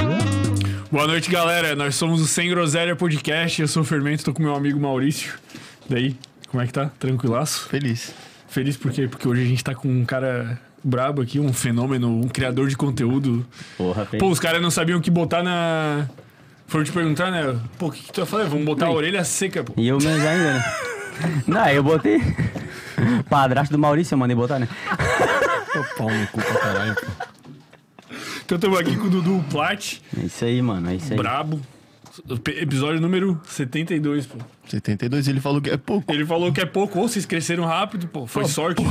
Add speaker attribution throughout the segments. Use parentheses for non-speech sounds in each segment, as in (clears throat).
Speaker 1: Hum,
Speaker 2: Boa noite, galera. Nós somos o Sem Groselha Podcast. Eu sou o Fermento, tô com meu amigo Maurício. Daí, como é que tá? Tranquilaço?
Speaker 1: Feliz.
Speaker 2: Feliz por quê? Porque hoje a gente tá com um cara brabo aqui, um fenômeno, um criador de conteúdo.
Speaker 3: Porra, fez.
Speaker 2: Pô, os caras não sabiam o que botar na. Foram te perguntar, né? Pô, o que, que tu ia falar? Vamos botar a orelha seca, pô.
Speaker 3: E eu menos ainda,
Speaker 2: (laughs)
Speaker 3: né? Não, eu botei. Padrasto do Maurício, eu mandei botar, né?
Speaker 1: Pau no cu pra caralho. pô.
Speaker 2: Então estamos aqui com o Dudu Plat,
Speaker 3: É isso aí, mano. É isso aí.
Speaker 2: brabo. P- Episódio número 72, pô.
Speaker 1: 72 ele falou que é pouco.
Speaker 2: Ele falou que é pouco, ou vocês cresceram rápido, pô. Foi sorte.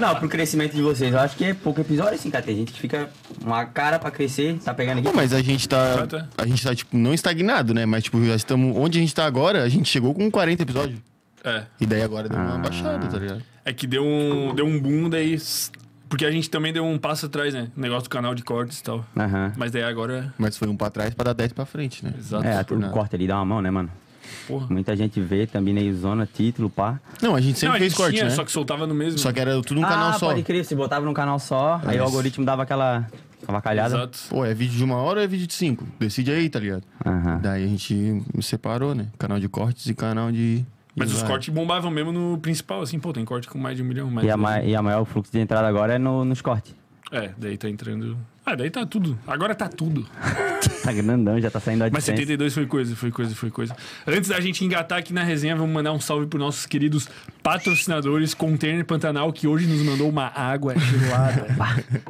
Speaker 3: Não, pro crescimento de vocês, eu acho que é pouco episódio, assim, cara. Tem gente que fica uma cara pra crescer, tá pegando
Speaker 1: Pô,
Speaker 3: aqui.
Speaker 1: mas a gente tá.
Speaker 2: Ah, tá.
Speaker 1: A gente tá, tipo, não estagnado, né? Mas, tipo, já estamos. Onde a gente tá agora, a gente chegou com 40 episódios.
Speaker 2: É.
Speaker 1: E daí agora deu
Speaker 3: Ah.
Speaker 1: uma baixada, tá ligado?
Speaker 2: É que deu um, deu um boom, daí. s- Porque a gente também deu um passo atrás, né? O negócio do canal de cortes e tal.
Speaker 3: Aham.
Speaker 2: Mas daí agora.
Speaker 1: Mas foi um pra trás pra dar 10 pra frente, né?
Speaker 2: Exato.
Speaker 3: É, tu corta ali, dá uma mão, né, mano?
Speaker 2: Porra.
Speaker 3: Muita gente vê, também aí zona, título, pá.
Speaker 1: Não, a gente sempre
Speaker 2: Não, a
Speaker 1: fez
Speaker 2: gente
Speaker 1: corte,
Speaker 2: tinha,
Speaker 1: né?
Speaker 2: só que soltava no mesmo.
Speaker 1: Só que era tudo num Um canal
Speaker 3: ah,
Speaker 1: só.
Speaker 3: pode crer, se botava num canal só, aí o algoritmo dava aquela avacalhada.
Speaker 2: Exato.
Speaker 1: Pô, é vídeo de uma hora ou é vídeo de cinco? Decide aí, tá ligado?
Speaker 3: Aham.
Speaker 1: Daí a gente separou, né? Canal de cortes e canal de.
Speaker 2: Mas os
Speaker 1: vai.
Speaker 2: cortes bombavam mesmo no principal, assim, pô, tem corte com mais de um milhão. Mais
Speaker 3: E,
Speaker 2: de
Speaker 3: a
Speaker 2: dois
Speaker 3: ma- e a maior fluxo de entrada agora é no- nos cortes.
Speaker 2: É, daí tá entrando. Ah, daí tá tudo. Agora tá
Speaker 1: (laughs)
Speaker 2: tudo.
Speaker 3: Tá grandão, já tá saindo a
Speaker 2: Mas
Speaker 3: distância.
Speaker 2: 72 foi coisa, foi coisa, foi coisa. Antes da gente engatar aqui na resenha, vamos mandar um salve pros nossos queridos patrocinadores Container Pantanal, que hoje nos mandou uma água
Speaker 1: (laughs)
Speaker 2: gelada.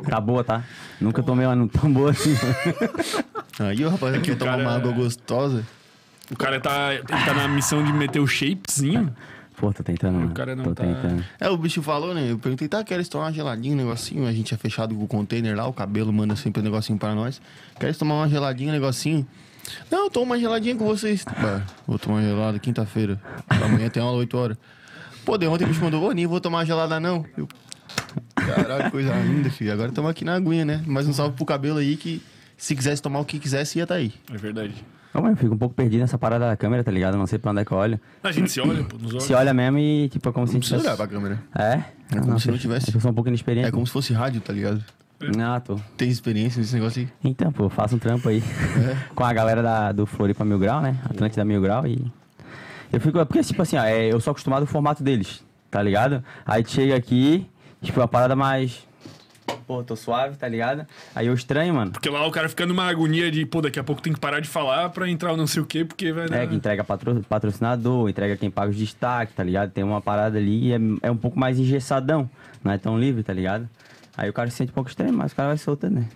Speaker 3: Tá boa, tá? Nunca tomei uma não tão boa assim.
Speaker 1: Aí, ó, rapaz, quer tomar
Speaker 2: é cara-
Speaker 1: uma água gostosa.
Speaker 2: o cara tá, ele tá na missão de meter o shapezinho.
Speaker 3: Pô, tô tentando, mano.
Speaker 2: cara não
Speaker 3: tô
Speaker 2: tá-
Speaker 3: tentando.
Speaker 1: É, o bicho falou, né? Eu perguntei, tá, queres tomar uma geladinha, um negocinho? A gente tinha fechado o container lá, o cabelo manda sempre um negocinho pra nós. Queres tomar uma geladinha, um negocinho? Não, eu tomo uma geladinha com vocês. Bah, vou tomar uma gelada quinta-feira. Amanhã tem aula 8 horas. Pô, de ontem o bicho mandou, ô, nem vou tomar uma gelada não. Eu, Caralho, coisa linda, filho. Agora estamos aqui na aguinha, né? Mas um salve pro cabelo aí que se quisesse tomar o que quisesse, ia tá aí.
Speaker 2: É verdade.
Speaker 3: Ô, mano, eu fico um pouco perdido nessa parada da câmera, tá ligado? Não sei pra onde é que eu olho.
Speaker 2: A gente se olha, pô, nos olha.
Speaker 3: Se olha mesmo e, tipo, é como se...
Speaker 1: Não precisa
Speaker 3: tivesse-
Speaker 1: olhar pra câmera.
Speaker 3: É?
Speaker 1: É como se não tivesse.
Speaker 3: Eu sou um pouco inexperiente.
Speaker 1: É como se fosse rádio, tá ligado?
Speaker 3: Não, tô...
Speaker 1: Tem experiência nesse negócio aí?
Speaker 3: Então, pô, faço um trampo aí.
Speaker 1: É.
Speaker 3: (laughs) Com a galera da, do Floripa Mil Grau, né? Atlântida Mil Grau e. Eu fico. é Porque, tipo assim, ó, é, eu sou acostumado ao formato deles, tá ligado? Aí tu chega aqui, tipo, uma parada mais. Pô, tô suave, tá ligado? Aí eu estranho, mano.
Speaker 2: Porque lá o cara fica numa agonia de, pô, daqui a pouco tem que parar de falar pra entrar o não sei o quê, porque vai.
Speaker 3: É, que entrega patro- patrocinador, entrega quem paga os destaques, tá ligado? Tem uma parada ali e é, é um pouco mais engessadão, não é tão livre, tá ligado? Aí o cara se sente um pouco estranho, mas o cara vai soltando, né?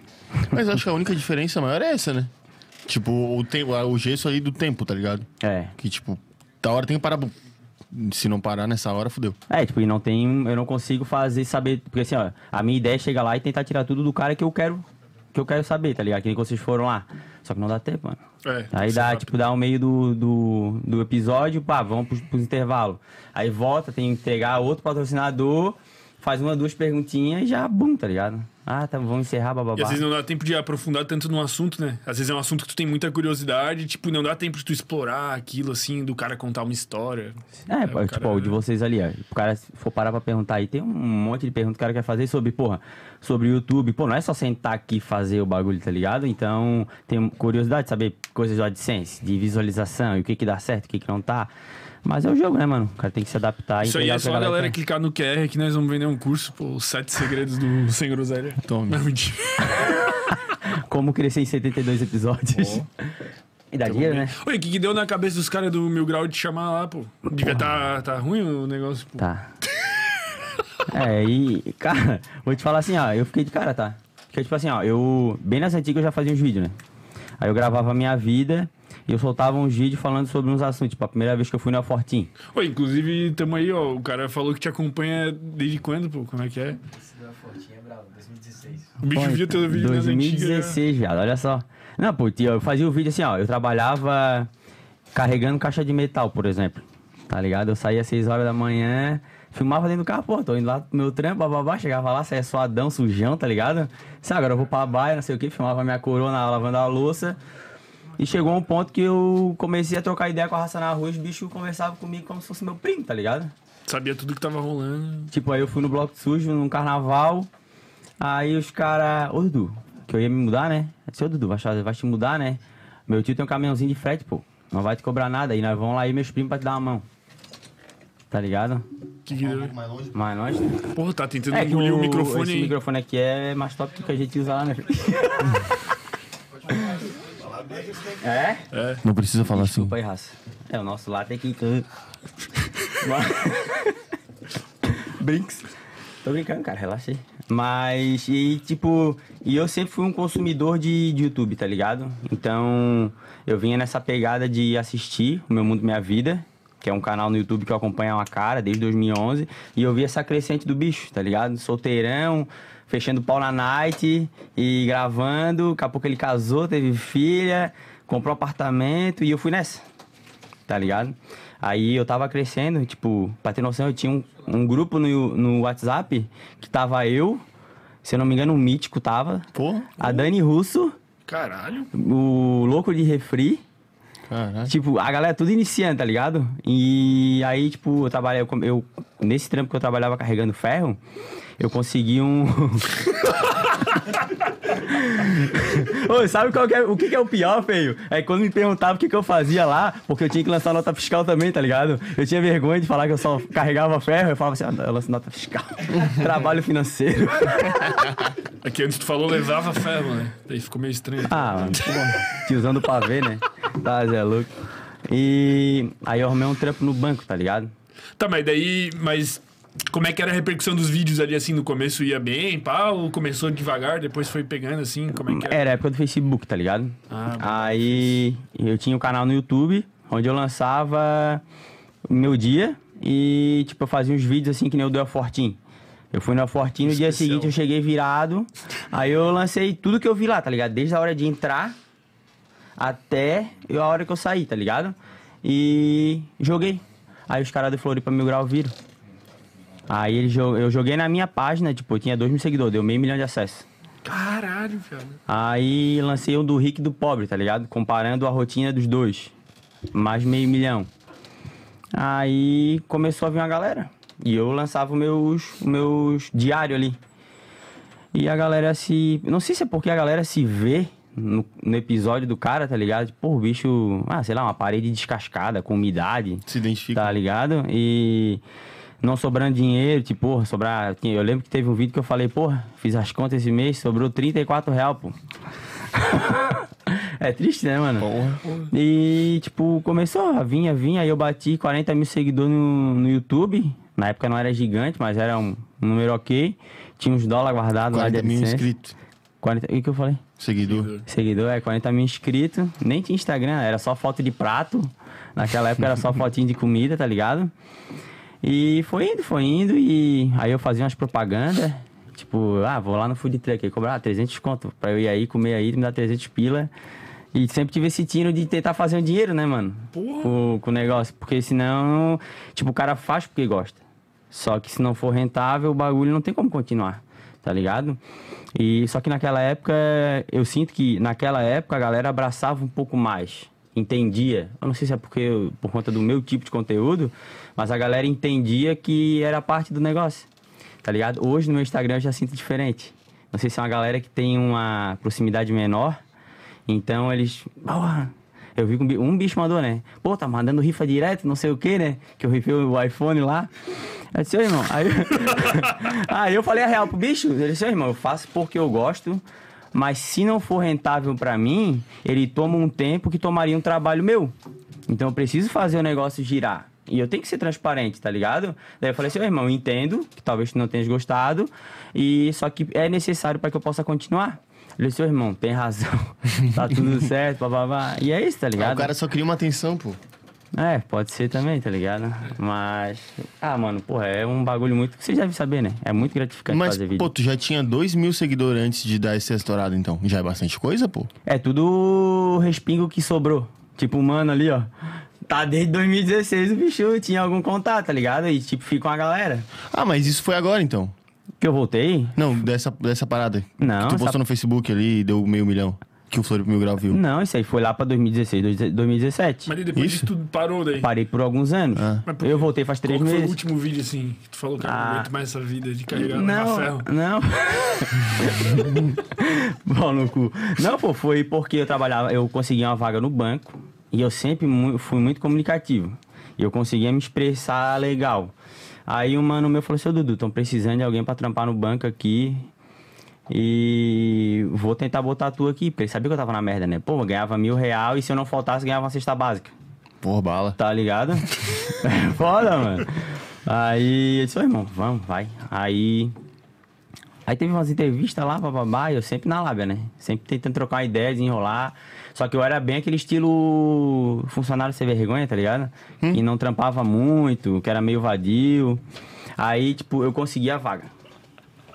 Speaker 1: Mas acho que a única diferença maior é essa, né? Tipo, o, tempo, o gesso aí do tempo, tá ligado?
Speaker 3: É.
Speaker 1: Que, tipo, da hora tem que parar. bum. Se não parar nessa hora, fudeu.
Speaker 3: É, tipo, e não tem. Eu não consigo fazer saber. Porque assim, ó, a minha ideia é chegar lá e tentar tirar tudo do cara que eu quero. Que eu quero saber, tá ligado? Que nem que vocês foram lá. Só que não dá tempo, mano.
Speaker 2: É,
Speaker 3: Aí dá, tipo, dá o meio do, do, do episódio, pá, vamos pros, pros intervalos. Aí volta, tem que entregar outro patrocinador, faz uma, duas perguntinhas e já, bum, tá ligado? Ah, tá, vamos
Speaker 2: E
Speaker 3: encerrar,
Speaker 2: às
Speaker 3: bababá.
Speaker 2: vezes não dá tempo de aprofundar tanto num assunto, né? Às vezes é um assunto que tu tem muita curiosidade, tipo, não dá tempo de tu explorar aquilo, assim, do cara contar uma história.
Speaker 3: É,
Speaker 2: Aí
Speaker 3: pô, tipo,
Speaker 2: cara-
Speaker 3: ó, o de vocês ali, ó. O cara, se for parar pra perguntar aí, tem um monte de pergunta que o cara quer fazer sobre, porra, sobre o YouTube. Pô, não é só sentar aqui e fazer o bagulho, tá ligado? Então, tem curiosidade de saber coisas do AdSense, de visualização, e o que que dá certo, o que que não tá. Mas é o jogo, né, mano? O cara tem que se adaptar e
Speaker 2: Isso aí é
Speaker 3: entregar pra
Speaker 2: só a galera
Speaker 3: que-
Speaker 2: clicar no QR que nós vamos vender um curso, pô, os sete segredos do Sem Groselha.
Speaker 1: Tome.
Speaker 2: Não, mentira.
Speaker 3: Como crescer em 72 episódios. E dá dinheiro, né?
Speaker 2: Oi, o que, que deu na cabeça dos caras do Mil Grau de chamar lá, pô? Devia tá, tá ruim o negócio, pô.
Speaker 3: Tá. É, e, cara, vou te falar assim, ó, eu fiquei de cara, tá? Porque, tipo assim, ó, eu, bem nessa antiga eu já fazia uns vídeos, né? Aí eu gravava a minha vida e eu soltava uns vídeos falando sobre uns assuntos. Tipo, a primeira vez que eu fui no Fortim.
Speaker 2: Oi, inclusive, tamo aí, ó, o cara falou que te acompanha desde quando, pô, como é que é? O bicho viu teu vídeo nas antigas. né?
Speaker 3: 2016, viado, olha só. Não, pô, tio, eu fazia o vídeo assim, ó, eu trabalhava carregando caixa de metal, por exemplo. Tá ligado? Eu saía às 6 horas da manhã, filmava dentro do carro, pô, tô indo lá pro meu trampo, bababá, chegava lá, saia suadão, sujão, tá ligado? Sabe, agora eu vou pra baia, não sei o que, filmava minha coroa na- lavando a louça. E chegou um ponto que eu comecei a trocar ideia com a raça na rua, os bichos conversavam comigo como se fosse meu primo, tá ligado?
Speaker 2: Sabia tudo que tava rolando.
Speaker 3: Tipo, aí eu fui no Bloco Sujo, num carnaval. Aí os caras. Ô Dudu, que eu ia me mudar, né? Eu disse, ô Dudu, vai, vai te mudar, né? Meu tio tem um caminhãozinho de frete, pô. Não vai te cobrar nada. E nós vamos lá e meus primos pra te dar uma mão. Tá ligado?
Speaker 2: Que que deu?
Speaker 1: mais longe.
Speaker 3: Mas nós.
Speaker 2: Porra, tá tentando
Speaker 3: que
Speaker 2: engolir o,
Speaker 3: É, Esse
Speaker 2: microfone aí.
Speaker 3: microfone aqui é mais top do que a gente usa
Speaker 2: (laughs)
Speaker 3: lá, né? é?
Speaker 1: Não precisa falar assim.
Speaker 3: Desculpa aí, raça. É, o nosso lá tem que. Mas- Brinks. Tô brincando, cara, relaxa aí. Mas, e tipo, e eu sempre fui um consumidor de, de YouTube, tá ligado? Então, eu vinha nessa pegada de assistir o Meu Mundo Minha Vida, que é um canal no YouTube que eu acompanho há uma cara desde 2011, e eu vi essa crescente do bicho, tá ligado? Solteirão, fechando pau na night e gravando. Daqui a pouco ele casou, teve filha, comprou um apartamento e eu fui nessa tá ligado? Aí eu tava crescendo, tipo, pra ter noção, eu tinha um, um grupo no, no WhatsApp que tava eu, se eu não me engano, o Mítico tava,
Speaker 1: Porra.
Speaker 3: a Dani Russo,
Speaker 2: Caralho.
Speaker 3: o Louco de Refri,
Speaker 1: Caralho.
Speaker 3: Tipo, a galera tudo iniciando, tá ligado? E aí, tipo, eu trabalhei, eu, eu- nesse trampo que eu trabalhava carregando ferro, eu consegui um. (laughs) Ô, sabe qual que é, o que, que é o pior, feio? É quando me perguntavam o que, que eu fazia lá, porque eu tinha que lançar nota fiscal também, tá ligado? Eu tinha vergonha de falar que eu só carregava ferro, eu falava assim, ah, eu lanço nota fiscal. (laughs) Trabalho financeiro. (laughs)
Speaker 2: É que antes tu falou levava ferro, né? Daí ficou meio estranho.
Speaker 3: Ah, mano, que bom. tiozão do pavê, né? Tá, Zé, louco. E aí eu arrumei um trampo no banco, tá ligado?
Speaker 2: Tá, mas daí. Mas como é que era a repercussão dos vídeos ali assim? No começo ia bem, pá, ou começou devagar, depois foi pegando assim? Como é que era?
Speaker 3: Era a época do Facebook, tá ligado?
Speaker 2: Ah, bom.
Speaker 3: Aí eu tinha um canal no YouTube onde eu lançava o meu dia e, tipo, eu fazia uns vídeos assim que nem o do El Fortin. Eu fui no El Fortin, no dia
Speaker 2: Especial.
Speaker 3: seguinte eu cheguei virado. Aí eu lancei tudo que eu vi lá, tá ligado? Desde a hora de entrar até eu- a hora que eu saí, tá ligado? E joguei. Aí os caras do Floripa Mil Grau viram. Aí ele jo- eu joguei na minha página, tipo, eu tinha dois mil seguidores, deu meio milhão de acessos.
Speaker 2: Caralho, velho.
Speaker 3: Aí lancei um do rico e do pobre, tá ligado? Comparando a rotina dos dois. Mais meio milhão. Aí começou a vir uma galera. E eu lançava os meus, os meus diários ali. E a galera se. Não sei se é porque a galera se vê no, no episódio do cara, tá ligado? Tipo, Pô, o bicho. Ah, sei lá, uma parede descascada, com umidade.
Speaker 1: Se identifica.
Speaker 3: Tá ligado? E não sobrando dinheiro, tipo, porra, sobrar. tinha- Eu lembro que teve um vídeo que eu falei, porra, fiz as contas esse mês, sobrou 34 reais, pô. (laughs) é triste, né, mano?
Speaker 1: Porra.
Speaker 3: E, tipo, começou a vinha, vinha, aí eu bati 40 mil seguidores no, no YouTube. Na época não era gigante, mas era um, um número ok. Tinha uns dólares guardados lá de
Speaker 1: 40 mil
Speaker 3: AdSense.
Speaker 1: inscritos.
Speaker 3: 40 E o que eu falei?
Speaker 1: Seguidor.
Speaker 3: Seguidor é 40 mil inscritos. Nem tinha Instagram, era só foto de prato. Naquela época era só fotinho de comida, tá ligado? E foi indo, foi indo. E aí eu fazia umas propagandas. Tipo, ah, vou lá no food truck aí cobrar 300 conto pra eu ir aí comer aí, me dar 300 pila. E sempre tive esse tino de tentar fazer um dinheiro, né, mano?
Speaker 2: Porra.
Speaker 3: Com, com o negócio. Porque senão, tipo, o cara faz porque gosta. Só que se não for rentável, o bagulho não tem como continuar, tá ligado? E só que naquela época, eu sinto que naquela época a galera abraçava um pouco mais, entendia. Eu não sei se é porque eu- por conta do meu tipo de conteúdo, mas a galera entendia que era parte do negócio, tá ligado? Hoje no meu Instagram eu já sinto diferente. Não sei se é uma galera que tem uma proximidade menor, então eles. "Porra, eu vi que um bi- um bicho mandou, né? Pô, tá mandando rifa direto, não sei o que, né? Que eu rifei o iPhone lá. Eu disse, ô irmão. Aí, (laughs) aí eu falei a real pro bicho. Ele disse, ô irmão, eu faço porque eu gosto, mas se não for rentável pra mim, ele toma um tempo que tomaria um trabalho meu. Então eu preciso fazer o negócio girar. E eu tenho que ser transparente, tá ligado? Daí eu falei assim, ô irmão, eu entendo que talvez tu não tenhas gostado, e só que é necessário pra que eu possa continuar. Ele disse, ô irmão, tem razão, (laughs)
Speaker 1: (laughs)
Speaker 3: tá tudo certo, bababá. E é isso, tá ligado?
Speaker 1: O cara só queria uma atenção, pô.
Speaker 3: É, pode ser também, tá ligado? Mas. Ah, mano, porra, é um bagulho muito. que Vocês devem saber, né? É muito gratificante
Speaker 1: Mas,
Speaker 3: fazer vídeo.
Speaker 1: pô, tu já tinha 2 mil seguidores antes de dar esse estourado, então. Já é bastante coisa, pô.
Speaker 3: É tudo respingo que sobrou. Tipo, mano, ali, ó. Tá desde 2016 o bicho tinha algum contato, tá ligado? E tipo, fica uma galera.
Speaker 1: Ah, mas isso foi agora, então.
Speaker 3: Que eu voltei?
Speaker 1: Não, dessa, dessa parada.
Speaker 3: Não,
Speaker 1: Que tu
Speaker 3: essa-
Speaker 1: postou no Facebook ali e deu meio milhão. Que que o Floripa Mil Grau viu?
Speaker 3: Não, isso aí foi lá pra 2016, 2017.
Speaker 2: Mas daí depois disso tudo parou daí.
Speaker 3: Parei por alguns anos.
Speaker 1: Ah.
Speaker 2: Mas por
Speaker 3: Eu
Speaker 2: quê?
Speaker 3: voltei faz três
Speaker 2: Qual que foi o
Speaker 3: meses.
Speaker 2: último vídeo, assim, que tu falou, cara,
Speaker 3: Ah.
Speaker 2: não aguento mais essa vida de carregar na
Speaker 3: Não,
Speaker 2: ferro.
Speaker 3: não. (laughs) Pau no cu. Não, pô, foi porque eu trabalhava, eu consegui uma vaga no banco e eu sempre mu- fui muito comunicativo. E eu conseguia me expressar legal. Aí um mano meu falou assim, ô Dudu, estão precisando de alguém pra trampar no banco aqui. E vou tentar botar tu aqui, porque ele sabia que eu tava na merda, né? Pô, eu ganhava mil real e se eu não faltasse, ganhava uma cesta básica.
Speaker 1: Porra, bala.
Speaker 3: Tá ligado? É Foda, mano. Aí eu disse, ô irmão, vamos, vai. Aí. Aí teve umas entrevistas lá, bababá, e eu sempre na lábia, né? Sempre tentando trocar uma ideia, desenrolar. Só que eu era bem aquele estilo funcionário sem vergonha, tá ligado? E não trampava muito, que era meio vadio. Aí, tipo, eu consegui a vaga.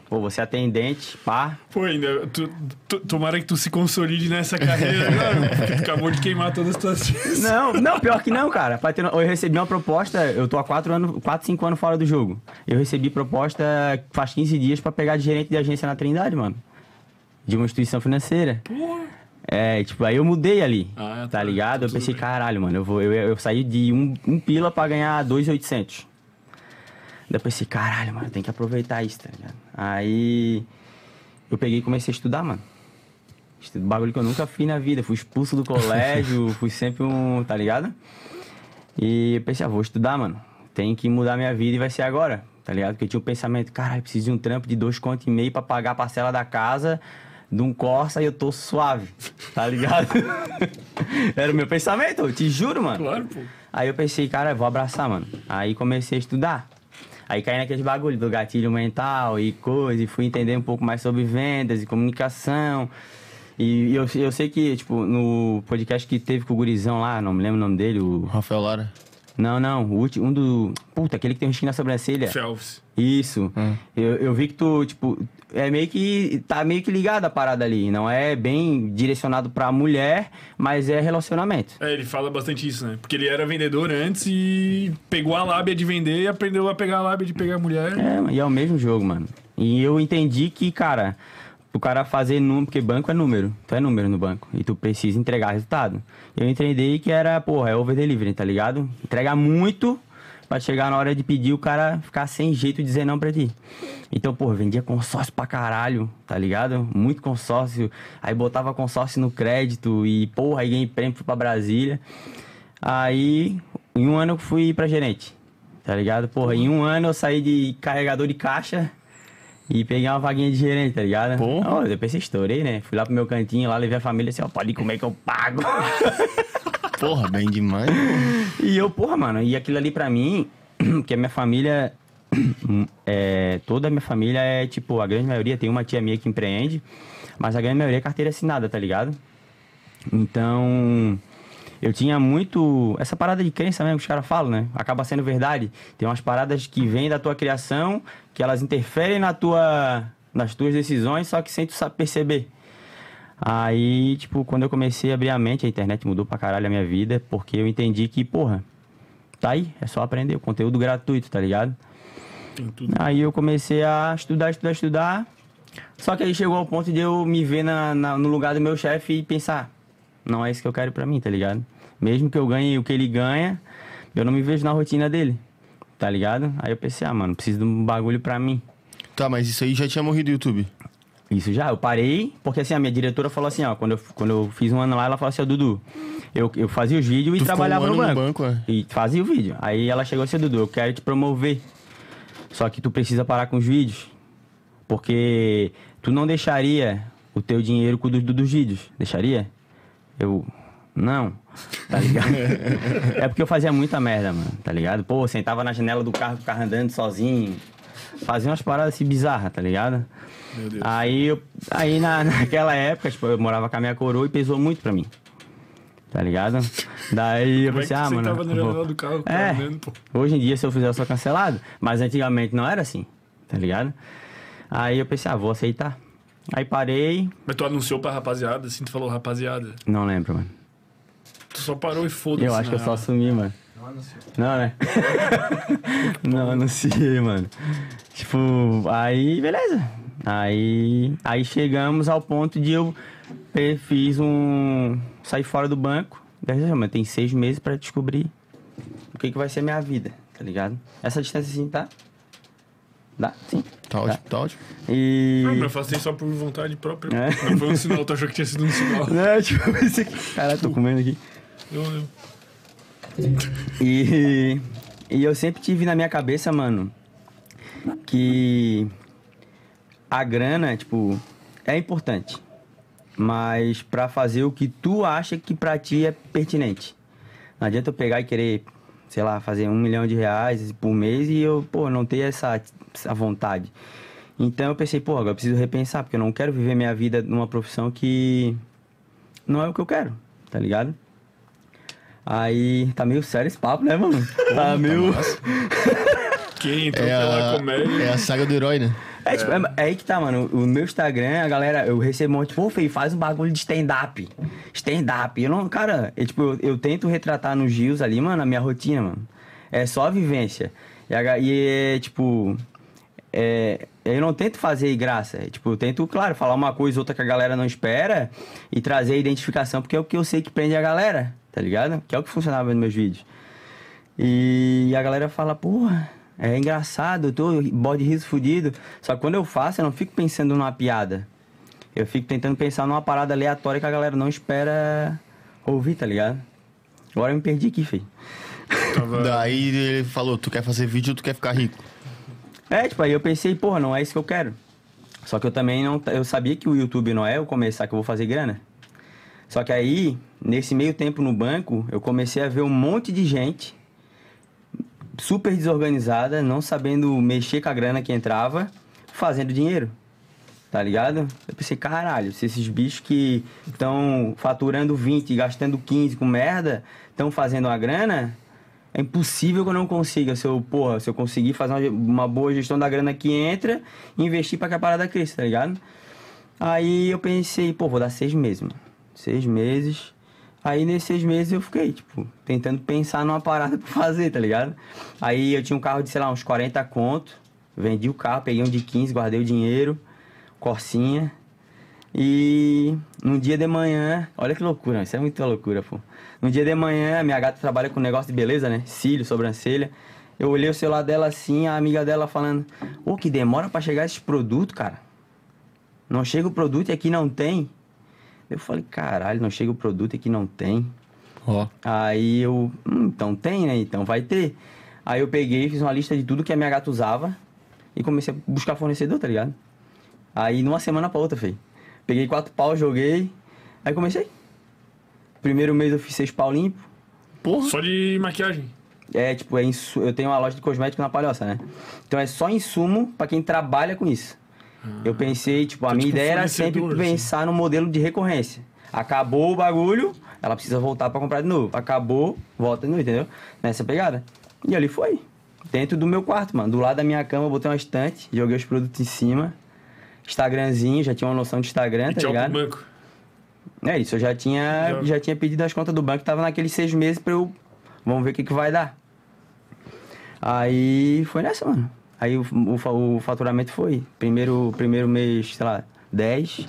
Speaker 3: Pô, você é atendente, pá.
Speaker 2: Pô, ainda, tu, tu- tomara que tu se consolide nessa carreira agora, porque tu acabou de queimar todas as tuas fichas.
Speaker 3: Não, não, pior que não, cara. Pra ter no- Eu recebi uma proposta, eu tô há 4 anos, 4, 5 anos fora do jogo. Eu recebi proposta faz 15 dias pra pegar de gerente de agência na Trindade, mano. De uma instituição financeira. É, tipo, aí eu mudei ali,
Speaker 2: Ah,
Speaker 3: tá
Speaker 2: tá.
Speaker 3: ligado?
Speaker 2: Tá
Speaker 3: Eu
Speaker 2: tudo
Speaker 3: pensei,
Speaker 2: bem.
Speaker 3: caralho, mano, eu, vou, eu, eu saí de um, um pila pra ganhar 2,800. Daí eu pensei, caralho, mano, tem que aproveitar isso, tá ligado? Aí eu peguei e comecei a estudar, mano. Estudo- é um Bagulho que eu nunca fiz na vida. Fui expulso do colégio, fui sempre um. tá ligado? E eu pensei, ah, vou estudar, mano. Tem que mudar minha vida e vai ser agora, tá ligado? Porque eu tinha um pensamento, caralho, preciso de um trampo de dois contos e meio pra pagar a parcela da casa, de um Corsa e eu tô suave, tá ligado? (laughs) Era o meu pensamento, eu te juro, mano.
Speaker 2: Claro, pô.
Speaker 3: Aí eu pensei, cara, eu vou abraçar, mano. Aí comecei a estudar. Aí caí naqueles bagulho do gatilho mental e coisa, e fui entender um pouco mais sobre vendas e comunicação. E eu, eu sei que, tipo, no podcast que teve com o Gurizão lá, não me lembro o nome dele, o...
Speaker 1: Rafael Lara.
Speaker 3: Não, não, o último, um do... Puta, aquele que tem um skin na sobrancelha.
Speaker 2: Phelps.
Speaker 3: Isso. Eu, eu vi que tu, tipo, é meio que. tá meio que ligada a parada ali. Não é bem direcionado pra mulher, mas é relacionamento.
Speaker 2: É, ele fala bastante isso, né? Porque ele era vendedor antes e pegou a lábia de vender e aprendeu a pegar a lábia de pegar a mulher.
Speaker 3: É, e é o mesmo jogo, mano. E eu entendi que, cara, o cara fazer número, porque banco é número. Tu é número no banco. E tu precisa entregar resultado. Eu entendi que era, porra, é over delivery, tá ligado? Entregar muito pra chegar na hora de pedir o cara ficar sem jeito de dizer não pra ti. Então, porra, eu vendia consórcio pra caralho, tá ligado? Muito consórcio. Aí botava consórcio no crédito e, porra, aí ganhei prêmio fui pra Brasília. Aí, em um ano eu fui pra gerente. Tá ligado? Porra, em um ano eu saí de carregador de caixa e peguei uma vaguinha de gerente, tá ligado?
Speaker 1: Porra.
Speaker 3: Ó, depois eu estourei, né? Fui lá pro meu cantinho, lá levei a família assim, ó, pode comer que eu pago. (laughs)
Speaker 1: Porra, bem demais.
Speaker 3: e eu, porra, mano, e aquilo ali pra mim, (clears throat) que a minha família. (clears throat) é, toda a minha família é, tipo, a grande maioria, tem uma tia minha que empreende, mas a grande maioria é carteira assinada, tá ligado? Então, eu tinha muito. Essa parada de crença mesmo que os caras falam, né? Acaba sendo verdade. Tem umas paradas que vêm da tua criação, que elas interferem na tua, nas tuas decisões, só que sem tu sa- perceber. Aí, tipo, quando eu comecei a abrir a mente, a internet mudou pra caralho a minha vida, porque eu entendi que, porra, tá aí, é só aprender. O conteúdo gratuito, tá ligado?
Speaker 2: Tem tudo.
Speaker 3: Aí eu comecei a estudar, estudar, estudar. Só que aí chegou ao ponto de eu me ver na- na- no lugar do meu chefe e pensar, não é isso que eu quero pra mim, tá ligado? Mesmo que eu ganhe o que ele ganha, eu não me vejo na rotina dele, tá ligado? Aí eu pensei, ah, mano, preciso de um bagulho pra mim.
Speaker 1: Tá, mas isso aí já tinha morrido o YouTube.
Speaker 3: Isso já, eu parei, porque assim, a minha diretora falou assim, ó, quando eu, quando eu fiz um ano lá, ela falou assim, ó, Dudu, eu, eu fazia os vídeos e
Speaker 1: Tu ficou
Speaker 3: trabalhava
Speaker 1: um ano
Speaker 3: no
Speaker 1: no
Speaker 3: banco.
Speaker 1: banco,
Speaker 3: E fazia o vídeo. Aí ela chegou assim, Dudu, eu quero te promover. Só que tu precisa parar com os vídeos. Porque tu não deixaria o teu dinheiro com o do- do- dos vídeos. Deixaria? Eu. Não. Tá ligado? (laughs) é porque eu fazia muita merda, mano. Tá ligado? Pô, eu sentava na janela do carro, o carro andando sozinho. Fazia umas paradas assim bizarras, tá ligado?
Speaker 2: Meu Deus.
Speaker 3: Aí, eu- aí na, (laughs) naquela época, tipo, eu morava com a minha coroa e pesou muito pra mim. Tá ligado? Daí eu
Speaker 2: Como é que
Speaker 3: pensei,
Speaker 2: tu
Speaker 3: ah, mano.
Speaker 2: sentava na
Speaker 3: vou-
Speaker 2: janela do carro,
Speaker 3: É.
Speaker 2: cara, andando, pô?
Speaker 3: Hoje em dia, se eu fizer, eu sou cancelado. Mas antigamente não era assim, tá ligado? Aí eu pensei, ah, vou aceitar. Aí parei,
Speaker 2: Mas tu anunciou pra rapaziada, assim, tu falou, rapaziada.
Speaker 3: não lembro, mano.
Speaker 2: Tu só parou e foda-se.
Speaker 3: Eu acho que eu
Speaker 2: né?
Speaker 3: só assumi, mano. Não, né? não anunciei, mano. Tipo, aí, beleza. Aí, aí chegamos ao ponto de eu pe- fiz um. Saí fora do banco. Beleza, mas tem seis meses pra descobrir o que, que vai ser minha vida, tá ligado? Essa distância assim, tá? Dá? Sim.
Speaker 1: Tá ótimo, tá ótimo.
Speaker 3: E.
Speaker 2: Não, Ah, mas eu faço isso só por vontade própria.
Speaker 3: É.
Speaker 2: Não foi um sinal, tu achou que tinha sido um sinal.
Speaker 3: (laughs) Não, tipo, esse... Caralho, tô comendo aqui.
Speaker 2: Eu, eu-
Speaker 3: E, e eu sempre tive na minha cabeça, mano, que a grana, tipo, é importante. Mas pra fazer o que tu acha que pra ti é pertinente. Não adianta eu pegar e querer, sei lá, fazer um milhão de reais por mês e eu, pô, não ter essa, essa vontade. Então eu pensei, pô, agora eu preciso repensar, porque eu não quero viver minha vida numa profissão que não é o que eu quero, tá ligado? Aí, tá meio sério esse papo, né, mano? Tá meio.
Speaker 2: Quem entrou
Speaker 1: É
Speaker 2: pela
Speaker 1: a,
Speaker 2: então, comédia.
Speaker 1: é a saga do herói, né?
Speaker 3: É, tipo, é- é aí que tá, mano. O meu Instagram, a galera, eu recebo um monte, pô, Fê, faz um bagulho de stand-up. Stand-up. Eu não, cara, eu, tipo, eu, eu tento retratar nos Gios ali, mano, a minha rotina, mano. É só a vivência. E, a ga- e é, tipo. é, eu não tento fazer graça. É, Tipo, eu tento, claro, falar uma coisa outra que a galera não espera e trazer identificação, porque é o que eu sei que prende a galera, tá ligado? Que é o que funcionava nos meus vídeos. E a galera fala, porra, é engraçado, eu tô bode riso fudido. Só que quando eu faço, eu não fico pensando numa piada. Eu fico tentando pensar numa parada aleatória que a galera não espera ouvir, tá ligado? Agora eu me perdi aqui, filho.
Speaker 2: Tava...
Speaker 1: Daí ele falou, tu quer fazer vídeo ou tu quer ficar rico?
Speaker 3: É, tipo, aí eu pensei, porra, não é isso que eu quero. Só que eu também não. Eu sabia que o YouTube não é eu começar que eu vou fazer grana. Só que aí, nesse meio tempo no banco, eu comecei a ver um monte de gente super desorganizada, não sabendo mexer com a grana que entrava, fazendo dinheiro. Tá ligado? Eu pensei, caralho, se esses bichos que estão faturando 20 e gastando 15 com merda, estão fazendo a grana, é impossível que eu não consiga. Se eu, porra, se eu conseguir fazer uma, uma boa gestão da grana que entra e investir pra que a parada cresça, tá ligado? Aí eu pensei, pô, vou dar seis meses, mano. Seis meses. Aí nesses seis meses eu fiquei, tipo, tentando pensar numa parada (laughs) pra fazer, tá ligado? Aí eu tinha um carro de, sei lá, uns 40 conto. Vendi o carro, peguei um de 15, guardei o dinheiro, corsinha. E num dia de manhã, olha que loucura, isso é muita loucura, pô. Num dia de manhã, minha gata trabalha com negócio de beleza, né? Cílio, sobrancelha. Eu olhei o celular dela assim, a amiga dela falando: Ô, que demora pra chegar esses produtos, cara. Não chega o produto e aqui não tem. Eu falei: caralho, não chega o produto e aqui não tem.
Speaker 1: Ó.
Speaker 3: Aí eu, "Hum, então tem, né? Então vai ter. Aí eu peguei, fiz uma lista de tudo que a minha gata usava e comecei a buscar fornecedor, tá ligado? Aí numa semana pra outra, feio. Peguei quatro pau, joguei, aí comecei. Primeiro mês eu fiz seis pau limpo.
Speaker 1: Porra.
Speaker 2: Só de maquiagem.
Speaker 3: É, tipo, é insu- eu tenho uma loja de cosméticos na Palhoça, né? Então é só insumo pra quem trabalha com isso. eu pensei, tipo, a
Speaker 2: Ah, Então,
Speaker 3: minha
Speaker 2: tipo,
Speaker 3: ideia era
Speaker 2: fornecedor,
Speaker 3: sempre
Speaker 2: assim.
Speaker 3: pensar no modelo de recorrência. Acabou o bagulho, ela precisa voltar pra comprar de novo. Acabou, volta de novo, entendeu? Nessa pegada. E ali foi. Dentro do meu quarto, mano. Do lado da minha cama, eu botei uma estante, joguei os produtos em cima. Instagramzinho, já tinha uma noção de Instagram,
Speaker 2: E
Speaker 3: tá
Speaker 2: tchau pro
Speaker 3: ligado?
Speaker 2: banco.
Speaker 3: É isso, eu já tinha,
Speaker 2: Já.
Speaker 3: já tinha pedido as contas do banco, tava naqueles seis meses pra eu. Vamos ver o que, que vai dar. Aí foi nessa, mano. Aí o, o fa- o faturamento foi. Primeiro, primeiro mês, sei lá, 10,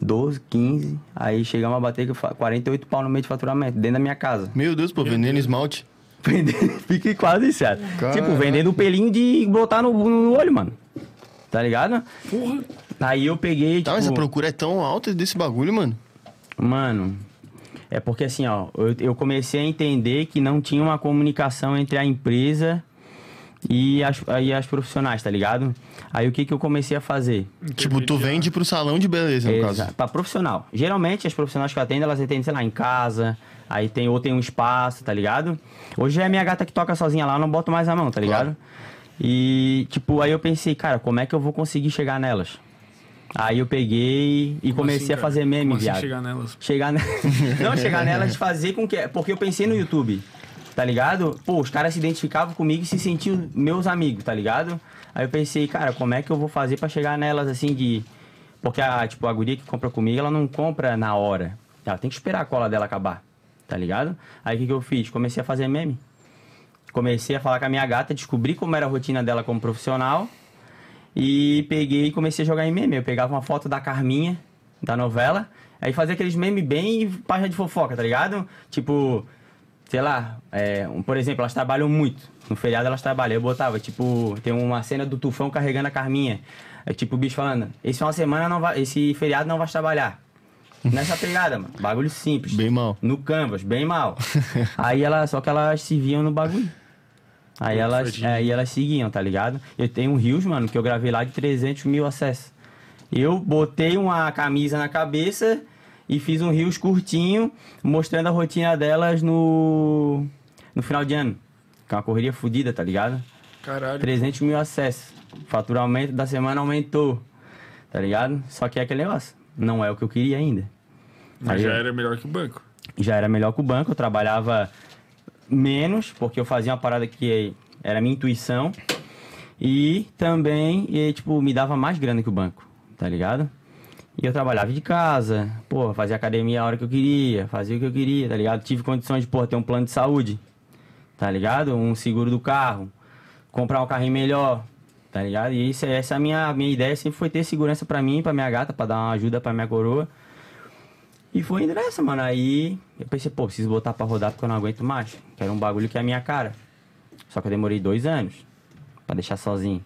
Speaker 3: 12, 15. Aí chegamos a bater que fa- 48 pau no mês de faturamento, dentro da minha casa. (laughs)
Speaker 1: Meu Deus, pô, vendendo esmalte.
Speaker 3: Vendendo, fiquei quase isso, cara.
Speaker 1: Caraca.
Speaker 3: Tipo, vendendo o pelinho de botar no, no olho, mano. Tá ligado?
Speaker 2: Porra. assim,
Speaker 3: Aí eu peguei.
Speaker 1: Tá, mas a
Speaker 3: tipo,
Speaker 1: procura é tão alta desse bagulho, mano.
Speaker 3: Mano, é porque assim, ó, eu, eu comecei a entender que não tinha uma comunicação entre a empresa e as, e as profissionais, tá ligado? Aí o que, que eu comecei a fazer?
Speaker 1: tipo, tu vende pro salão de beleza, no
Speaker 3: Exato,
Speaker 1: caso.
Speaker 3: Pra profissional. Geralmente as profissionais que eu atendo, elas atendem, sei lá, em casa, aí tem, ou tem um espaço, tá ligado? Hoje é a minha gata que toca sozinha lá, eu não boto mais a mão, tá ligado? E, tipo, aí eu pensei, cara, como é que eu vou conseguir chegar nelas? Aí eu peguei e comecei
Speaker 2: assim,
Speaker 3: a
Speaker 2: cara?
Speaker 3: fazer meme,
Speaker 2: Como assim
Speaker 3: viado.
Speaker 2: chegar nelas?
Speaker 3: Chegar ne- (laughs) Não, chegar nelas de fazer com que. Porque eu pensei no YouTube, tá ligado? Pô, os caras se identificavam comigo e se sentiam meus amigos, tá ligado? Aí eu pensei, cara, como é que eu vou fazer pra chegar nelas assim de. Porque a, tipo, a guria que compra comigo, ela não compra na hora. Ela tem que esperar a cola dela acabar, tá ligado? Aí o que, que eu fiz? Comecei a fazer meme. Comecei a falar com a minha gata, descobri como era a rotina dela como profissional. E peguei e comecei a jogar em meme. Eu pegava uma foto da Carminha, da novela. Aí fazia aqueles memes bem página de fofoca, tá ligado? Tipo, sei lá, é, um- por exemplo, elas trabalham muito. No feriado elas trabalham. Eu botava, tipo, tem uma cena do Tufão carregando a Carminha. É tipo o bicho falando, esse final de semana não vai, esse feriado não vai trabalhar. Nessa pegada, mano. Bagulho simples.
Speaker 1: Bem mal.
Speaker 3: No Canvas, bem
Speaker 1: (laughs)
Speaker 3: mal. Aí ela, só que elas se viam no bagulho. Aí elas,
Speaker 2: Tadinho.
Speaker 3: aí elas seguiam, tá ligado? Eu tenho um Rios, mano, que eu gravei lá de 300 mil acessos. Eu botei uma camisa na cabeça e fiz um Rios curtinho, mostrando a rotina delas no, no final de ano. Que é uma correria fodida, tá ligado?
Speaker 2: Caralho.
Speaker 3: 300 mil acessos. Faturamento da semana aumentou, tá ligado? Só que é aquele negócio. Não é o que eu queria ainda.
Speaker 2: Mas
Speaker 3: Aí,
Speaker 2: já
Speaker 3: ó.
Speaker 2: era melhor que o banco.
Speaker 3: já era melhor que o banco, eu trabalhava menos, porque eu fazia uma parada que era minha intuição. E também, e, tipo, me dava mais grana que o banco, tá ligado? E eu trabalhava de casa, pô, fazia academia a hora que eu queria, fazia o que eu queria, tá ligado? Tive condições de, pô, ter um plano de saúde, tá ligado? Um seguro do carro, comprar um carrinho melhor, tá ligado? E isso, é- essa é a minha, minha ideia, sempre foi ter segurança pra mim, pra minha gata, pra dar uma ajuda pra minha coroa. E foi indo nessa, mano. Aí eu pensei, pô, preciso botar pra rodar porque eu não aguento mais. Quero um bagulho que é a minha cara. Só que eu demorei dois anos pra deixar sozinho.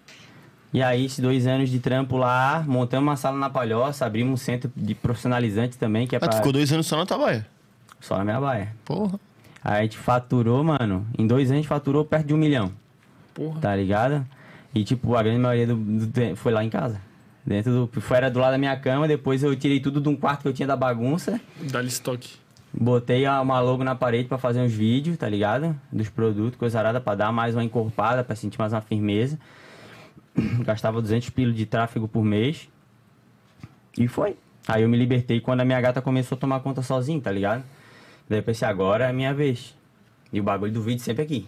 Speaker 3: E aí, esses dois anos de trampo lá, montamos uma sala na palhoça, abrimos um centro de profissionalizante também, que é
Speaker 1: Ah, tu
Speaker 3: pra...
Speaker 1: ficou dois anos só na Tabaia.
Speaker 3: Só na minha baia.
Speaker 1: Porra.
Speaker 3: Aí a gente faturou, mano, em dois anos a gente faturou perto de um milhão,
Speaker 2: Porra.
Speaker 3: tá ligado? E tipo, a grande maioria do, do tempo foi lá em casa. Dentro do. Foi era do lado da minha cama, depois eu tirei tudo de um quarto que eu tinha da bagunça.
Speaker 2: Dá-lhe estoque.
Speaker 3: Botei a- uma logo na parede pra fazer uns vídeos, tá ligado? Dos produtos, coisa arada, pra dar mais uma encorpada, pra sentir mais uma firmeza. (clears throat) Gastava 200 pilo de tráfego por mês. E foi. Aí eu me libertei quando a minha gata começou a tomar conta sozinha, tá ligado? Daí eu pensei, agora é a minha vez. E o bagulho do vídeo sempre aqui,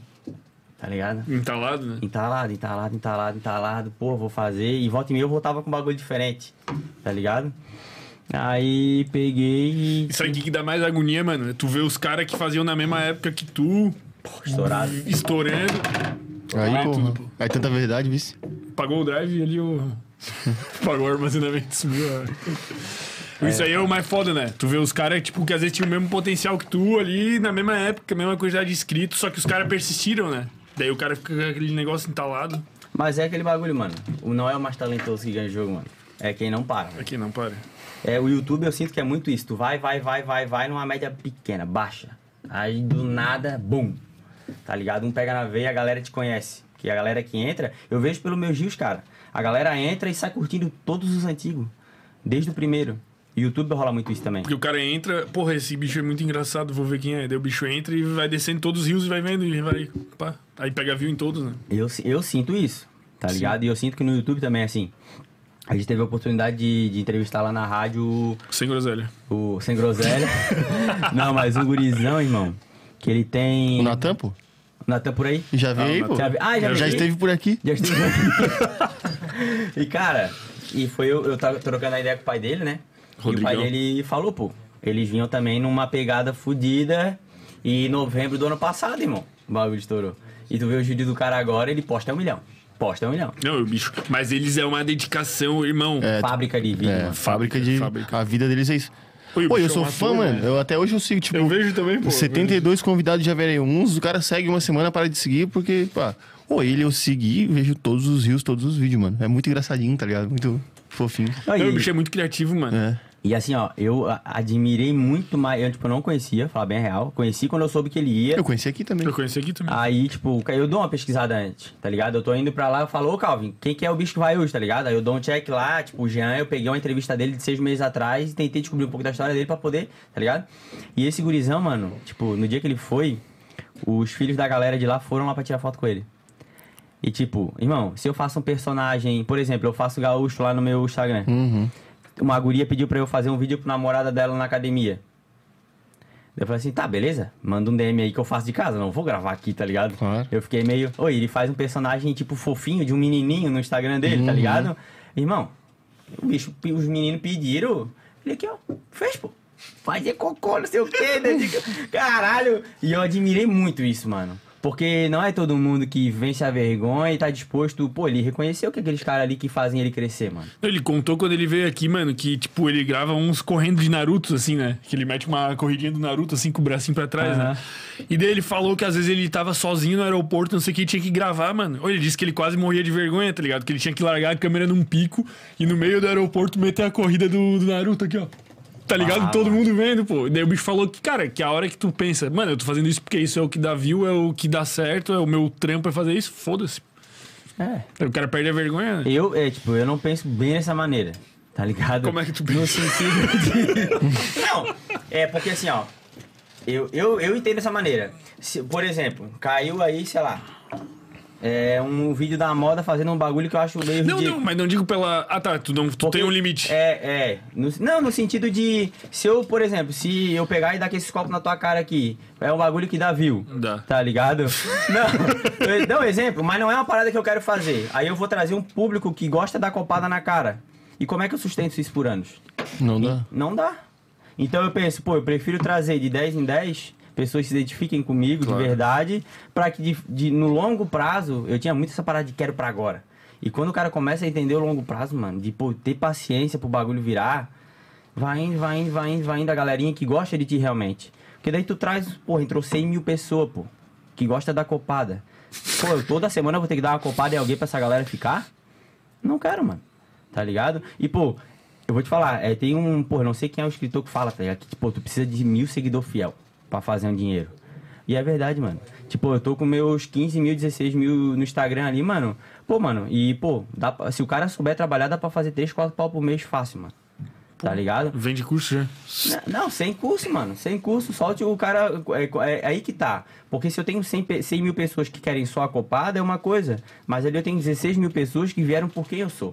Speaker 3: tá ligado?
Speaker 2: Entalado, né?
Speaker 3: entalado, entalado, entalado, entalado, pô, vou fazer. E volta e meia eu voltava com um bagulho diferente, tá ligado? Aí peguei e.
Speaker 2: Isso aqui que dá mais agonia, mano. é Tu vê os caras que faziam na mesma época que tu,
Speaker 3: Estourado.
Speaker 2: estourando.
Speaker 1: Aí,
Speaker 2: Ah,
Speaker 1: porra.
Speaker 2: tudo,
Speaker 1: Aí tanta verdade, vice.
Speaker 2: Pagou o drive e ali o. (laughs) Pagou o armazenamento sumiu. ó. Isso aí é o mais foda, né? Tu vê os caras, tipo, que às vezes tinham o mesmo potencial que tu ali, na mesma época, mesma quantidade de inscritos, só que os caras persistiram, né? Daí o cara fica com aquele negócio entalado.
Speaker 3: Mas é aquele bagulho, mano. O não é o mais talentoso que ganha o jogo, mano. É quem não para. mano.
Speaker 2: Aqui não, para.
Speaker 3: É, o YouTube eu sinto que é muito isso. Tu vai, vai, vai, vai, vai numa média pequena, baixa. Aí do nada, bum. Tá ligado? Um pega na veia, a galera te conhece. Que a galera que entra, eu vejo pelo meus rios, cara. A galera entra e sai curtindo todos os antigos. Desde o primeiro. E YouTube rola muito isso também.
Speaker 2: Porque o cara entra, porra, esse bicho é muito engraçado, vou ver quem é. Daí o bicho entra e vai descendo todos os rios e vai vendo e vai. Pá. Aí pega view em todos, né?
Speaker 3: Eu, si- eu sinto isso, tá ligado? E eu sinto que no YouTube também é assim. A gente teve a oportunidade de, de entrevistar lá na rádio
Speaker 2: Sem groselha.
Speaker 3: O
Speaker 1: (laughs)
Speaker 3: Sem Groselha. não, mas o gurizão, irmão. Que ele tem.
Speaker 1: O Natan, pô.
Speaker 3: Natan por aí?
Speaker 1: Já veio aí, pô.
Speaker 3: Já vi- Ah, já,
Speaker 1: Já
Speaker 3: vi.
Speaker 1: esteve por aqui.
Speaker 3: Já esteve. (laughs) e, cara, e foi eu, eu tava trocando a ideia com o pai dele, né? E o
Speaker 2: Rodrigão.
Speaker 3: pai dele falou, pô. Eles vinham também numa pegada fodida. E em novembro do ano passado, irmão. O bagulho estourou. E tu vê o vídeo do cara agora, ele posta um milhão. Posta um milhão.
Speaker 2: Não, o bicho. Mas eles é uma dedicação, irmão.
Speaker 1: É,
Speaker 3: Fábrica de vídeo,
Speaker 1: É,
Speaker 3: mano.
Speaker 1: fábrica de.
Speaker 2: fábrica.
Speaker 1: A vida deles é isso.
Speaker 2: Oi, o
Speaker 1: Pô, eu
Speaker 2: bicho é um
Speaker 1: sou
Speaker 2: ator,
Speaker 1: fã, mano.
Speaker 2: né?
Speaker 1: Eu até hoje eu sigo, tipo.
Speaker 2: Eu vejo também, pô.
Speaker 1: 72 convidados já verei uns, o cara segue uma semana, para de seguir, porque, pá, ou ele eu segui, vejo todos os rios, todos os vídeos, mano. É muito engraçadinho, tá ligado? Muito fofinho.
Speaker 2: Não, o
Speaker 3: Aí-
Speaker 2: bicho é muito criativo, mano.
Speaker 1: É.
Speaker 3: E assim, ó, eu a- admirei muito mais. Eu, tipo, não conhecia, falar bem a real. Conheci quando eu soube que ele ia.
Speaker 1: Eu conheci aqui também.
Speaker 2: Eu conheci aqui também.
Speaker 3: Aí, tipo, eu dou uma pesquisada antes, tá ligado? Eu tô indo pra lá, eu falo, ô Calvin, quem que é o bicho que vai hoje, tá ligado? Aí eu dou um check lá, tipo, o Jean, eu peguei uma entrevista dele de seis meses atrás e tentei descobrir um pouco da história dele pra poder, tá ligado? E esse gurizão, mano, tipo, no dia que ele foi, os filhos da galera de lá foram lá pra tirar foto com ele. E tipo, irmão, se eu faço um personagem, por exemplo, eu faço gaúcho lá no meu Instagram. Uma guria pediu pra eu fazer um vídeo pro namorada dela na academia. Eu falei assim, tá, beleza? Manda um DM aí que eu faço de casa, não vou gravar aqui, tá ligado?
Speaker 1: Claro.
Speaker 3: Eu fiquei meio. Oi, ele faz um personagem tipo fofinho de um menininho no Instagram dele, tá ligado? Irmão, o bicho, os meninos pediram. Ele aqui, ó, fez, pô. Fazer cocô, não sei o quê. né? Digo, Caralho. E eu admirei muito isso, mano. Porque não é todo mundo que vence a vergonha e tá disposto, pô, ele reconheceu que aqueles caras ali que fazem ele crescer, mano.
Speaker 2: Ele contou quando ele veio aqui, mano, que, tipo, ele grava uns correndo de Naruto, assim, né? Que ele mete uma corridinha do Naruto, assim, com o bracinho pra trás, né? E daí ele falou que às vezes ele tava sozinho no aeroporto, não sei o que, e tinha que gravar, mano. Ou ele disse que ele quase morria de vergonha, tá ligado? Que ele tinha que largar a câmera num pico e no meio do aeroporto meter a corrida do, do Naruto aqui, ó. Tá ligado?
Speaker 3: Ah,
Speaker 2: Todo
Speaker 3: mano.
Speaker 2: mundo vendo, pô. E daí o bicho falou que, cara, que a hora que tu pensa, mano, eu tô fazendo isso porque isso é o que dá view, é o que dá certo, é o meu trampo é fazer isso, foda-se.
Speaker 3: É.
Speaker 2: O cara perde a vergonha, né?
Speaker 3: Eu, é, tipo, eu não penso bem dessa maneira, tá ligado?
Speaker 2: Como é que tu
Speaker 3: No
Speaker 2: pensa?
Speaker 3: sentido de... Não, é porque assim, ó. Eu, eu, eu entendo dessa maneira. Se, por exemplo, caiu aí, sei lá. É um vídeo da moda fazendo um bagulho que eu acho meio
Speaker 2: Não,
Speaker 3: ridículo.
Speaker 2: não, mas não digo pela. Ah, tá, tu, não, tu
Speaker 3: Porque-
Speaker 2: tem um limite.
Speaker 3: É, é. No- não, no sentido de. Se eu, por exemplo, se eu pegar e dar esses copos na tua cara aqui, é um bagulho que dá view.
Speaker 2: Dá.
Speaker 3: Tá
Speaker 2: (laughs)
Speaker 3: ligado? Não, eu dou um exemplo, mas não é uma parada que eu quero fazer. Aí eu vou trazer um público que gosta da copada na cara. E como é que eu sustento isso por anos?
Speaker 1: Não dá.
Speaker 3: Não dá. Então eu penso, pô, eu prefiro trazer de 10 em 10 pessoas que se identifiquem comigo de verdade, pra que de, de- no longo prazo, eu tinha muito essa parada de quero pra agora. E quando o cara começa a entender o longo prazo, mano, de pô, ter paciência pro bagulho virar, vai indo, vai indo, vai indo, vai indo a galerinha que gosta de ti realmente. Porque daí tu traz, pô, entrou 100 mil pessoas, pô, que gosta da copada. Pô, eu toda semana eu vou ter que dar uma copada em alguém pra essa galera ficar? Não quero, mano. Tá ligado? E, pô, eu vou te falar, é, tem um, pô, não sei quem é o escritor que fala, tá ligado? Que, tipo, tu precisa de mil seguidor fiel pra fazer um dinheiro. E é verdade, mano. Tipo, eu tô com meus 15 mil, 16 mil no Instagram ali, mano. Pô, mano, e, pô, dá pra- se o cara souber trabalhar, dá pra fazer 3, 4 pau por mês fácil, mano. Tá ligado?
Speaker 2: Vende curso já.
Speaker 3: Não, Não, sem curso, mano. Sem curso, solte o cara. É, é aí que tá. Porque se eu tenho 100, pe- 100 mil pessoas que querem só a copada, é uma coisa. Mas ali eu tenho 16 mil pessoas que vieram por quem eu sou.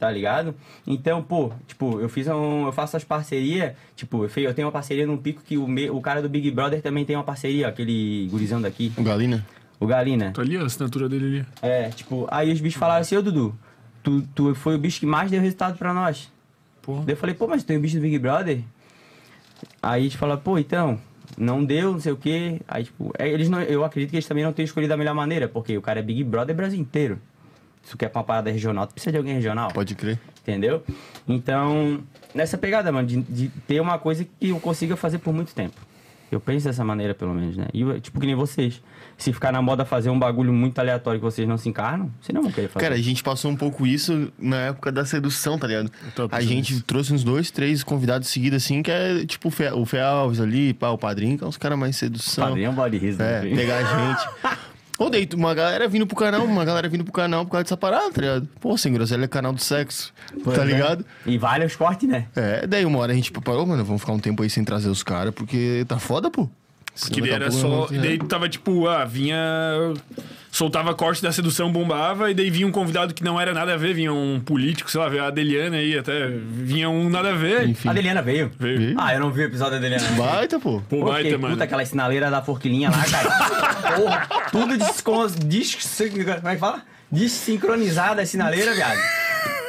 Speaker 3: Tá ligado? Então, pô, tipo, eu fiz um. Eu faço as parcerias. Tipo, eu fe- eu tenho uma parceria num pico que o, me- o cara do Big Brother também tem uma parceria, aquele gurizão daqui,
Speaker 2: Hum?
Speaker 1: O Galina?
Speaker 3: o Galina.
Speaker 2: Tá ali a assinatura dele ali.
Speaker 3: É, tipo, aí os bichos falaram assim, ô Dudu, tu, tu foi o bicho que mais deu resultado pra nós.
Speaker 2: Porra.
Speaker 3: Daí eu falei, pô, mas tu tem o bicho do Big Brother? Aí a gente fala, pô, então, não deu, não sei o quê. Aí, tipo, é, eles não, eu acredito que eles também não tenham escolhido da melhor maneira, porque o cara é Big Brother Brasil inteiro. Se tu quer pra uma parada regional, tu precisa de alguém regional.
Speaker 1: Pode crer.
Speaker 3: Entendeu? Então, nessa pegada, mano, de, de ter uma coisa que eu consiga fazer por muito tempo. Eu penso dessa maneira, pelo menos, né? E, eu, tipo, que nem vocês. Se ficar na moda fazer um bagulho muito aleatório que vocês não se encarnam, vocês não vão
Speaker 2: Tá
Speaker 3: querer fazer.
Speaker 1: Cara, a gente passou um pouco isso na época da sedução, tá ligado?
Speaker 2: tô
Speaker 1: A
Speaker 2: pensando
Speaker 1: gente trouxe uns dois, três convidados seguidos, assim, que é tipo o Fe, o Fe Alves ali, pá, o Padrinho, que é uns caras mais sedução.
Speaker 3: Padrinho é um body riso,
Speaker 1: É,
Speaker 3: né? (laughs)
Speaker 1: pegar a gente.
Speaker 2: (laughs)
Speaker 1: Ou deito, uma galera vindo pro canal, uma galera vindo pro canal por causa dessa parada, tá ligado? Pô, sem groselha é canal do sexo,
Speaker 2: é.
Speaker 1: tá ligado?
Speaker 3: E vale os cortes, né?
Speaker 1: É, daí uma hora a gente parou, mano, vamos ficar um tempo aí sem trazer os caras, porque tá foda, pô.
Speaker 2: Que
Speaker 1: Senão
Speaker 2: daí
Speaker 1: daqui a
Speaker 2: era
Speaker 1: pouco
Speaker 2: só.
Speaker 3: né?
Speaker 1: não-
Speaker 2: Daí tava tipo, ah, vinha. Soltava corte da sedução, bombava, e daí vinha um convidado que não era nada a ver, vinha um político, sei lá, a Adeliana aí até. Vinha um nada a ver.
Speaker 1: Enfim.
Speaker 3: A Adeliana veio.
Speaker 2: Veio.
Speaker 3: Ah, eu não vi o episódio da Adeliana.
Speaker 1: Baita, pô.
Speaker 2: Pô,
Speaker 3: Pô,
Speaker 2: baita,
Speaker 3: fiquei
Speaker 2: mano.
Speaker 3: puta aquela sinaleiras da forquilinha lá, cara. Porra, tudo descon... des... Como é que fala? Desincronizada a sinaleira, viado.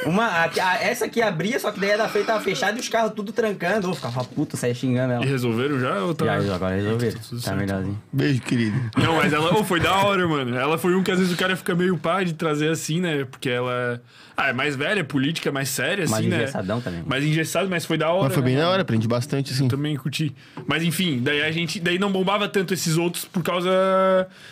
Speaker 3: Uma, a- a- essa aqui abria, só que daí a da frente tava fechada e os carros tudo trancando. Eu ficava puta, saia xingando ela.
Speaker 2: E resolveram já? Ou tá...
Speaker 3: E aí, agora resolveram.
Speaker 2: Tudo
Speaker 3: Tá
Speaker 2: certo.
Speaker 3: melhorzinho.
Speaker 1: Beijo, querido.
Speaker 2: Não, mas ela oh, foi da hora, mano. Ela foi um que às vezes o cara fica meio pá de trazer assim, né? Porque ela. Ah, é mais velha, política, mais séria, assim,
Speaker 3: Mais
Speaker 2: né?
Speaker 3: engessadão também.
Speaker 2: Mais engessado, mas foi da hora.
Speaker 1: Mas foi
Speaker 2: né?
Speaker 1: bem da hora, aprendi bastante, assim.
Speaker 2: também curti. Mas enfim, daí a gente. Daí não bombava tanto esses outros por causa.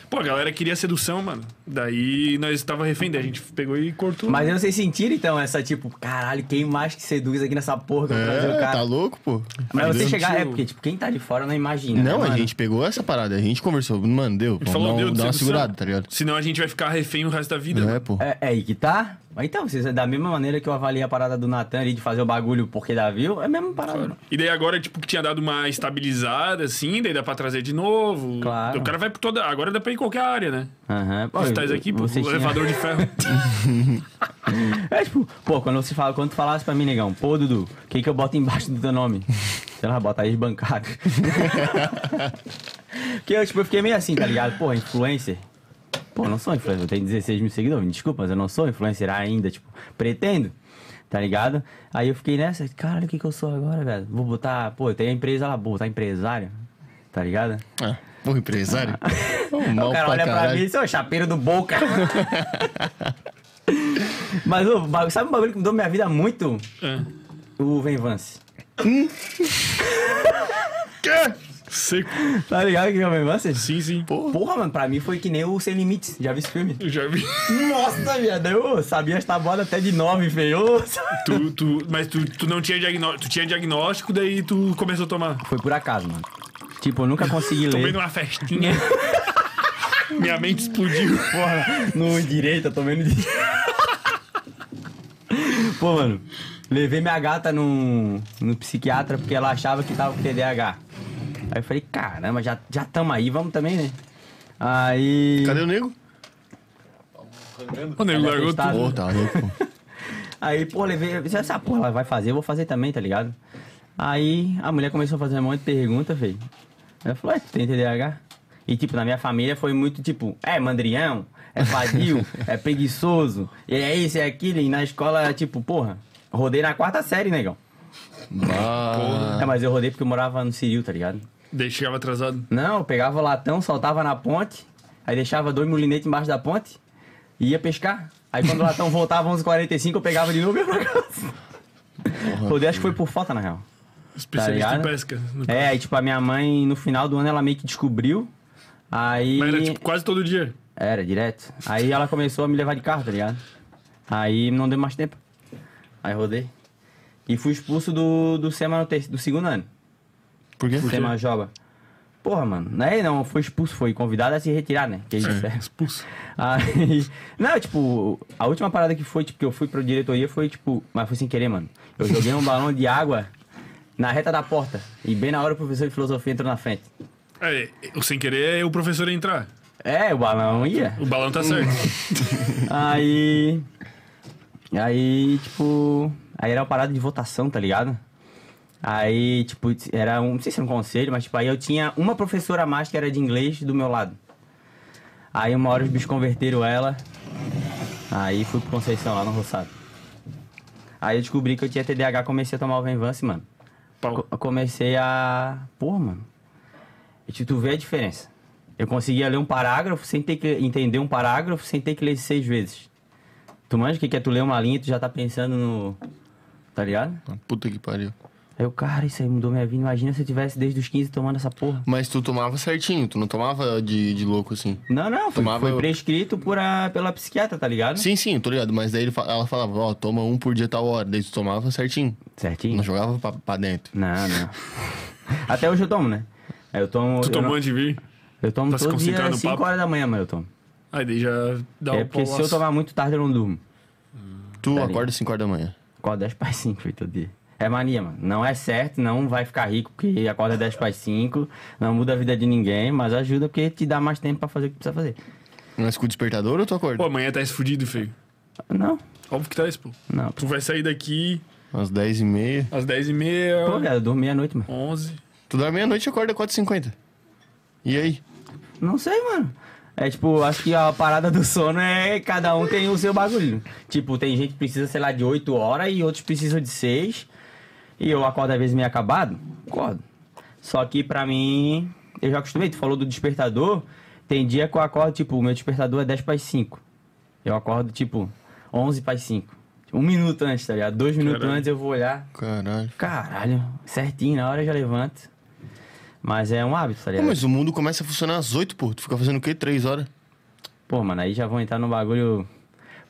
Speaker 2: Pô, a galera queria sedução, mano. Daí nós tava refém, daí a gente pegou e cortou.
Speaker 3: Mas eu não sei sentir então essa tipo, caralho, quem mais que seduz aqui nessa porra que eu vou trazer o
Speaker 1: É,
Speaker 3: cara.
Speaker 1: tá louco, pô.
Speaker 3: Mas você
Speaker 2: Deu um
Speaker 3: chegar, é
Speaker 2: tiro.
Speaker 3: porque, tipo, quem tá de fora não imagina. né,
Speaker 1: Não, a
Speaker 3: mano?
Speaker 1: gente pegou essa parada, a gente conversou, mano, deu.
Speaker 2: a gente
Speaker 1: Vamos
Speaker 2: falou,
Speaker 1: dar, um-
Speaker 2: deu
Speaker 1: dar uma
Speaker 2: sedução.
Speaker 1: segurada, tá ligado?
Speaker 2: Senão a gente vai ficar refém o resto da vida.
Speaker 1: É, pô.
Speaker 3: É, é aí que tá. Mas Então, vocês, da mesma maneira que eu avaliei a parada do Natan ali de fazer o bagulho porque dá view, é a mesma parada. mano.
Speaker 2: E daí agora, tipo, que tinha dado uma estabilizada, assim, daí dá pra trazer de novo.
Speaker 3: Claro.
Speaker 2: O cara vai por toda. Agora dá pra ir em qualquer área, né?
Speaker 3: Aham. Pô,
Speaker 2: Você tá aqui, pô,
Speaker 3: você tinha-
Speaker 2: elevador de
Speaker 3: (laughs)
Speaker 2: ferro.
Speaker 3: É tipo, pô, quando você fala, quando tu falasse pra mim, negão, pô, Dudu, o que que eu boto embaixo do teu nome? Sei lá, bota aí
Speaker 1: (laughs)
Speaker 3: bancado. Porque eu, tipo, eu fiquei meio assim, tá ligado? Pô, influencer. Pô, eu não sou influencer, eu tenho 16 mil seguidores, me desculpa, mas eu não sou influencer ainda, tipo, pretendo, tá ligado? Aí eu fiquei nessa, caralho, o que que eu sou agora, velho? Vou botar, pô, eu tenho a empresa lá, vou botar empresário, tá ligado?
Speaker 1: É. Pô,
Speaker 3: (laughs)
Speaker 1: empresário. Ô,
Speaker 3: o
Speaker 1: mal
Speaker 3: cara olha
Speaker 1: pra
Speaker 3: pra mim e
Speaker 1: caralho.
Speaker 3: diz, ô, chapeiro
Speaker 1: (laughs)
Speaker 3: do boca. Mas, ô, ba- sabe um bagulho que mudou minha vida muito?
Speaker 2: É.
Speaker 3: O Venvance.
Speaker 2: Que? Seco.
Speaker 3: Tá ligado que é o Venvance?
Speaker 2: Sim, sim.
Speaker 3: Porra, mano, pra mim foi que nem o Sem Limites. Já vi esse filme?
Speaker 2: Eu já vi.
Speaker 3: Nossa, viado, eu sabia esta bola até de nome, feio.
Speaker 2: Tu, tu, mas tu, tu não tinha diagnóstico. Tu tinha diagnóstico, daí tu começou a tomar.
Speaker 3: Foi por acaso, mano. Tipo, eu nunca consegui
Speaker 2: Tomei
Speaker 3: ler.
Speaker 2: numa
Speaker 3: (laughs)
Speaker 2: festinha. Minha mente explodiu.
Speaker 3: No direito, eu tomei no direito. Pô, mano, levei minha gata num, no psiquiatra porque ela achava que tava com TDAH. Aí eu falei, caramba, já, já tamo aí, vamos também, né? Aí.
Speaker 1: Cadê o nego?
Speaker 2: O nego
Speaker 3: Ela é
Speaker 2: largou
Speaker 3: testada.
Speaker 2: tudo.
Speaker 1: Pô, tá louco. pô.
Speaker 3: Aí, pô, levei. eu disse, Essa porra ela vai fazer, eu vou fazer também, tá ligado? Aí a mulher começou a fazer um monte de pergunta, velho. Ela falou, é, tu tem TDAH? E, tipo, na minha família foi muito tipo, é mandrião, é vadio, é preguiçoso, e é isso, é aquilo. E na escola, tipo, porra, rodei na quarta série, negão.
Speaker 1: Ah,
Speaker 3: É, mas eu rodei porque eu morava no Ciril, tá ligado?
Speaker 2: Daí chegava atrasado.
Speaker 3: Não, eu pegava o latão, soltava na ponte, aí deixava dois mulinetes embaixo da ponte e ia pescar. Aí quando o latão voltava 11h45, eu pegava de novo e ia pra casa. Rodei, acho que foi por falta, na real.
Speaker 2: Especialista
Speaker 3: Tá
Speaker 2: em
Speaker 3: ligado?
Speaker 2: pesca.
Speaker 3: É, aí tipo, a minha mãe, no final do ano, ela meio que descobriu. Aí.
Speaker 2: Mas era tipo, quase todo dia.
Speaker 3: Era, direto. Aí ela começou a me levar de carro, tá ligado? Aí não deu mais tempo. Aí rodei. E fui expulso do, do SEMA no ter- do segundo ano.
Speaker 1: por quê?
Speaker 3: SEMA Joba. Porra, mano. Não é, não, foi expulso, foi convidado a se retirar, né? Que isso é.
Speaker 2: Expulso.
Speaker 3: (laughs) Aí. Não, tipo, a última parada que foi, tipo, que eu fui pra diretoria foi, tipo, mas foi sem querer, mano. Eu joguei um balão de água na reta da porta. E bem na hora o professor de filosofia entrou na frente.
Speaker 2: É, o sem querer é o professor entrar.
Speaker 3: É, o balão ia.
Speaker 2: O balão tá certo.
Speaker 3: Hum. Aí. Aí, tipo. Aí era uma parada de votação, tá ligado? Aí, tipo, era um. Não sei se era um conselho, mas, tipo, aí eu tinha uma professora a mais que era de inglês do meu lado. Aí uma hora os bichos converteram ela. Aí fui pro Conceição lá no Roçado. Aí eu descobri que eu tinha TDAH, comecei a tomar o Venvance, mano.
Speaker 2: Pau.
Speaker 3: Co- Eu comecei a. Porra, mano. E tipo, tu vê a diferença. Eu conseguia ler um parágrafo sem ter que entender um parágrafo sem ter que ler seis vezes. Tu manja o que que é tu ler uma linha e tu já tá pensando no. Tá ligado?
Speaker 1: Puta que pariu.
Speaker 3: Aí eu, cara, isso aí mudou minha vida. Imagina se eu tivesse desde os 15 tomando essa porra.
Speaker 1: Mas tu tomava certinho, tu não tomava de, de louco assim.
Speaker 3: Não, não, foi,
Speaker 1: Tomava-
Speaker 3: foi prescrito por a- pela psiquiatra, tá ligado?
Speaker 1: Sim, sim, tô ligado. Mas daí ele fa- ela falava, ó, toma um por dia tal hora. Daí tu tomava certinho.
Speaker 3: Certinho?
Speaker 1: Não jogava pra, pra dentro.
Speaker 3: Não, não. Até hoje eu tomo, né? Eu tomo.
Speaker 2: Tu
Speaker 3: eu,
Speaker 2: tomou
Speaker 3: não-
Speaker 2: antes de vir.
Speaker 3: eu tomo
Speaker 2: pra se
Speaker 3: todo
Speaker 2: concentrar
Speaker 3: dia
Speaker 2: no
Speaker 3: 5
Speaker 2: papo? Então,
Speaker 3: horas da manhã, mas eu tomo.
Speaker 2: Aí daí já dá
Speaker 3: é
Speaker 2: o
Speaker 3: porque
Speaker 2: pau.
Speaker 3: se eu tomar muito tarde eu não durmo.
Speaker 1: Tu
Speaker 3: Tá
Speaker 1: acorda às 5 horas da manhã.
Speaker 3: Acorda 10 para 5, feito dia. É mania, mano. Não é certo, não vai ficar rico porque acorda 10 para 5, não muda a vida de ninguém, mas ajuda porque te dá mais tempo pra fazer o que precisa fazer.
Speaker 1: Mas é com o despertador ou tu acorda?
Speaker 2: Pô, amanhã tá esfudido, feio.
Speaker 3: Não,
Speaker 2: Óbvio que tá isso, pô.
Speaker 3: não.
Speaker 2: Tu vai sair daqui
Speaker 1: Às 10 e meia.
Speaker 2: às
Speaker 3: Pô,
Speaker 2: 10h30,
Speaker 3: cara, eu dormi à noite, mano.
Speaker 2: 11
Speaker 1: Tu dorme meia-noite e acorda 4h50. E aí?
Speaker 3: Não sei, mano. É tipo, acho que a parada do sono é cada um tem o seu bagulho. Tipo, tem gente que precisa, sei lá, de 8 horas e outros precisam de 6. E eu acordo às vezes meio acabado? Acordo. Só que pra mim, eu já acostumei. Tu falou do despertador. Tem dia que eu acordo, tipo, o meu despertador é 10 para 5. Eu acordo, tipo, 11 para 5. Um minuto antes, tá ligado? Dois minutos
Speaker 2: Caralho.
Speaker 3: antes eu vou olhar.
Speaker 1: Caralho.
Speaker 3: Caralho, certinho, na hora eu já levanto. Mas é um hábito, tá
Speaker 1: Pô,
Speaker 3: ligado?
Speaker 1: mas o mundo começa a funcionar às 8, pô. Tu fica fazendo o quê? 3 horas?
Speaker 3: Pô, mano, aí já vão entrar no bagulho.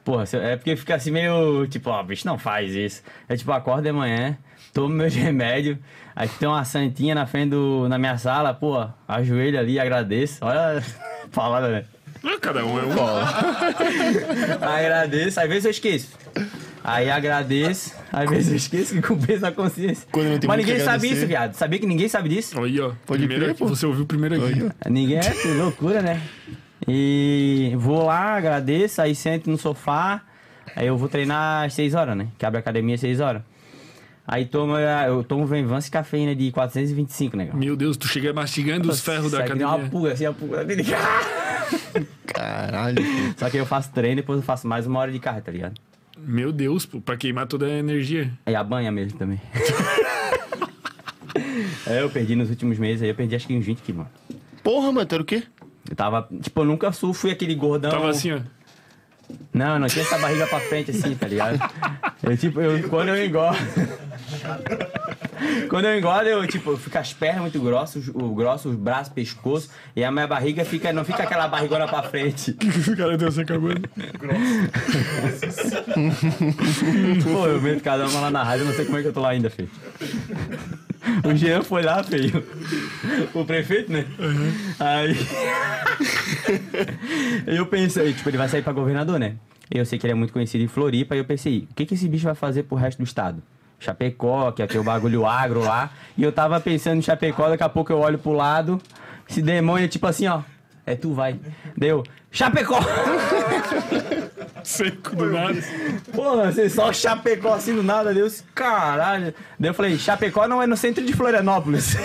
Speaker 3: Porra, se- é porque fica assim meio tipo, ó, bicho, não faz isso. É tipo, acorda de manhã, tomo (laughs) meus remédios, aí tem uma santinha na frente do. na minha sala, pô, ajoelho ali, agradeço. Olha a (laughs) palavra, né?
Speaker 2: Ah, Cada um é um.
Speaker 3: Agradeço, às vezes eu esqueço. Aí agradeço, às vezes eu esqueço (laughs) que comprei na consciência.
Speaker 1: Quando não tem
Speaker 3: Mas
Speaker 1: muito que
Speaker 3: ninguém sabe
Speaker 1: agradecer.
Speaker 3: isso, viado. Sabia que ninguém sabe disso?
Speaker 2: Aí, ó.
Speaker 1: Pode
Speaker 2: primeiro
Speaker 1: crer,
Speaker 2: aqui,
Speaker 1: pô.
Speaker 2: Você ouviu primeiro aqui.
Speaker 1: Aí, ó.
Speaker 3: Ninguém é, que loucura, né? E vou lá, agradeço, aí sento no sofá. Aí eu vou treinar às 6 horas, né? Que abre a academia às 6 horas. Aí tomo, eu tomo Venvance e cafeína de 425, negão.
Speaker 2: Meu Deus, tu chega mastigando os ferros da
Speaker 3: Sai que nem
Speaker 2: academia.
Speaker 3: uma pulga, assim, a pulga. (laughs)
Speaker 1: Caralho. pô.
Speaker 3: Só que eu faço treino depois eu faço mais uma hora de carro, tá ligado?
Speaker 2: Meu Deus, pô, pra queimar toda a energia.
Speaker 3: Aí a banha mesmo também. (laughs) é, eu perdi nos últimos meses, aí eu perdi acho que uns 20 quilos, mano.
Speaker 1: Porra, mano, tu era o quê?
Speaker 3: Eu tava, tipo, eu nunca su- fui aquele gordão.
Speaker 2: Tava assim, ó.
Speaker 3: Não, não tinha essa barriga pra frente assim, tá ligado? Eu, tipo, eu, quando eu engordo. (laughs) quando eu engordo, eu, tipo, fica as pernas muito grossas, o grosso, os braços, pescoço, e a minha barriga fica, não fica aquela barrigona pra frente.
Speaker 2: o cara deu essa cagada.
Speaker 3: Pô, eu meto cada uma lá na rádio, eu não sei como é que eu tô lá ainda, filho. O Jean foi lá, feio. O prefeito, né? Aí. eu pensei, tipo, ele vai sair pra governador, né? Eu sei que ele é muito conhecido em Floripa, e eu pensei, o que, que esse bicho vai fazer pro resto do estado? Chapecó, que é aquele bagulho agro lá. E eu tava pensando em Chapecó, daqui a pouco eu olho pro lado, esse demônio é tipo assim, ó. É tu, vai. Deu. Chapecó!
Speaker 2: Seco do nada.
Speaker 3: Porra, você só Chapecó assim do nada, Deus, caralho. Daí eu falei, Chapecó não é no centro de Florianópolis.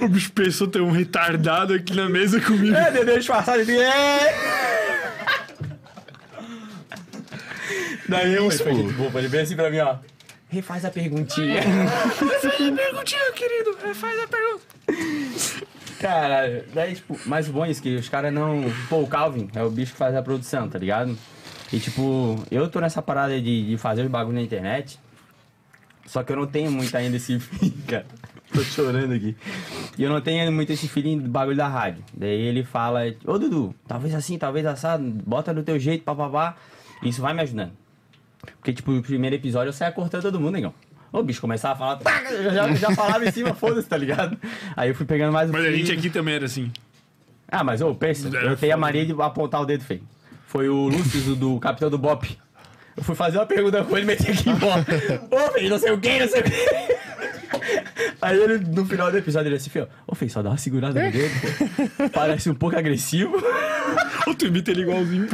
Speaker 2: O bicho pensou ter um retardado aqui na mesa comigo.
Speaker 3: é, deu disfarçado assim, é. Daí eu,
Speaker 1: Isso,
Speaker 3: foi
Speaker 1: pô.
Speaker 3: gente boa, ele veio assim pra mim, ó. Refaz a perguntinha.
Speaker 2: Perguntinha, querido. Faz a pergunta.
Speaker 3: Caralho, daí, tipo, mas o bom é isso, que os caras não. Pô, o Calvin é o bicho que faz a produção, tá ligado? E tipo, eu tô nessa parada de, de fazer os bagulho na internet. Só que eu não tenho muito ainda esse feeling, (laughs) cara. Tô chorando aqui. E eu não tenho muito esse feeling do bagulho da rádio. Daí ele fala, ô Dudu, talvez assim, talvez assado, bota do teu jeito, papapá. Isso vai me ajudando. Porque, tipo, o primeiro episódio eu saia cortando todo mundo, negão. Ô, bicho, começava a falar, tá, eu já, já falava em cima, (laughs) foda-se, tá ligado? Aí eu fui pegando mais o
Speaker 2: Mas a gente
Speaker 3: feeling.
Speaker 2: aqui também era (laughs) assim.
Speaker 3: Ah, mas ô, pensa,
Speaker 2: É,
Speaker 3: eu tenho a mania de apontar o dedo feio. Foi o Lúcio do, do Capitão do Bop. Eu fui fazer uma pergunta com ele, meti aqui em bola. Ô, filho, não sei o que, não sei o que. Aí ele, no final do episódio, ele assim, filho, ô, filho, só dá uma segurada no dedo, pô. Parece um pouco agressivo.
Speaker 2: Eu tu imita tá ele igualzinho.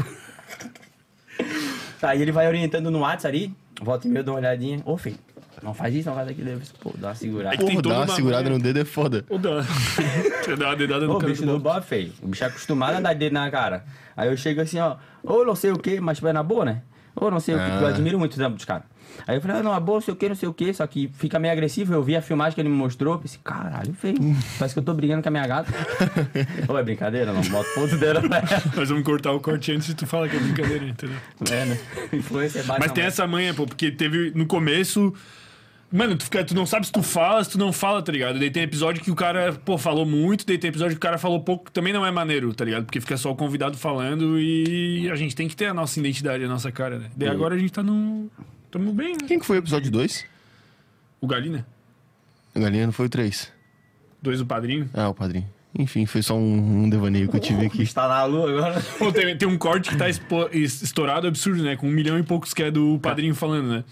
Speaker 3: Aí ele vai orientando no WhatsApp ali, volta e meia, eu dou uma olhadinha. Ô, filho, não faz isso, não faz aquilo. Eu disse, Pô, dá uma segurada.
Speaker 2: Tem
Speaker 1: Porra,
Speaker 2: toda
Speaker 1: dar uma
Speaker 2: uma-
Speaker 1: segurada no dedo é foda.
Speaker 2: Ou (laughs) dá. Você dá uma dedada
Speaker 3: Ô,
Speaker 2: no
Speaker 3: o
Speaker 2: cara.
Speaker 3: bicho do Bob feio. O bicho é acostumado a dar dedo na cara. Aí eu chego assim, ó, ô, não sei o que, mas vai na boa, né? Ô, não sei o que,
Speaker 2: É.
Speaker 3: eu admiro muito o trampo dos caras. Aí eu falei, ah, não, a boa, não sei o que, não sei o que, só que fica meio agressivo. Eu vi a filmagem que ele me mostrou, eu pensei, caralho,
Speaker 2: (laughs)
Speaker 3: feio. Parece que eu tô brigando com a minha gata. Ô, é brincadeira, não, bota ponto dela
Speaker 2: (laughs)
Speaker 3: né? pra ela.
Speaker 2: Nós vamos cortar o corte antes de tu falar que é brincadeira, entendeu?
Speaker 3: É, né? Influência baixa.
Speaker 2: Mas tem essa manha, pô, porque teve no começo. Mano, tu, fica, tu não sabe se tu fala, se tu não fala, tá ligado? Daí tem episódio que o cara, pô, falou muito, daí tem episódio que o cara falou pouco, que também não é maneiro, tá ligado? Porque fica só o convidado falando e a gente tem que ter a nossa identidade, a nossa cara, né? Daí agora a gente tá num. Tamo bem, né?
Speaker 1: Quem que foi o episódio 2?
Speaker 2: O Galinha,
Speaker 1: O Galinha não foi o 3.
Speaker 2: dois do padrinho.
Speaker 1: Ah, o padrinho. Enfim, foi só um, um devaneio que eu tive
Speaker 3: (laughs)
Speaker 1: aqui.
Speaker 3: Está na lua agora.
Speaker 2: Pô, tem, tem um corte que tá expo- es- estourado, absurdo, né? Com um milhão e poucos que é do padrinho falando, né?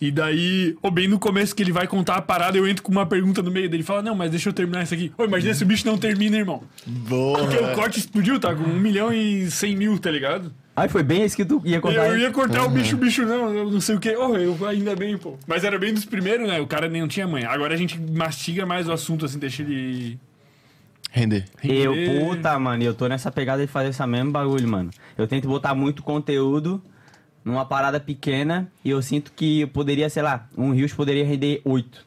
Speaker 2: E daí, ou bem no começo que ele vai contar a parada, eu entro com uma pergunta no meio dele. Fala, não, mas deixa eu terminar isso aqui. Ô, imagina se o bicho não termina, irmão. Porque o
Speaker 3: É.
Speaker 1: Boa!
Speaker 2: corte explodiu, tá? Com um milhão e cem mil, tá ligado?
Speaker 3: Aí foi bem esse que tu ia contar.
Speaker 2: Eu
Speaker 3: né?
Speaker 2: ia cortar o bicho, o bicho não, eu não sei o que. Oh, eu ainda bem, pô. Mas era bem dos primeiros, né? O cara nem tinha mãe. Agora a gente mastiga mais o assunto, assim, deixa ele.
Speaker 1: Render.
Speaker 3: Eu,
Speaker 2: render.
Speaker 3: puta, mano, eu tô nessa pegada de fazer essa mesmo bagulho, mano. Eu tento botar muito conteúdo numa parada pequena e eu sinto que eu poderia, sei lá, um Rios poderia render oito.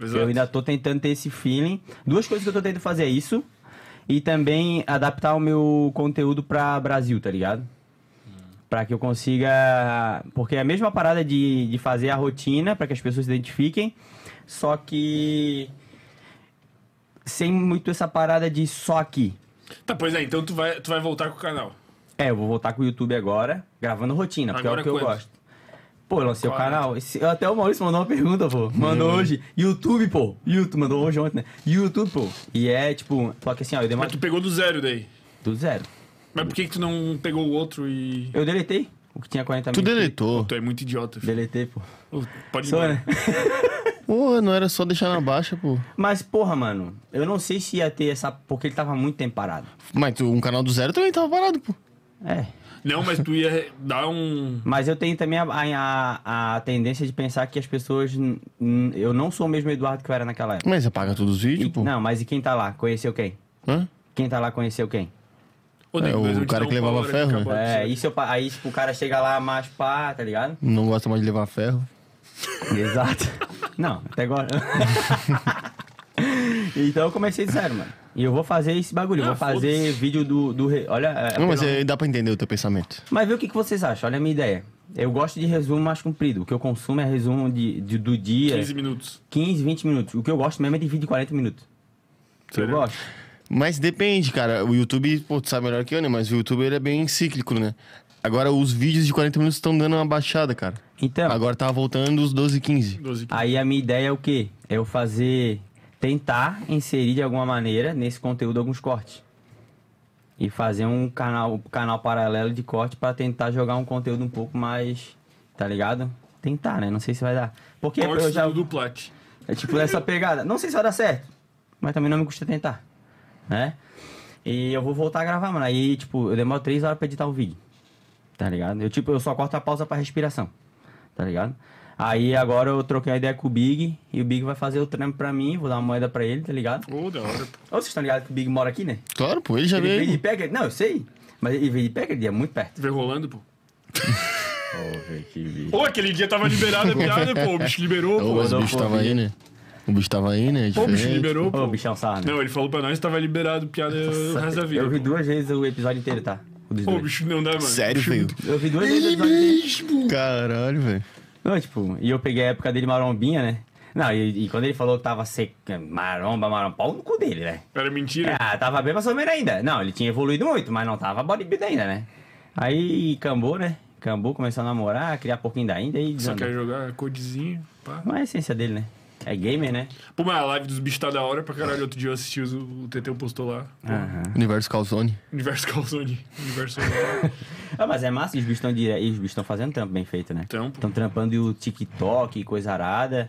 Speaker 3: Eu ainda tô tentando ter esse feeling. Duas coisas que eu tô tentando fazer é isso e também adaptar o meu conteúdo pra Brasil, tá ligado? Pra que eu consiga. Porque é a mesma parada de, de fazer a rotina, pra que as pessoas se identifiquem, só que. Sem muito essa parada de só aqui.
Speaker 2: Tá, pois é, então tu vai, tu vai voltar com o canal.
Speaker 3: É, eu vou voltar com o YouTube agora, gravando rotina, porque
Speaker 2: Agora
Speaker 3: é o que eu
Speaker 2: quando?
Speaker 3: gosto. Pô, eu lancei o
Speaker 2: Qual é?
Speaker 3: canal. Esse- até o Maurício mandou uma pergunta, pô.
Speaker 1: Hum.
Speaker 3: Mandou hoje. YouTube, pô. YouTube, mandou hoje ontem, né? YouTube, pô. E é tipo, só que assim, ó, eu
Speaker 2: Mas
Speaker 3: demoro
Speaker 2: tu pegou do zero daí.
Speaker 3: do zero.
Speaker 2: Mas por que, que tu não pegou o outro e.
Speaker 3: Eu deletei o que tinha 40
Speaker 1: Tu
Speaker 3: mil.
Speaker 1: deletou.
Speaker 2: Tu é muito idiota. filho.
Speaker 3: Deletei, pô.
Speaker 2: Ô, Pode ir
Speaker 3: Sou,
Speaker 2: embora.
Speaker 3: né?
Speaker 1: Porra, não era só deixar na baixa, pô.
Speaker 3: Mas, porra, mano, eu não sei se ia ter essa. Porque ele tava muito tempo parado.
Speaker 1: Mas tu, um canal do zero também tava parado, pô.
Speaker 3: É.
Speaker 2: Não, mas tu ia dar um.
Speaker 3: Mas eu tenho também a, a, a tendência de pensar que as pessoas. n- n- Eu não sou o mesmo Eduardo que eu era naquela época.
Speaker 1: Mas apaga todos os vídeos, pô.
Speaker 3: Não, mas e quem tá lá? Conheceu quem?
Speaker 1: Hã?
Speaker 3: Quem tá lá conheceu quem?
Speaker 2: Ô,
Speaker 1: É,
Speaker 2: Nego,
Speaker 1: o
Speaker 2: mas eu te
Speaker 1: cara
Speaker 2: dou
Speaker 1: que
Speaker 2: um
Speaker 1: levava
Speaker 2: pau, hora
Speaker 1: ferro,
Speaker 2: que
Speaker 1: né?
Speaker 2: acabar o
Speaker 3: É,
Speaker 2: episódio.
Speaker 3: isso eu, pa- aí tipo, o cara chega lá mais pá, tá ligado?
Speaker 1: Não gosta mais de levar ferro.
Speaker 3: (laughs) Exato. Não, (laughs) até agora. Então eu comecei de zero, mano. E eu vou fazer esse bagulho. eu
Speaker 2: Ah, Hum.
Speaker 3: vou fazer vídeo do. do re- Olha. é,
Speaker 1: Não, mas
Speaker 3: pelo-
Speaker 1: é, dá pra entender o teu pensamento.
Speaker 3: Mas vê o que, que vocês acham. Olha a minha ideia. Eu gosto de resumo mais comprido. O que eu consumo é resumo de, de- do dia.
Speaker 2: 15
Speaker 3: 15...
Speaker 2: minutos.
Speaker 3: 20 minutos. O que eu gosto mesmo é de vídeo de 40 minutos. Eu
Speaker 2: Sério?
Speaker 3: gosto.
Speaker 1: Mas depende, cara. O YouTube, pô, tu sabe melhor que eu, né? Mas o YouTube ele é bem cíclico, né? Agora os vídeos de 40 minutos estão dando uma baixada, cara.
Speaker 3: Então,
Speaker 1: Agora tá voltando os 12 e 15.
Speaker 2: 12 15.
Speaker 3: aí a minha ideia é o quê? É eu fazer. Tentar inserir de alguma maneira nesse conteúdo alguns cortes. E fazer um canal, canal paralelo de corte pra tentar jogar um conteúdo um pouco mais. Tá ligado? Tentar, né? Não sei se vai dar. Porque eu
Speaker 2: Cortes
Speaker 3: já.
Speaker 2: do Duplat.
Speaker 3: É tipo essa pegada. Não sei se vai dar certo, mas também não me custa tentar, né? E eu vou voltar a gravar, mano. Aí, tipo, eu demoro três horas pra editar o vídeo, tá ligado? Eu, tipo, eu só corto a pausa pra respiração, tá ligado? Aí agora eu troquei a ideia com o Big e o Big vai fazer o trampo pra mim, vou dar uma moeda pra ele, tá ligado?
Speaker 2: Ô, da hora. pô.
Speaker 3: Ou vocês estão ligados que o Big mora aqui, né?
Speaker 1: Claro, pô, ele já
Speaker 3: Ele veio de
Speaker 1: veio.
Speaker 3: Packard, não, eu sei. Mas ele veio de Packard, é muito perto.
Speaker 2: Vê rolando, tá pô. Pô, aquele dia tava liberado a piada, pô. O bicho liberou,
Speaker 1: Ô, mas
Speaker 2: pô.
Speaker 1: É o bicho tava aí, né? O bicho tava aí, né? É
Speaker 2: Pô, o bicho
Speaker 1: diferente.
Speaker 2: liberou,
Speaker 3: Ô,
Speaker 2: pô.
Speaker 3: bichão sarra, né?
Speaker 2: Não, ele falou pra nós que tava liberado piada o resto da vida.
Speaker 3: eu vi
Speaker 2: pô.
Speaker 3: duas vezes o episódio inteiro, tá? O dos
Speaker 2: Pô, o
Speaker 3: dois.
Speaker 2: bicho não dá, mano.
Speaker 1: Sério,
Speaker 2: Bicho-
Speaker 1: velho?
Speaker 3: Eu vi duas vezes o episódio inteiro.
Speaker 1: Caralho, velho.
Speaker 3: Não, tipo, e eu peguei a época dele marombinha, né? Não, e, e quando ele falou que tava seca, maromba, maromba, pau no cu dele, né?
Speaker 2: Era mentira.
Speaker 3: Ah, tava bem mais ou menos ainda. Não, ele tinha evoluído muito, mas não tava bodybuilder ainda, né? Aí cambou, né? Cambou, começou a namorar, criar pouquinho da ainda e
Speaker 2: Só quer
Speaker 3: desandou.
Speaker 2: jogar codezinho, pá.
Speaker 3: Mas é a essência dele, né? É gamer, né?
Speaker 2: Pô, mas a live dos bichos tá da hora pra caralho. Outro dia eu assisti os- o TT postou lá.
Speaker 3: Aham.
Speaker 1: Universo Calzone.
Speaker 2: Universo (laughs) Calzone. Universo Calzone.
Speaker 3: Ah, mas é massa, e os bichos estão dire... e os bichos estão fazendo trampo bem feito, né?
Speaker 2: Trampo.
Speaker 3: Estão trampando e o TikTok, e coisa arada.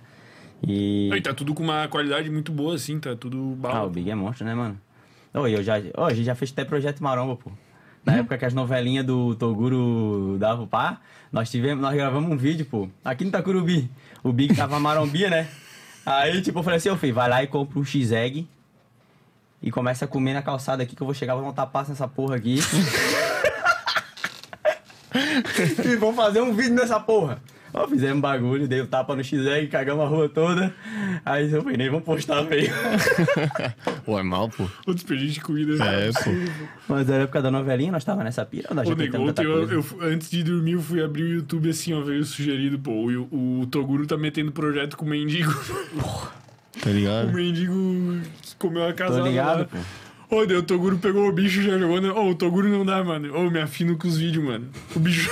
Speaker 3: E.
Speaker 2: E tá tudo com uma qualidade muito boa, assim, tá tudo
Speaker 3: Ah, o
Speaker 2: bala.
Speaker 3: Big é monstro, né, mano? Ô, e eu já, ô, a gente já fez até projeto Maromba, pô. Na época que as novelinhas do Toguro davam pá, nós tivemos, nós gravamos um vídeo, pô, aqui no Tacurubi. O Big tava marombia, né? Aí, tipo, eu falei assim, ô filho, vai lá e compra um X-Egg e começa a comer na calçada aqui que eu vou chegar, vou dar um tapaço nessa porra aqui. e vamos fazer um vídeo nessa porra. Ó, fizemos bagulho, dei o tapa no X-Egg, cagamos a rua toda. Aí eu falei, nem vamos postar, velho.
Speaker 1: Pô, é mal, pô.
Speaker 3: Ah,
Speaker 2: (laughs) O desperdício de comida. né?
Speaker 1: É, pô.
Speaker 3: Mas era a época da novelinha, nós tava nessa pira, nós
Speaker 2: Ô,
Speaker 3: já
Speaker 2: nego,
Speaker 3: tentamos
Speaker 2: ontem
Speaker 3: tanta
Speaker 2: eu,
Speaker 3: coisa.
Speaker 2: eu fu- antes de dormir, eu fui abrir o YouTube assim, ó, veio sugerido, pô. E o, o Toguro tá metendo projeto com o mendigo.
Speaker 1: Tá ligado?
Speaker 2: (laughs) o mendigo que comeu a casada.
Speaker 3: Tô ligado,
Speaker 2: lá. né?
Speaker 3: pô.
Speaker 2: Ô, daí o Toguro pegou o bicho e já jogou. na- Ô, o Toguro não dá, mano. Ô, me afino com os vídeos, mano. O bicho.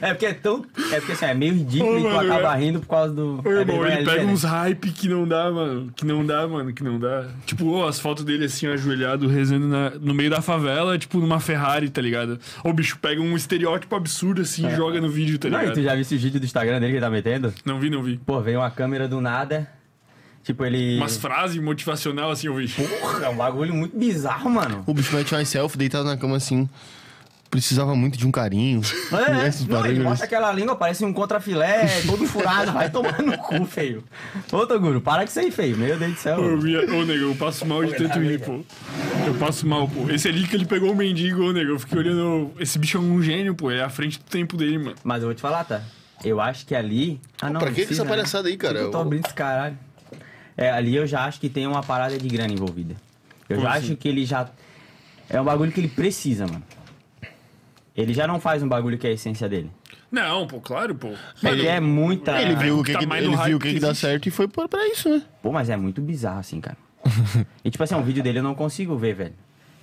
Speaker 3: É porque é tão. É porque assim, é meio ridículo
Speaker 2: Ô,
Speaker 3: e tu
Speaker 2: mano,
Speaker 3: acaba
Speaker 2: é-
Speaker 3: rindo por causa do.
Speaker 2: Ô,
Speaker 3: é
Speaker 2: irmão,
Speaker 3: vergonha
Speaker 2: ele pega
Speaker 3: alheia,
Speaker 2: uns hype que não dá, mano. Que não dá, mano. Que não dá. Tipo, ô, as fotos dele assim, ajoelhado, rezando na- no meio da favela, tipo, numa Ferrari, tá ligado? Ô, o bicho pega um estereótipo absurdo assim e joga no vídeo, tá
Speaker 3: né? Não,
Speaker 2: ligado?
Speaker 3: e tu já viu esse vídeo do Instagram dele que ele tá metendo?
Speaker 2: Não vi, não vi.
Speaker 3: Pô, veio uma câmera do nada. Tipo, ele.
Speaker 2: Umas frases motivacional assim, eu vi.
Speaker 3: Porra, é um bagulho muito bizarro, mano.
Speaker 1: O bicho mete uma selfie deitado na cama assim. Precisava muito de um carinho. (laughs)
Speaker 3: É,
Speaker 1: Esses
Speaker 3: não, ele
Speaker 1: barulhos.
Speaker 3: mostra aquela língua, parece um contrafilé, todo furado, vai tomar no cu, feio. Ô, Toguro, para com isso aí, feio. Meu Deus do céu.
Speaker 2: Eu vi, ô nego, eu passo mal de tanto rir, pô. Eu passo mal, pô. Esse ali que ele pegou o mendigo, ô nego, eu fiquei olhando. Esse bicho é um gênio, pô. Ele é à frente do tempo dele, mano.
Speaker 3: Mas eu vou te falar, tá? Eu acho que ali. Ah, não,
Speaker 1: Pra que
Speaker 3: não
Speaker 1: que
Speaker 3: precisa,
Speaker 1: essa palhaçada aí, cara?
Speaker 3: Por que Eu tô
Speaker 1: Eu-
Speaker 3: abrindo esse caralho. É, ali eu já acho que tem uma parada de grana envolvida. Eu
Speaker 2: Como
Speaker 3: já
Speaker 2: assim?
Speaker 3: acho que ele já. É um bagulho que ele precisa, mano. Ele já não faz um bagulho que é a essência dele.
Speaker 2: Não, pô, claro, pô.
Speaker 3: Porque é muita.
Speaker 1: Ele viu o que,
Speaker 2: Tá
Speaker 1: que-
Speaker 2: mais no
Speaker 1: ele
Speaker 2: hype
Speaker 1: viu o que,
Speaker 2: que
Speaker 1: que dá
Speaker 2: existe.
Speaker 1: certo e foi pra, pra isso, né?
Speaker 3: Pô, mas é muito bizarro
Speaker 2: (laughs)
Speaker 3: assim, cara. E tipo assim, um vídeo dele eu não consigo ver, velho.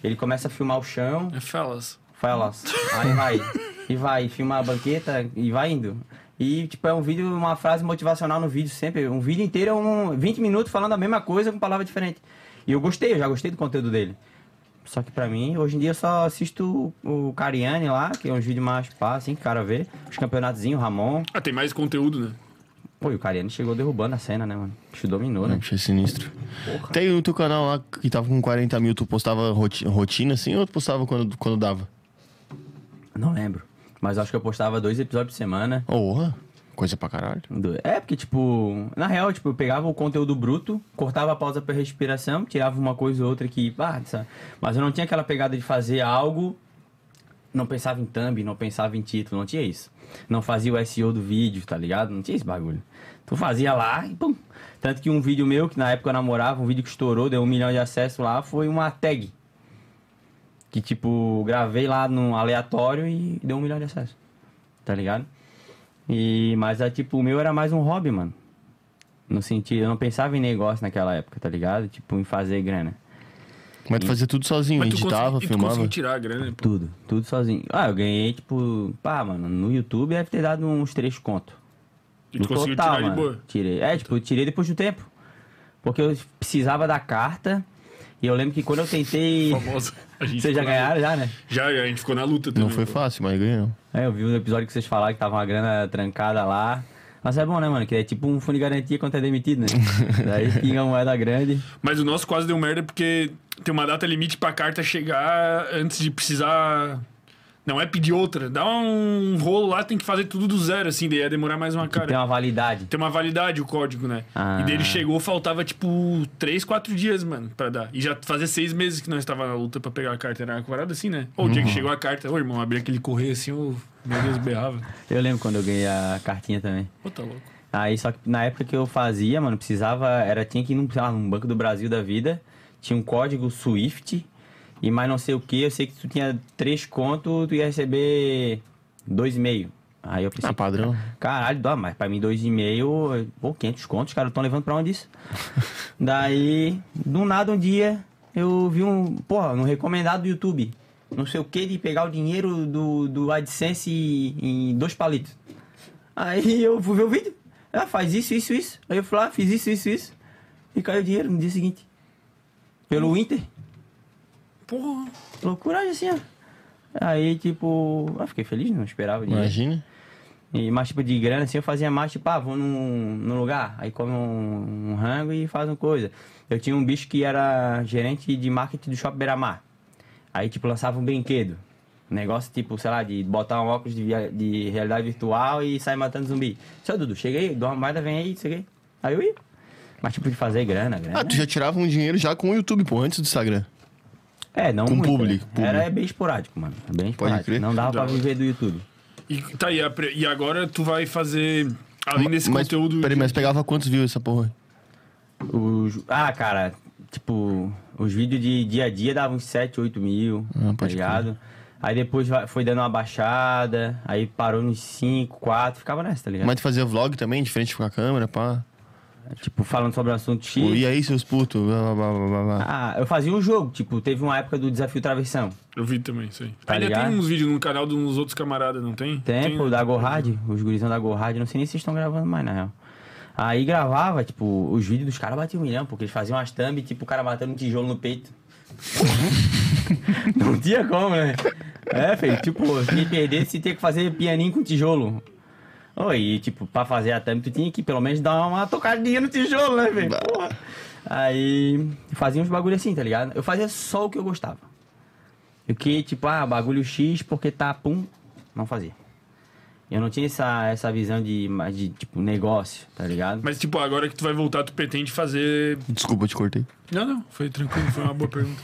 Speaker 3: Ele começa a filmar o chão,
Speaker 2: É falas.
Speaker 3: fala, aí vai. E vai, filma a banqueta e vai indo. E, tipo, é um vídeo, uma frase motivacional no vídeo sempre. Um vídeo inteiro é um 20 minutos falando a mesma coisa com palavra diferente. E eu gostei, eu já gostei do conteúdo dele. Só que pra mim, hoje em dia eu só assisto o Cariani lá, que é um vídeo mais pá, assim, que o cara vê. Os campeonatozinhos, o Ramon.
Speaker 2: Ah, tem mais conteúdo, né?
Speaker 3: Pô, e o Cariani chegou derrubando a cena, né, mano? Te dominou, né?
Speaker 1: Não, bicho, é sinistro. Tem o teu canal lá que tava com 40 mil, tu postava roti- rotina assim ou tu postava quando, quando dava?
Speaker 3: Não lembro. Mas eu acho que eu postava dois episódios por semana.
Speaker 1: Oh, coisa pra caralho.
Speaker 3: Do- É, porque, tipo, na real, tipo, eu pegava o conteúdo bruto, cortava a pausa pra respiração, tirava uma coisa ou outra que. Ah, sabe? Mas eu não tinha aquela pegada de fazer algo. Não pensava em thumb, não pensava em título, não tinha isso. Não Então, fazia o SEO do vídeo, tá ligado? Não tinha esse bagulho. Tu fazia lá e pum. Tanto que um vídeo meu, que na época eu namorava, um vídeo que estourou, deu um milhão de acessos lá, foi uma tag. Que tipo, gravei lá no aleatório e deu um milhão de acessos. Tá ligado? E, mas é tipo, o meu era mais um hobby, mano. No sentido, eu não pensava em negócio naquela época, tá ligado? Tipo, em fazer grana.
Speaker 1: Mas tu fazia tudo sozinho,
Speaker 2: Mas tu
Speaker 1: editava,
Speaker 2: consegui- e tu
Speaker 1: filmava.
Speaker 2: conseguiu tirar a grana, pô.
Speaker 3: Tudo, tudo sozinho. Ah, eu ganhei, tipo, pá, mano, no YouTube deve ter dado uns três conto.
Speaker 2: E tu
Speaker 3: No
Speaker 2: conseguiu
Speaker 3: total,
Speaker 2: tirar de
Speaker 3: mano. (laughs)
Speaker 2: boa. Então.
Speaker 3: Tirei. É, tipo, eu tirei depois do tempo. Porque eu precisava da carta. E eu lembro que quando eu tentei.
Speaker 2: Famosa. A gente
Speaker 3: (laughs) Vocês já
Speaker 2: ficou na-
Speaker 3: ganharam, já, né?
Speaker 2: Já, já, a gente ficou na luta também.
Speaker 1: Não foi
Speaker 2: pô.
Speaker 1: fácil, mas ganhamos.
Speaker 3: É, eu vi um episódio que vocês falaram que tava uma grana trancada lá. Mas é bom, né, mano? Que é tipo um fundo de garantia quando é demitido, né? Daí pinga uma moeda grande.
Speaker 2: Mas o nosso quase deu merda porque tem uma data limite pra carta chegar antes de precisar. Não é pedir outra. Dá um rolo lá, tem que fazer tudo do zero, assim, daí ia demorar mais uma cara.
Speaker 3: Tem uma validade.
Speaker 2: Tem uma validade o código, né?
Speaker 3: Ah.
Speaker 2: E daí ele chegou, faltava tipo 3, 4 dias, mano, pra dar. E já fazia seis meses que nós tava na luta pra pegar a carta. Era uma parada assim, né? Ou o
Speaker 3: Uhum.
Speaker 2: dia que chegou a carta, ô irmão, abri aquele correio assim, ô, meu Deus, berrava.
Speaker 3: Eu lembro quando eu ganhei a cartinha também.
Speaker 2: Ô, tá louco.
Speaker 3: Aí só que na época que eu fazia, mano, precisava, era tinha que ir num, sei lá, num Banco do Brasil da vida, tinha um código Swift e mais não sei o que, eu sei que tu tinha três contos, tu ia receber dois e meio. Aí eu pensei,
Speaker 1: Ah, padrão.
Speaker 3: caralho, dá, mas pra mim dois e meio, pô, 500 contos, cara, estão levando pra
Speaker 1: (laughs)
Speaker 3: onde isso? Daí, do nada um dia, eu vi um, porra, um recomendado do YouTube, não sei o que, de pegar o dinheiro do, do AdSense em dois palitos. Aí eu fui ver o vídeo. Ah, faz isso, isso, isso. Aí eu fui lá, fiz isso, isso, isso. E caiu o dinheiro no dia seguinte. Pelo Inter.
Speaker 2: Porra.
Speaker 3: Loucura assim, ó. Aí, tipo, ah, fiquei feliz, não esperava
Speaker 1: É.
Speaker 3: dinheiro.
Speaker 1: Imagina.
Speaker 3: E mais tipo de grana, assim, eu fazia mais, tipo, ah, vou num, num lugar, aí come um, um rango e faz uma coisa. Eu tinha um bicho que era gerente de marketing do Shopping Beira-Mar. Aí, tipo, lançava um brinquedo. Um negócio, tipo, sei lá, de botar um óculos de, via- de realidade virtual e sair matando zumbi. Seu Dudu, chega aí, dá uma moeda, vem aí, chega aí. Aí eu ia. Mas, tipo, de fazer grana, grana.
Speaker 1: Ah, tu já tirava um dinheiro já com o YouTube, pô, antes do Instagram.
Speaker 3: é, não
Speaker 1: com
Speaker 3: muito,
Speaker 1: público,
Speaker 3: né?
Speaker 1: público.
Speaker 3: Era bem esporádico, mano. Bem esporádico.
Speaker 1: crer.
Speaker 3: Não dava pra viver do YouTube.
Speaker 2: E, tá, e, a pre- e agora tu vai fazer. Além desse
Speaker 1: mas,
Speaker 2: conteúdo.
Speaker 1: Peraí, mas pegava quantos views essa porra?
Speaker 3: Os, ah, cara, tipo, os vídeos de dia a dia davam uns 7, 8 mil,
Speaker 1: Ah,
Speaker 3: tá
Speaker 1: pode
Speaker 3: ligado? Aí depois vai- foi dando uma baixada, aí parou nos 5, 4, ficava nessa, tá ligado?
Speaker 1: Mas tu fazia vlog também, de frente com a câmera, pá.
Speaker 3: Tipo, falando sobre o assunto X.
Speaker 1: Pô, Tipo, e aí, seus putos? Blá, blá, blá, blá, blá.
Speaker 3: Ah, eu fazia um jogo, tipo, teve uma época do Desafio Travessão.
Speaker 2: Eu vi também isso aí.
Speaker 3: Tá
Speaker 2: Ainda
Speaker 3: ligado?
Speaker 2: tem uns vídeos no canal de uns outros camaradas, não tem?
Speaker 3: Tempo
Speaker 2: tem, né?
Speaker 3: da Gorhard, os gurizão da Gorhard, não sei nem se estão gravando mais, na real. Aí gravava, tipo, os vídeos dos caras batiam um milhão, porque eles faziam umas thumb, tipo, o cara matando um tijolo no
Speaker 2: (laughs)
Speaker 3: peito. não tinha como, né? É, feio, tipo, se perdesse, tinha que fazer pianinho com tijolo. Oi, e, tipo, pra fazer a thumb, tu tinha que pelo menos dar uma tocadinha no tijolo, né, velho? Porra. Aí, fazia uns bagulho assim, tá ligado? Eu fazia só o que eu gostava. Eu que, tipo, ah, bagulho X, porque tá, pum, não fazia. Eu não tinha essa, essa visão de, mais de, tipo, negócio, tá ligado?
Speaker 2: Mas, tipo, agora que tu vai voltar, tu pretende fazer.
Speaker 1: Desculpa, eu te cortei.
Speaker 2: Não, não, foi tranquilo, foi uma boa
Speaker 3: (laughs)
Speaker 2: pergunta.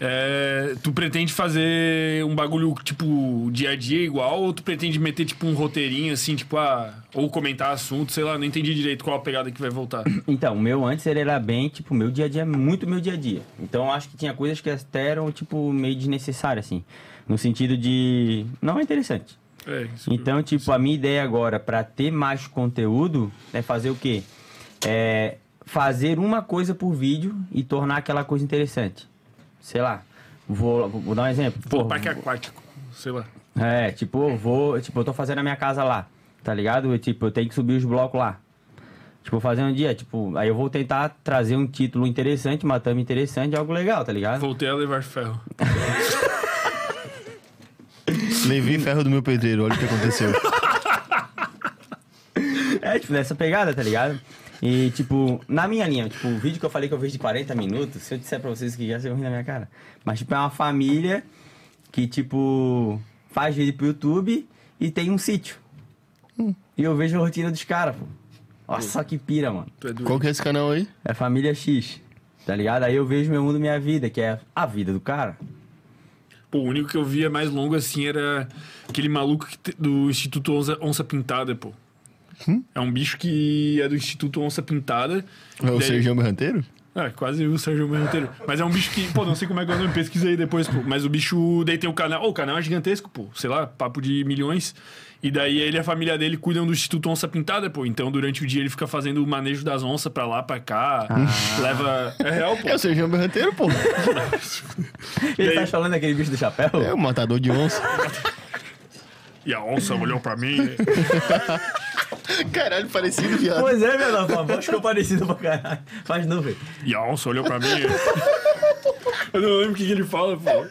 Speaker 2: É, tu pretende fazer um bagulho, tipo, dia a dia igual, ou tu pretende meter, tipo, um roteirinho, assim, tipo, ah, ou comentar assunto, sei lá, não entendi direito qual a pegada que vai voltar.
Speaker 3: Então, o meu antes ele era bem, tipo, meu dia a dia, muito meu dia a dia. Então, eu acho que tinha coisas que até eram, tipo, meio desnecessárias, assim. No sentido de. Não é interessante.
Speaker 2: É, isso.
Speaker 3: Então, tipo, a minha ideia agora para ter mais conteúdo é fazer o quê? É fazer uma coisa por vídeo e tornar aquela coisa interessante. Sei lá, vou, vou dar um exemplo.
Speaker 2: Pô,
Speaker 3: Pô,
Speaker 2: parque aquático, sei lá.
Speaker 3: é, tipo, eu vou, tipo, eu tô fazendo a minha casa lá, tá ligado? Eu, tipo, eu tenho que subir os blocos lá. Tipo, fazer um dia, tipo, aí eu vou tentar trazer um título interessante, uma thumb interessante, algo legal, tá ligado?
Speaker 2: Voltei a levar ferro.
Speaker 1: (laughs) Levei ferro do meu pedreiro, olha o que (laughs) aconteceu.
Speaker 3: É, tipo, nessa pegada, tá ligado? E, tipo, na minha linha, tipo, o vídeo que eu falei que eu vejo de 40 minutos, se eu disser pra vocês que já, vocês vão rir na minha cara. Mas, tipo, é uma família que, tipo, faz vídeo pro YouTube e tem um sítio. E eu vejo a rotina dos caras, pô. Nossa, que pira, mano.
Speaker 2: Tu é doido.
Speaker 1: Qual que é esse canal aí?
Speaker 3: É família X, tá ligado? Aí eu vejo meu mundo, minha vida, que é a vida do cara.
Speaker 2: Pô, o único que eu via mais longo assim era aquele maluco que te- do Instituto Onça, Onça Pintada, pô. É um bicho que é do Instituto Onça Pintada.
Speaker 1: É o
Speaker 2: Daí-
Speaker 1: Sergião Berranteiro?
Speaker 2: É, quase o Sérgio Mano inteiro. Mas é um bicho que, pô, não sei como é que é o nome, pesquisei depois, pô. Mas o bicho, daí tem o canal. Ô, o canal é gigantesco, pô. Sei lá, papo de milhões. E daí ele e a família dele cuidam do Instituto Onça Pintada, pô. Então durante o dia ele fica fazendo o manejo das onças pra lá, pra cá. Leva. É real, pô.
Speaker 1: É o Sergião Berranteiro, pô.
Speaker 3: Ele tá falando daquele bicho do chapéu?
Speaker 1: É o matador de onça.
Speaker 2: E a onça olhou pra mim. né?
Speaker 1: (laughs) Caralho, parecido, viado.
Speaker 3: Pois é, meu Deus, a voz ficou parecida pra caralho. Faz nuvem.
Speaker 2: E a onça olhou pra mim. né? (laughs) Eu não lembro o que, que ele fala, pô.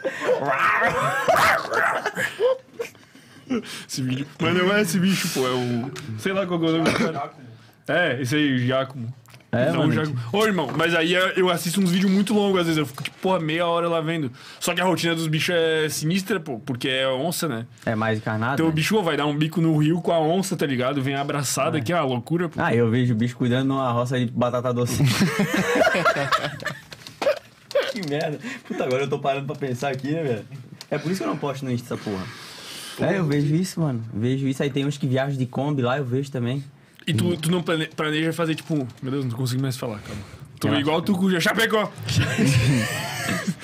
Speaker 2: Esse vídeo. Mas não é esse bicho, pô. É o. Sei lá qual que é o nome do cara. É, esse aí, o Giacomo.
Speaker 3: É,
Speaker 2: Não,
Speaker 3: mano.
Speaker 2: já... Ô, irmão, mas aí é- eu assisto uns vídeos muito longos, às vezes eu fico, tipo, porra, meia hora lá vendo. Só que a rotina dos bichos é sinistra, pô, porque é onça, né?
Speaker 3: É mais encarnado?
Speaker 2: Então o
Speaker 3: né?
Speaker 2: bicho ô, vai dar um bico no rio com a onça, tá ligado? Vem abraçada, que é uma loucura, pô.
Speaker 3: Ah, eu vejo o bicho cuidando numa roça de batata doce. (laughs) que merda. Puta, agora eu tô parando pra pensar aqui, né, velho? É por isso que eu não posto no Insta essa porra. É, eu vejo isso, mano. Vejo isso. Aí tem uns que viajam de Kombi lá, eu vejo também. (laughs)
Speaker 2: E tu, tu não plane- planeja fazer, tipo, um- meu Deus, não consigo mais falar, calma. Tu é
Speaker 3: Relaxa.
Speaker 2: igual tu cuja Chapecó.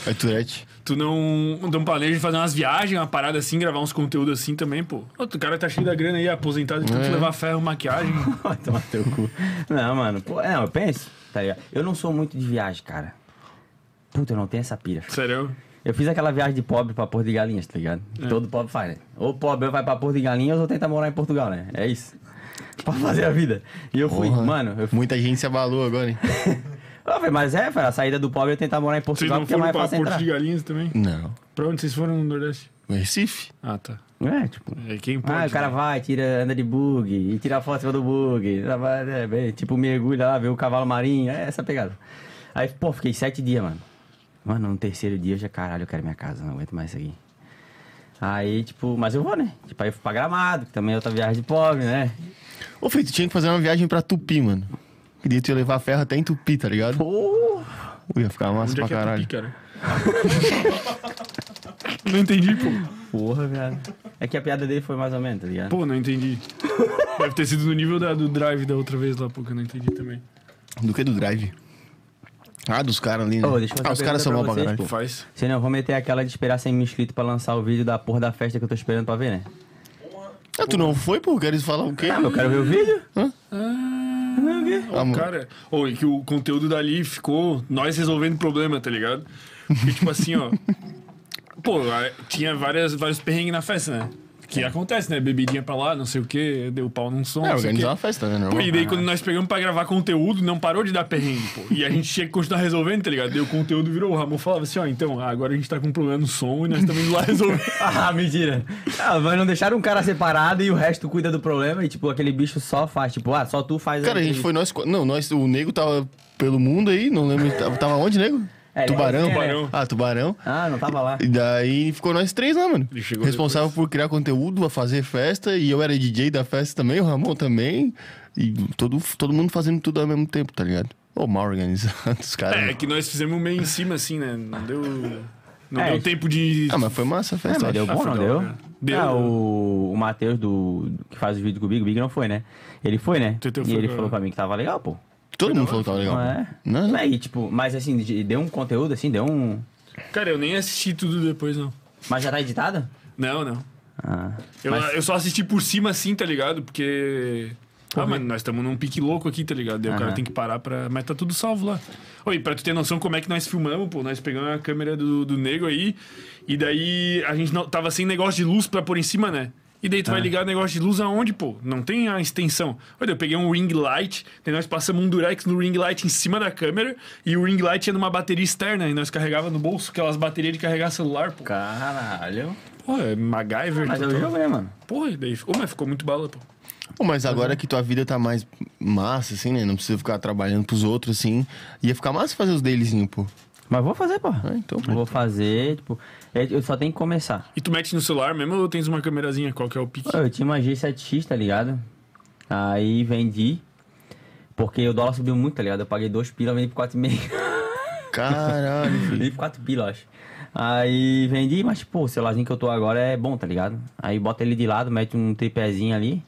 Speaker 1: É Turete.
Speaker 2: Tu não, não planeja fazer umas viagens, uma parada assim, gravar uns conteúdos assim também, pô. Ô, O cara tá cheio da grana aí, aposentado, e tem que
Speaker 1: É.
Speaker 2: levar ferro, maquiagem. (laughs)
Speaker 3: Vai tomar teu cu. Não, mano. Pô, não, eu penso, tá ligado? Eu não sou muito de viagem, cara. Puta, eu não tenho essa pira.
Speaker 2: Sério?
Speaker 3: Eu fiz aquela viagem de pobre pra Porto de Galinhas, tá ligado?
Speaker 2: É.
Speaker 3: Todo pobre faz, né? Ou pobre vai pra Porto de Galinhas ou tenta morar em Portugal, né? É isso. (laughs) Pra fazer a vida. E eu fui,
Speaker 1: Porra.
Speaker 3: mano, eu fui.
Speaker 1: Muita gente se abalou agora, hein?
Speaker 3: Ah, velho, mas é, velho, a saída do pobre é tentar morar em
Speaker 2: Vocês
Speaker 3: Portugal,
Speaker 2: não
Speaker 3: porque é
Speaker 2: foram
Speaker 3: mais
Speaker 2: pra
Speaker 3: fácil
Speaker 2: Porto
Speaker 3: entrar.
Speaker 2: de Galinhas também?
Speaker 1: Não.
Speaker 2: Pra onde vocês foram no Nordeste?
Speaker 1: No É Recife?
Speaker 2: Ah, tá.
Speaker 3: É, tipo.
Speaker 2: É quem pode.
Speaker 3: Ah, o cara
Speaker 2: né?
Speaker 3: vai, tira, anda de bug, e tira a foto em cima do bug, lá vai, é, bem, tipo, mergulha lá, vê o cavalo marinho, é essa pegada. Aí, pô, fiquei sete dias, mano. Mano, no terceiro dia eu já, caralho, eu quero minha casa, não aguento mais isso aqui. Aí, tipo, mas eu vou, né? Tipo, aí eu fui pra Gramado, que também é outra viagem de pobre, né?
Speaker 1: Ô, Fê, tu tinha que fazer uma viagem pra Tupi, mano. Queria te levar ferro até em Tupi, tá ligado?
Speaker 3: Pô,
Speaker 1: Ui, ia ficar massa
Speaker 2: Onde
Speaker 1: pra
Speaker 2: é que é
Speaker 1: caralho.
Speaker 2: Tupi, cara? (laughs) não entendi, pô.
Speaker 3: porra, viado. É que a piada dele foi mais ou menos, tá ligado?
Speaker 2: Pô, não entendi. Deve ter sido no nível da- do drive da outra vez lá, pô, que eu não entendi também.
Speaker 1: Do que do drive? Ah, dos caras ali, né?
Speaker 3: Ô, deixa eu fazer
Speaker 1: ah,
Speaker 3: uma
Speaker 1: os caras são mal
Speaker 3: pergunta
Speaker 1: pra
Speaker 3: pra
Speaker 1: caralho.
Speaker 3: vocês,
Speaker 2: Faz.
Speaker 3: Senão eu vou meter aquela de esperar 100 mil inscritos pra lançar o vídeo da porra da festa que eu tô esperando pra ver, né?
Speaker 1: Ah, tu não foi, pô? Queres falar o quê?
Speaker 3: Ah, mas eu quero ver o vídeo.
Speaker 2: Ô,
Speaker 1: Amor.
Speaker 2: cara, ou que o conteúdo dali ficou nós resolvendo problema, tá ligado? Porque, tipo assim,
Speaker 1: (laughs)
Speaker 2: ó. Pô, lá tinha várias, vários perrengues na festa, né? Que acontece, né? Bebidinha pra lá, não sei o quê, deu pau num som.
Speaker 1: É,
Speaker 2: não sei o quê.
Speaker 1: organizar uma festa, né?
Speaker 2: Pô,
Speaker 1: Normal.
Speaker 2: e daí quando nós pegamos pra gravar conteúdo, não parou de dar perrengue, pô. E a gente tinha que continuar resolvendo, tá ligado? Daí o conteúdo virou. O Ramon falava assim, ó, então, agora a gente tá com um problema no som e nós estamos indo lá
Speaker 1: (laughs)
Speaker 2: resolver.
Speaker 3: Ah, mentira. Ah, mas não deixaram um cara separado e o resto cuida do problema e, tipo, aquele bicho só faz. Tipo, ah, só tu faz.
Speaker 1: Cara, a gente
Speaker 3: entrevista.
Speaker 1: foi nós... qu- Não, nós... O Nego tava pelo mundo aí, não lembro... Tava, tava onde, Nego?
Speaker 3: É, ele-
Speaker 1: tubarão.
Speaker 3: é,
Speaker 2: Tubarão.
Speaker 1: Ah, Tubarão.
Speaker 3: Ah, não tava lá.
Speaker 1: E daí ficou nós três lá, mano.
Speaker 2: Ele chegou
Speaker 1: Responsável por criar conteúdo, a fazer festa. E eu era DJ da festa também, o Ramon também. E todo, todo mundo fazendo tudo ao mesmo tempo, tá ligado? Ô, mal organizado, (laughs) os caras.
Speaker 2: É, que nós fizemos meio em cima, assim, né? Não deu. Não
Speaker 3: É,
Speaker 2: deu tempo de.
Speaker 1: Ah, mas foi massa a
Speaker 3: É,
Speaker 1: festa.
Speaker 3: mas
Speaker 1: eu acho.
Speaker 3: deu bom,
Speaker 2: foi
Speaker 3: não
Speaker 2: da
Speaker 3: deu?
Speaker 2: hora. Deu.
Speaker 3: Ah, o, o Matheus, do, do- que faz os vídeos comigo, o Big não foi, né? Ele foi, né?
Speaker 2: Teu- teu
Speaker 3: e
Speaker 2: foi
Speaker 3: ele
Speaker 2: pra-
Speaker 3: falou pra mim que tava legal, pô.
Speaker 1: Todo mundo falou que tava legal.
Speaker 3: Não é?
Speaker 1: Não, não.
Speaker 3: É, e, tipo, mas assim, de- deu um conteúdo, assim, deu um...
Speaker 2: Cara, eu nem assisti tudo depois, não.
Speaker 3: Mas já tá editada?
Speaker 2: Não, não.
Speaker 3: Ah.
Speaker 2: Eu,
Speaker 3: Mas-
Speaker 2: eu só assisti por cima assim, tá ligado? Porque. Ah, mano, nós estamos num pique louco aqui, tá ligado? Daí o cara
Speaker 3: Aham.
Speaker 2: tem que parar pra. Mas tá tudo salvo lá. Oi, pra tu ter noção como é que nós filmamos, pô, nós pegamos a câmera do, do nego aí, e daí a gente não, tava sem negócio de luz pra pôr em cima, né? E daí tu
Speaker 3: Ah.
Speaker 2: vai ligar o negócio de luz aonde, pô? Não tem a extensão. Olha, eu peguei um ring light, daí nós passamos um durex no ring light em cima da câmera, e o ring light é numa bateria externa, e nós carregava no bolso aquelas baterias de carregar celular, pô.
Speaker 3: Caralho.
Speaker 2: Pô, é MacGyver.
Speaker 3: Mas é o
Speaker 2: total.
Speaker 3: jogo, né, mano?
Speaker 2: Porra, e daí ficou, mas ficou muito bala, pô.
Speaker 1: Pô, mas agora que tua vida tá mais massa, assim, né? Não precisa ficar trabalhando pros outros, assim. Ia ficar massa fazer os dailyzinhos, pô.
Speaker 3: Mas vou fazer, pô.
Speaker 1: Ah, então.
Speaker 3: Vou fazer, tipo... é, Eu só tenho que começar.
Speaker 2: E tu mete no celular mesmo ou tens uma câmerazinha? Qual que é o pique?
Speaker 3: Pô, Eu tinha uma G7X, tá ligado? Aí vendi. Porque o dólar subiu muito, tá ligado? Eu paguei 2 pila, vendi por 4,5.
Speaker 1: Caralho, (laughs) filho.
Speaker 3: (laughs) vendi por 4 pila, eu acho. Aí vendi, mas, pô, o celularzinho que eu tô agora é bom, tá ligado? Aí bota ele de lado, mete um tripézinho ali.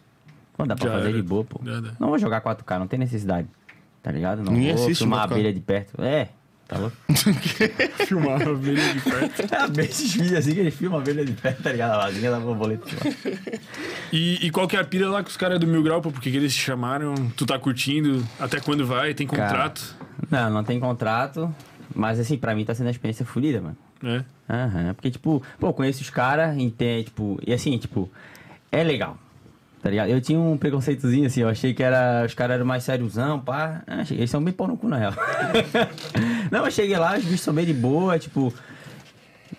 Speaker 3: Pô, dá pra
Speaker 2: Já
Speaker 3: fazer
Speaker 2: era.
Speaker 3: de boa, pô.
Speaker 2: Já (laughs) era.
Speaker 3: Não vou jogar 4K, não tem necessidade. Tá ligado? Não
Speaker 1: Ninguém
Speaker 3: vou
Speaker 1: assiste
Speaker 3: filmar a
Speaker 1: 4K.
Speaker 3: abelha de perto. É, tá
Speaker 2: (laughs)
Speaker 3: louco? (laughs)
Speaker 2: Filmar a abelha de perto.
Speaker 3: É a besta de vídeo assim que ele filma a abelha de perto, tá ligado? A vasinha da
Speaker 2: (laughs)
Speaker 3: borboleta.
Speaker 2: E, e qual que é a pira lá com os caras do Mil Grau, pô? Porque que eles te chamaram? Tu tá curtindo? Até quando vai? Tem
Speaker 3: Cara.
Speaker 2: contrato?
Speaker 3: Não, não tem contrato. Mas assim, pra mim tá sendo uma experiência fodida, mano.
Speaker 2: Né?
Speaker 3: Aham, porque, tipo, pô, conheço os caras, entende, tipo, e assim, tipo, é legal, tá ligado? Eu tinha um preconceitozinho, assim, eu achei que era, os caras eram mais sériozão, pá, Ah, achei- eles são bem pau no cu, na real. (laughs) Não, eu cheguei lá, os bichos são bem de boa, tipo,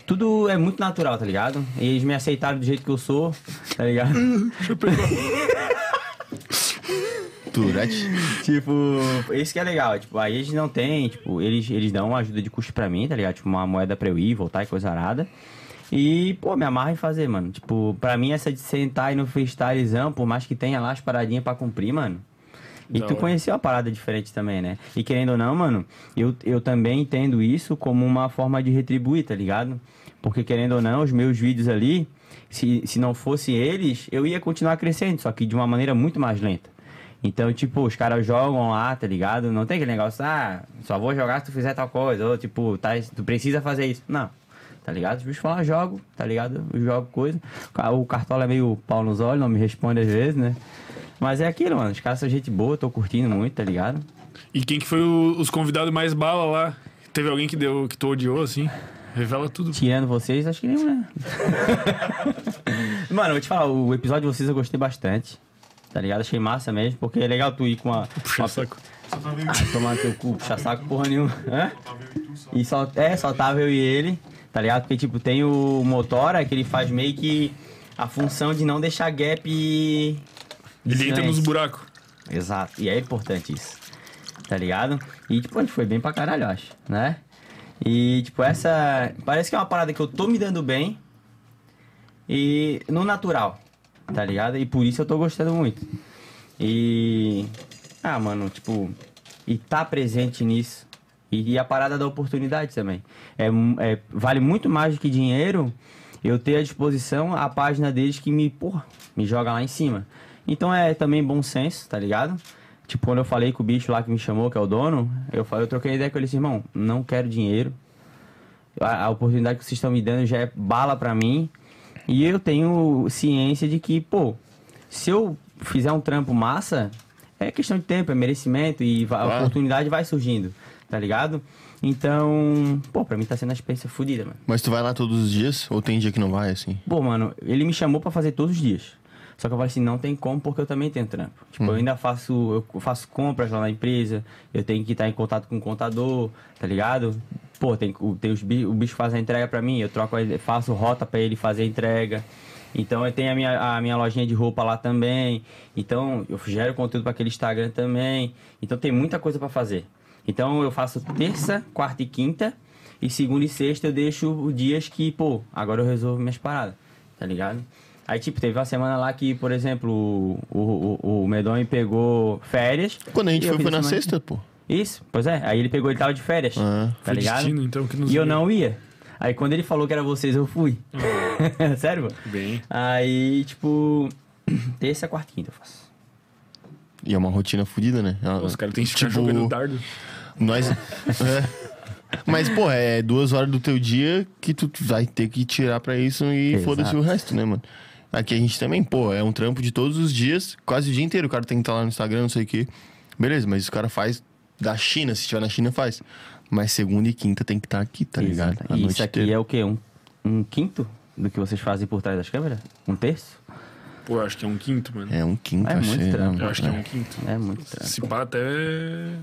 Speaker 3: tudo é muito natural, tá ligado? E eles me aceitaram do jeito que eu sou, tá ligado?
Speaker 1: Turete.
Speaker 3: (laughs) tipo, isso que é legal. Tipo, aí eles não tem, tipo, eles, eles dão uma ajuda de custo pra mim, tá ligado? Tipo, uma moeda pra eu ir, voltar e coisa arada. E, pô, me amarra em fazer, mano. Tipo, pra mim essa de sentar e no freestylezão, por mais que tenha lá as paradinhas pra cumprir, mano. E
Speaker 2: Da
Speaker 3: tu
Speaker 2: hora.
Speaker 3: conheceu a parada diferente também, né? E querendo ou não, mano, eu, eu também entendo isso como uma forma de retribuir, tá ligado? Porque querendo ou não, os meus vídeos ali, se, se não fosse eles, eu ia continuar crescendo, só que de uma maneira muito mais lenta. Então, tipo, os caras jogam lá, tá ligado? Não tem aquele negócio, ah, só vou jogar se tu fizer tal coisa, ou tipo, tá, tu precisa fazer isso. Não tá ligado? Os bichos falam, "Ah, jogo, tá ligado? Eu jogo coisa. Ca- O Cartola é meio pau nos olhos, não me responde às vezes, né? Mas é aquilo, mano. Os caras são gente boa, tô curtindo muito, tá ligado?
Speaker 2: E quem que foi o- os convidados mais bala lá? Teve alguém que deu que tu odiou, assim? Revela tudo.
Speaker 3: Tirando vocês, acho que
Speaker 2: (laughs)
Speaker 3: nenhum, né? mano, eu vou te falar, o episódio de vocês eu gostei bastante. Tá ligado? Achei massa mesmo, porque é legal tu ir com uma.
Speaker 2: Puxa
Speaker 3: uma- Ah,
Speaker 2: saco.
Speaker 3: tomar no teu cu, puxar saco porra nenhuma. Hã? E só, é, só tava eu e ele, tá ligado? Porque, tipo, tem o Motora que ele faz meio que a função de não deixar gap. de
Speaker 2: Ele entra
Speaker 3: silêncio.
Speaker 2: nos buracos.
Speaker 3: Exato. E é importante isso. Tá ligado? E, tipo, a gente foi bem pra caralho, eu acho, né? E, tipo, essa. Parece que é uma parada que eu tô me dando bem. E. No natural. Tá ligado? E por isso eu tô gostando muito. E. Ah, mano, tipo. E tá presente nisso. E, e a parada da oportunidade também. É, mu- é- vale muito mais do que dinheiro eu ter à disposição a página deles que me, porra, me joga lá em cima. Então é também bom senso, tá ligado? Tipo, quando eu falei com o bicho lá que me chamou, que é o dono, eu, falei, eu troquei ideia com ele e disse, irmão, não quero dinheiro, a, a oportunidade que vocês estão me dando já é bala pra mim. E eu tenho ciência de que, pô, se eu fizer um trampo massa, é questão de tempo, é merecimento e va- a
Speaker 1: Claro.
Speaker 3: oportunidade vai surgindo, tá ligado? Então, pô, pra mim tá sendo uma experiência fodida, mano.
Speaker 1: Mas tu vai lá todos os dias? Ou tem dia que não vai, assim?
Speaker 3: Pô, mano, ele me chamou pra fazer todos os dias. Só que eu falei assim, não tem como porque eu também tenho trampo. Tipo, eu ainda faço, eu faço compras lá na empresa, eu tenho que estar em contato com o contador, tá ligado? Pô, tem, o- tem os, bi- o bicho faz a entrega pra mim, eu troco, a- faço rota pra ele fazer a entrega. Então eu tenho a minha, a minha lojinha de roupa lá também. Então eu gero conteúdo pra aquele Instagram também. Então tem muita coisa pra fazer. Então eu faço terça, quarta e quinta. E segunda e sexta eu deixo os dias que, pô, agora eu resolvo minhas paradas, tá ligado? Aí, tipo, teve uma semana lá que, por exemplo, o, o, o, o Medonho pegou férias.
Speaker 1: Quando a gente
Speaker 3: E eu
Speaker 1: foi,
Speaker 3: fiz
Speaker 1: foi na
Speaker 3: semana-
Speaker 1: sexta, pô.
Speaker 3: Isso, pois é. Aí ele pegou, ele tava de férias,
Speaker 1: Ah.
Speaker 3: tá ligado?
Speaker 2: destino, então, que nos
Speaker 3: E eu
Speaker 2: uniu.
Speaker 3: não ia. Aí quando ele falou que era vocês, eu fui. (laughs) Sério, mano?
Speaker 2: Ah. Bem.
Speaker 3: Aí, tipo, terça, quarta e quinta eu faço.
Speaker 1: E é uma rotina fodida, né? É uma-
Speaker 2: Os caras têm que
Speaker 3: tipo,
Speaker 2: ficar jogando dardo. (laughs)
Speaker 1: Nós. É. Mas, pô, é duas horas do teu dia que tu vai ter que tirar pra isso e
Speaker 3: Exato.
Speaker 1: foda-se o resto, né, mano? Aqui a gente também, pô, é um trampo de todos os dias, quase o dia inteiro. O cara tem que estar lá no Instagram, não sei o quê. Beleza, mas o cara faz da China, se tiver na China, faz. Mas segunda e quinta tem que estar aqui, tá ligado?
Speaker 3: Exato. E isso aqui é o quê? Um, um quinto do que vocês fazem por trás das câmeras? Um terço?
Speaker 2: Pô, eu acho que é um quinto, mano.
Speaker 1: É um quinto,
Speaker 3: É muito
Speaker 1: achei, né,
Speaker 3: trampo.
Speaker 1: mano?
Speaker 2: Eu acho que é um quinto.
Speaker 3: É muito trampo.
Speaker 2: Se pá até.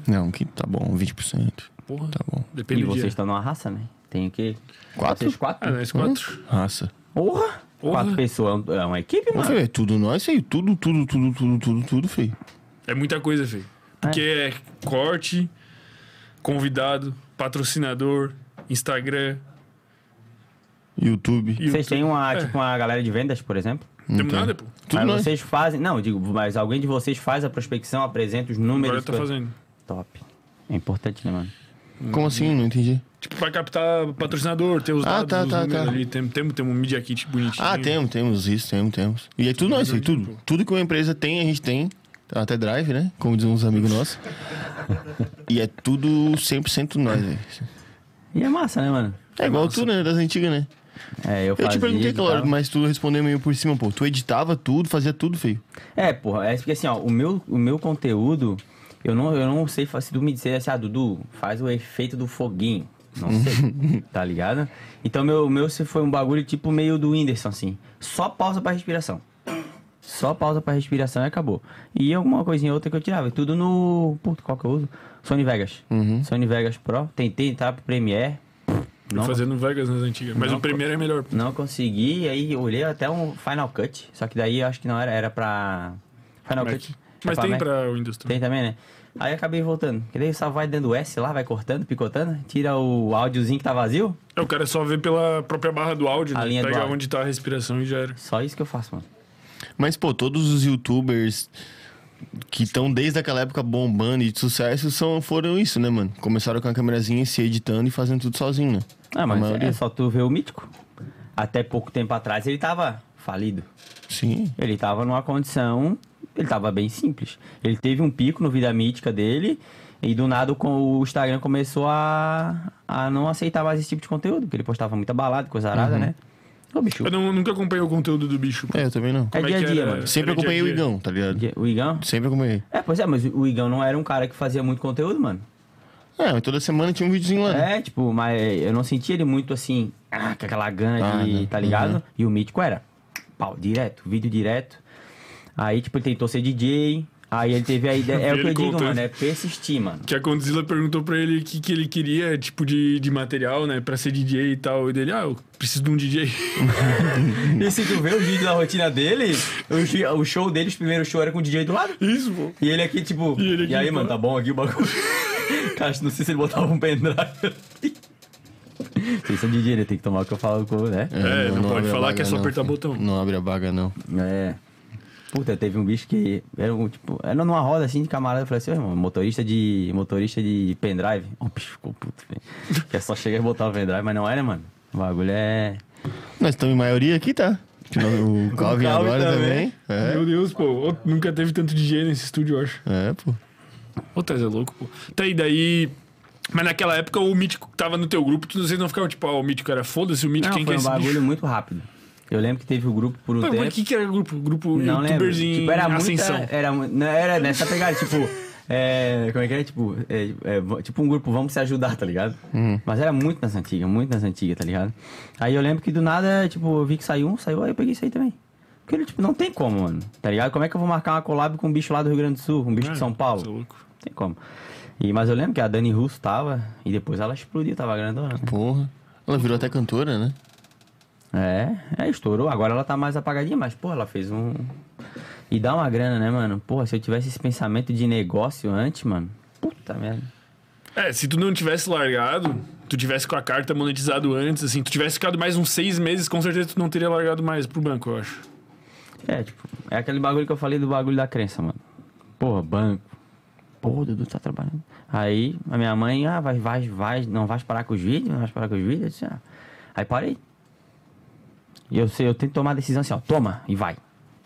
Speaker 1: Não, um quinto tá bom, 20%.
Speaker 2: Porra.
Speaker 1: Tá bom.
Speaker 2: Depende
Speaker 3: Então, e
Speaker 2: do
Speaker 3: vocês
Speaker 2: dia.
Speaker 3: estão numa raça, né? Tem o quê?
Speaker 1: Quatro?
Speaker 3: Vocês quatro?
Speaker 2: Ah, nós quatro.
Speaker 1: Raça.
Speaker 3: Porra!
Speaker 2: Porra.
Speaker 3: Quatro pessoas. É uma equipe,
Speaker 1: Ô,
Speaker 3: mano.
Speaker 1: filho, é tudo nós, feio. Tudo, tudo, tudo, tudo, tudo, tudo, feio.
Speaker 2: É muita coisa, filho. Porque é. corte, convidado, patrocinador, Instagram.
Speaker 1: YouTube.
Speaker 2: YouTube.
Speaker 3: Vocês têm uma,
Speaker 2: É.
Speaker 3: tipo, uma galera de vendas, por exemplo?
Speaker 2: Temos nada, pô.
Speaker 1: Tudo
Speaker 3: mas
Speaker 1: nós.
Speaker 3: vocês fazem. Não, digo, mas alguém de vocês faz a prospecção, apresenta os números.
Speaker 2: Agora tá eu tô
Speaker 3: coisa-
Speaker 2: fazendo.
Speaker 3: Top. É importante, né, mano?
Speaker 1: Como assim? Não entendi.
Speaker 2: Tipo, pra captar patrocinador, ter os
Speaker 1: Ah,
Speaker 2: dados
Speaker 1: tá,
Speaker 2: os
Speaker 1: tá,
Speaker 2: números
Speaker 1: tá.
Speaker 2: ali. Temos tem, tem um media kit bonitinho.
Speaker 1: Ah, temos, temos isso, temos, temos. E é tudo nós, filho, tudo. Tudo que uma empresa tem, a gente tem. Até drive, né? Como dizem uns amigos nossos. E é tudo 100% nós, velho.
Speaker 3: E é massa, né, mano?
Speaker 1: É igual tu, né? Das antigas, né?
Speaker 3: É, eu
Speaker 1: Eu
Speaker 3: fazia...
Speaker 1: te perguntei, claro,
Speaker 3: editava.
Speaker 1: mas tu respondeu meio por cima, pô. Tu editava tudo, fazia tudo, feio.
Speaker 3: É, porra, é porque assim, ó, o meu, o meu conteúdo, eu não, eu não sei fa- se tu me disser assim, ah, Dudu, faz o efeito do foguinho. Não sei, tá ligado? Então meu, meu se foi um bagulho tipo meio do Whindersson, assim. Só pausa pra respiração. Só pausa pra respiração e acabou. E alguma coisinha outra que eu tirava. Tudo no. Puta, qual que eu uso? Sony Vegas. Sony Vegas Pro. Tentei entrar pro Premiere.
Speaker 2: Tô
Speaker 3: Não
Speaker 2: Fazendo Vegas nas antigas. Mas
Speaker 3: Não,
Speaker 2: o primeiro é melhor.
Speaker 3: não consegui, aí olhei até um Final Cut, só que daí eu acho que não era, era pra. Final
Speaker 2: Mac.
Speaker 3: Cut.
Speaker 2: Mas
Speaker 3: É
Speaker 2: tem
Speaker 3: Mac.
Speaker 2: pra Windows também.
Speaker 3: Tem também, né? Aí acabei voltando. Que daí só vai dando S lá, vai cortando, picotando, tira o áudiozinho que tá vazio.
Speaker 2: É, O cara é só vê pela própria barra do áudio,
Speaker 3: A
Speaker 2: né?
Speaker 3: linha do
Speaker 2: Pega
Speaker 3: áudio.
Speaker 2: onde tá a respiração e já era.
Speaker 3: Só isso que eu faço, mano.
Speaker 1: Mas, pô, todos os youtubers que estão desde aquela época bombando e de sucesso são, foram isso, né, mano? Começaram com a câmerazinha, se editando e fazendo tudo sozinho, né?
Speaker 3: Ah, mas
Speaker 1: A maioria.
Speaker 3: é só tu ver o mítico. Até pouco tempo atrás ele tava falido.
Speaker 1: Sim.
Speaker 3: Ele tava numa condição. Ele tava bem simples. Ele teve um pico no vida mítica dele. E do nada o co- o Instagram começou a, a não aceitar mais esse tipo de conteúdo. Porque ele postava muita balada, coisa arada, né? Ô, bicho.
Speaker 2: Eu não- nunca acompanhei o conteúdo do bicho.
Speaker 1: É, eu também não.
Speaker 3: É
Speaker 2: Como
Speaker 3: dia a
Speaker 2: que
Speaker 3: dia,
Speaker 2: era?
Speaker 3: mano.
Speaker 1: Sempre
Speaker 2: Era dia a
Speaker 1: acompanhei o
Speaker 2: dia?
Speaker 1: Igão, tá ligado?
Speaker 3: O Igão?
Speaker 1: Sempre acompanhei.
Speaker 3: É, pois é, mas o Igão não era um cara que fazia muito conteúdo, mano.
Speaker 1: É, mas toda semana tinha um videozinho lá. né?
Speaker 3: É, tipo, mas eu não sentia ele muito assim, ah, com aquela gangue,
Speaker 1: Ah, né?
Speaker 3: tá ligado?
Speaker 2: Uhum.
Speaker 3: E o mítico era, pau, direto, vídeo direto. Aí, tipo, ele tentou ser DJ, aí ele teve
Speaker 2: (laughs)
Speaker 3: a ideia. É o que
Speaker 2: Ele
Speaker 3: eu digo,
Speaker 2: contou
Speaker 3: mano,
Speaker 2: isso.
Speaker 3: é persistir,
Speaker 2: (laughs)
Speaker 3: mano.
Speaker 2: Que a Condzilla perguntou pra ele o que, que ele queria, tipo, de, de material, né? Pra ser DJ e tal. E dele, ah, eu preciso de um DJ.
Speaker 3: E se tu vê o vídeo da rotina dele, o shi- o show dele, os primeiros shows era com o DJ do lado.
Speaker 2: (laughs) Isso, pô.
Speaker 3: E ele aqui, tipo,
Speaker 2: E ele
Speaker 3: e,
Speaker 2: aqui,
Speaker 3: aí,
Speaker 2: pô.
Speaker 3: mano, tá bom aqui o bagulho? (laughs) Cara, não sei se ele botava um pendrive. (laughs) Vocês são DJ, né? Tem que tomar o que eu falo com, né?
Speaker 2: É, não pode
Speaker 1: abre a
Speaker 2: falar que é só
Speaker 1: não,
Speaker 2: apertar
Speaker 1: filho.
Speaker 2: botão.
Speaker 1: Não abre a vaga, não.
Speaker 3: É. Puta, teve um bicho que era um, tipo, era numa roda assim de camarada, eu falei assim, "Ô, irmão, motorista de motorista de pendrive. (laughs) O bicho ficou puto, velho. Que é só chegar e botar o pendrive, mas não é, né, mano? O bagulho é
Speaker 1: Nós estamos em maioria aqui, tá? Que nós- O Calvin agora também.
Speaker 2: Meu Deus, pô. Ô, nunca teve tanto DJ nesse estúdio, eu acho.
Speaker 1: É, é, pô.
Speaker 2: Ô, Thais, é louco, pô. Tá, e daí... Mas naquela época o Mítico que tava no teu grupo, tu- vocês não ficavam tipo, ah, o Mítico era foda-se, o Mítico,
Speaker 3: Não,
Speaker 2: quem que
Speaker 3: foi
Speaker 2: é
Speaker 3: um
Speaker 2: esse
Speaker 3: bagulho
Speaker 2: bicho?
Speaker 3: muito rápido. Eu lembro que teve o grupo por um
Speaker 2: Mas
Speaker 3: tempo.
Speaker 2: por que que era grupo? Grupo
Speaker 3: Não lembro.
Speaker 2: youtuberzinho
Speaker 3: Tipo, era muito.
Speaker 2: ascensão.
Speaker 3: Era, mu- não, era nessa pegada, tipo. (laughs) é, como é que era? Tipo, é, é, v- tipo um grupo, vamos se ajudar, tá ligado? Mas era muito nas antigas, muito nas antigas, tá ligado? Aí eu lembro que do nada, tipo, eu vi que saiu um, saiu, aí eu peguei isso aí também. Porque, ele, tipo, não tem como, mano, tá ligado? Como é que eu vou marcar uma collab com um bicho lá do Rio Grande do Sul, um bicho de São Paulo?
Speaker 2: Tá louco.
Speaker 3: Não tem como. E, mas eu lembro que a Dani Russo tava, e depois ela explodiu, tava grandona.
Speaker 1: Porra. Ela virou até cantora, né?
Speaker 3: É, é, estourou. Agora ela tá mais apagadinha, mas, pô, ela fez um. E dá uma grana, né, mano? Porra, se eu tivesse esse pensamento de negócio antes, mano. Puta merda.
Speaker 2: É, se tu não tivesse largado, tu tivesse com a carta monetizado antes, assim, tu tivesse ficado mais uns seis meses, com certeza tu não teria largado mais pro banco, eu acho.
Speaker 3: É, tipo, é aquele bagulho que eu falei do bagulho da crença, mano. Porra, banco. Porra, o Dudu tá trabalhando. Aí a minha mãe, ah, vai, vai, vai, não vais parar com os vídeos, não vais parar com os vídeos. Eu disse, ah. Aí parei. E eu sei, eu tenho que tomar a decisão assim, ó, toma e vai.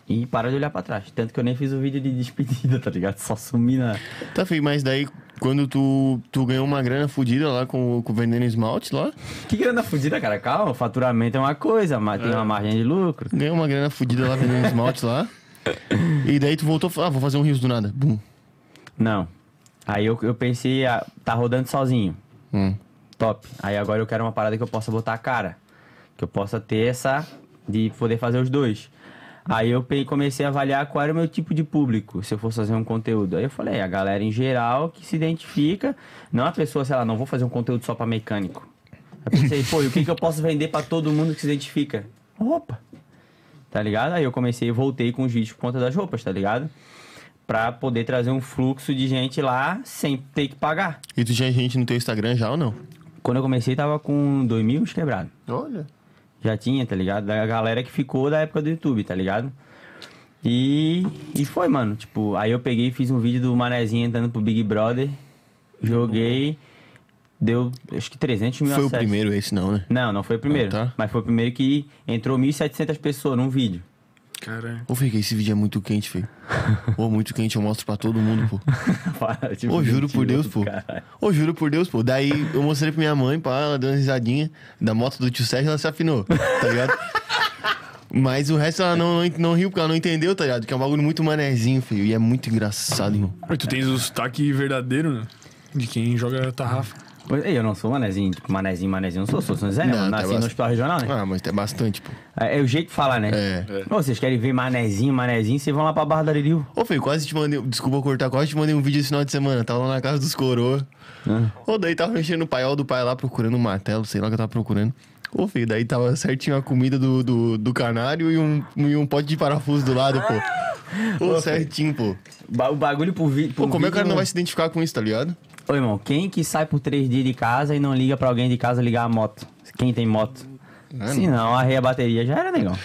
Speaker 3: E para de olhar pra trás. Tanto que eu nem fiz o vídeo de despedida, (laughs) tá ligado? Só sumi na.
Speaker 1: Tá, feio, mas daí quando tu, tu ganhou uma grana fodida lá com, o- com o vendendo esmalte lá,
Speaker 3: Que grana fudida, cara? Calma, faturamento é uma coisa, mas tem uma margem de lucro.
Speaker 1: ganhou uma grana fodida lá vendendo esmalte lá. E daí tu voltou, e falou, ah, vou fazer um rios do nada. Bum.
Speaker 3: Não. Aí eu, eu pensei, ah, tá rodando sozinho.
Speaker 1: Hum.
Speaker 3: Top. Aí agora eu quero uma parada que eu possa botar a cara. Que eu possa ter essa de poder fazer os dois. Aí eu pe- comecei a avaliar qual era o meu tipo de público, se eu fosse fazer um conteúdo. Aí eu falei, a galera em geral que se identifica, não a pessoa, sei lá, não vou fazer um conteúdo só pra mecânico. Aí eu pensei, pô, e o que, que eu posso vender pra todo mundo que se identifica? Opa! Tá ligado? Aí eu comecei, voltei com os vídeos por conta das roupas, tá ligado? Pra poder trazer um fluxo de gente lá sem ter que pagar.
Speaker 1: E tu tinha gente no teu Instagram já ou não?
Speaker 3: Quando eu comecei, tava com 2 mil uns quebrados.
Speaker 1: Olha.
Speaker 3: Já tinha, tá ligado? Da galera que ficou da época do YouTube, tá ligado? E, e foi, mano. Tipo, aí eu peguei e fiz um vídeo do Manezinho entrando pro Big Brother. Joguei. deu, acho que 300 mil
Speaker 1: Foi o
Speaker 3: acessos.
Speaker 1: primeiro esse, não, né?
Speaker 3: Não, não foi o primeiro.
Speaker 1: Ah, tá.
Speaker 3: Mas foi o primeiro que entrou 1.700 pessoas num vídeo. (laughs)
Speaker 2: Caralho.
Speaker 1: Ô, Fê, que esse vídeo é muito quente, Fê. Ô, muito quente, eu mostro pra todo mundo, pô.
Speaker 3: Para, tipo,
Speaker 1: Ô, juro por Deus,
Speaker 3: mentiroso,
Speaker 1: pô.
Speaker 3: caralho.
Speaker 1: Ô, juro por Deus, pô. Daí eu mostrei pra minha mãe, pá, ela deu uma risadinha. Da moto do tio Sérgio, ela se afinou, tá
Speaker 3: (laughs)
Speaker 1: ligado? Mas o resto ela não, não, não riu, porque ela não entendeu, tá ligado? Que é um bagulho muito manezinho, filho. E é muito engraçado, irmão.
Speaker 2: Mas tu tens o sotaque verdadeiro, né? De quem joga tarrafa.
Speaker 3: Pois é, eu não sou manezinho, tipo, manezinho, manezinho, eu não sou, sou São José, né?
Speaker 1: Não,
Speaker 3: mano?
Speaker 1: tá
Speaker 3: Nasci no
Speaker 1: bastante.
Speaker 3: hospital regional, né?
Speaker 1: Ah, mas é bastante, pô.
Speaker 3: É, é o jeito de falar, né?
Speaker 1: É.
Speaker 3: Ô, vocês querem ver manezinho, manezinho, vocês vão lá pra Barra do Aririu.
Speaker 1: Ô, Fê, quase te mandei. um, Desculpa cortar, quase te mandei um vídeo esse final de semana. Tava lá na casa dos coroa. Ô, daí tava mexendo no paiol do pai lá, procurando um martelo, sei lá o que eu tava procurando. Ô, Fê, daí tava certinho a comida do, do, do canário e um, e um pote de parafuso do lado, pô. Ô, certinho, pô.
Speaker 3: Ba- O bagulho pro, vi pro
Speaker 1: Pô, como é que o
Speaker 3: vídeo
Speaker 1: cara não vai se identificar com isso, tá ligado?
Speaker 3: Ô, irmão, quem que sai por três dias de casa e não liga pra alguém de casa ligar a moto? Quem tem moto? Se não, arreia a bateria, já era, negão.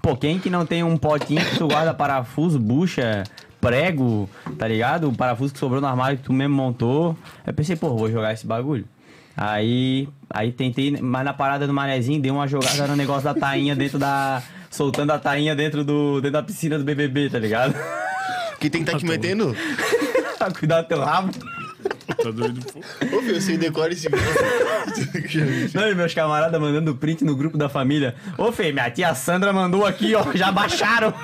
Speaker 3: Pô, quem que não tem um potinho que tu guarda parafuso, bucha, prego, tá ligado? O parafuso que sobrou no armário que tu mesmo montou. Eu pensei, pô, vou jogar esse bagulho. Aí, aí tentei, mas na parada do manezinho, dei uma jogada no negócio da tainha dentro da... Soltando a tainha dentro, do, dentro da piscina do BBB, tá ligado? (laughs)
Speaker 1: Quem tem que tá te metendo?
Speaker 3: Cuidado do teu rabo.
Speaker 2: Tá doido, pô.
Speaker 1: Ô, Fê, você decora esse vídeo.
Speaker 3: Não, e meus camaradas mandando print no grupo da família. Ô, Fê, minha tia Sandra mandou aqui, ó, (laughs) já baixaram.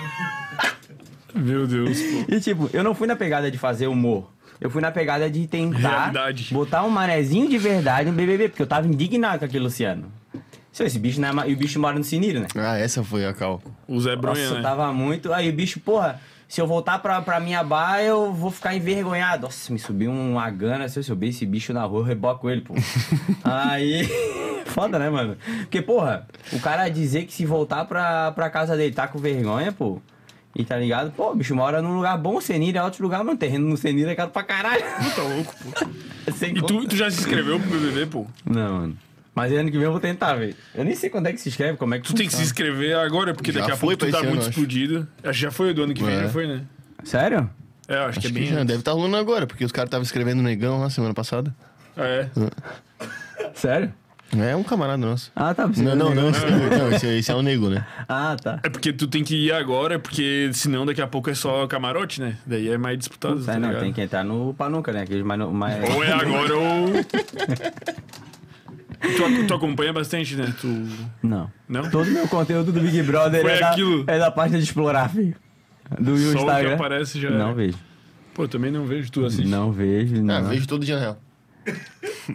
Speaker 2: Meu Deus, pô.
Speaker 3: E tipo, eu não fui na pegada de fazer humor. Eu fui na pegada de tentar
Speaker 2: Realidade.
Speaker 3: botar um manezinho de verdade no BBB, porque eu tava indignado com aquele Luciano. Seu, Esse bicho não é ma- E o bicho mora no Siniro, né?
Speaker 1: ah, essa foi a cal.
Speaker 2: O Zé Bronha,
Speaker 3: Nossa, eu
Speaker 2: né?
Speaker 1: tá
Speaker 3: tava muito. Aí o bicho, porra, se eu voltar pra, pra minha bar, eu vou ficar envergonhado. Nossa, me subiu uma gana. Se eu subir esse bicho na rua, eu reboco ele,
Speaker 2: (laughs)
Speaker 3: pô. Aí. (laughs) Foda, né, mano? Porque, porra, o cara dizer que se voltar pra, pra casa dele tá com vergonha, pô. E tá ligado? Pô, o bicho mora num lugar bom, Senira é outro lugar, mano. Terreno no Senira é caro pra caralho.
Speaker 2: (laughs) Tá louco, pô.
Speaker 3: Sem
Speaker 2: E tu,
Speaker 3: conta.
Speaker 2: tu já se inscreveu pro BBB, pô?
Speaker 3: Não, mano. Mas ano que vem eu vou tentar, velho. Eu nem sei quando é que se inscreve, como é que
Speaker 2: Tu tem que se
Speaker 3: funciona.
Speaker 2: inscrever agora, porque
Speaker 1: Já
Speaker 2: daqui a
Speaker 1: foi
Speaker 2: pouco tu
Speaker 1: pra
Speaker 2: tá
Speaker 1: esse ano,
Speaker 2: muito
Speaker 1: acho.
Speaker 2: explodido. Acho que já foi do ano que vem,
Speaker 1: É.
Speaker 2: já foi, né?
Speaker 3: Sério?
Speaker 2: É, acho, que é
Speaker 1: Acho
Speaker 2: bem.
Speaker 1: que já deve estar tá rolando agora, porque os caras estavam escrevendo negão lá semana passada.
Speaker 2: É.
Speaker 3: Sério?
Speaker 1: É um camarada nosso.
Speaker 3: Ah, tá. você
Speaker 1: Não,
Speaker 3: viu
Speaker 1: não,
Speaker 3: o
Speaker 1: não,
Speaker 3: negócio.
Speaker 1: esse, não, esse, esse é o nego, né?
Speaker 3: Ah, tá.
Speaker 2: É porque tu tem que ir agora, porque senão daqui a pouco é só camarote, né? Daí é mais disputado.
Speaker 3: É,
Speaker 2: tá
Speaker 3: não,
Speaker 2: ligado?
Speaker 3: tem que entrar no Panuca, né? Aqueles mais, no- mais...
Speaker 2: Ou é agora ou.
Speaker 1: (laughs)
Speaker 2: tu, ac- tu acompanha bastante, né? Tu.
Speaker 3: Não.
Speaker 2: Não?
Speaker 3: Todo meu conteúdo do Big Brother
Speaker 2: Foi
Speaker 3: é da,
Speaker 2: aquilo.
Speaker 3: é da página de explorar, filho. Do
Speaker 2: Só o que
Speaker 3: Instagram.
Speaker 2: aparece já.
Speaker 3: Não
Speaker 2: é.
Speaker 3: vejo.
Speaker 2: Pô, também não vejo. Tu assiste.
Speaker 3: Não vejo, não.
Speaker 1: Ah, vejo todo dia na real.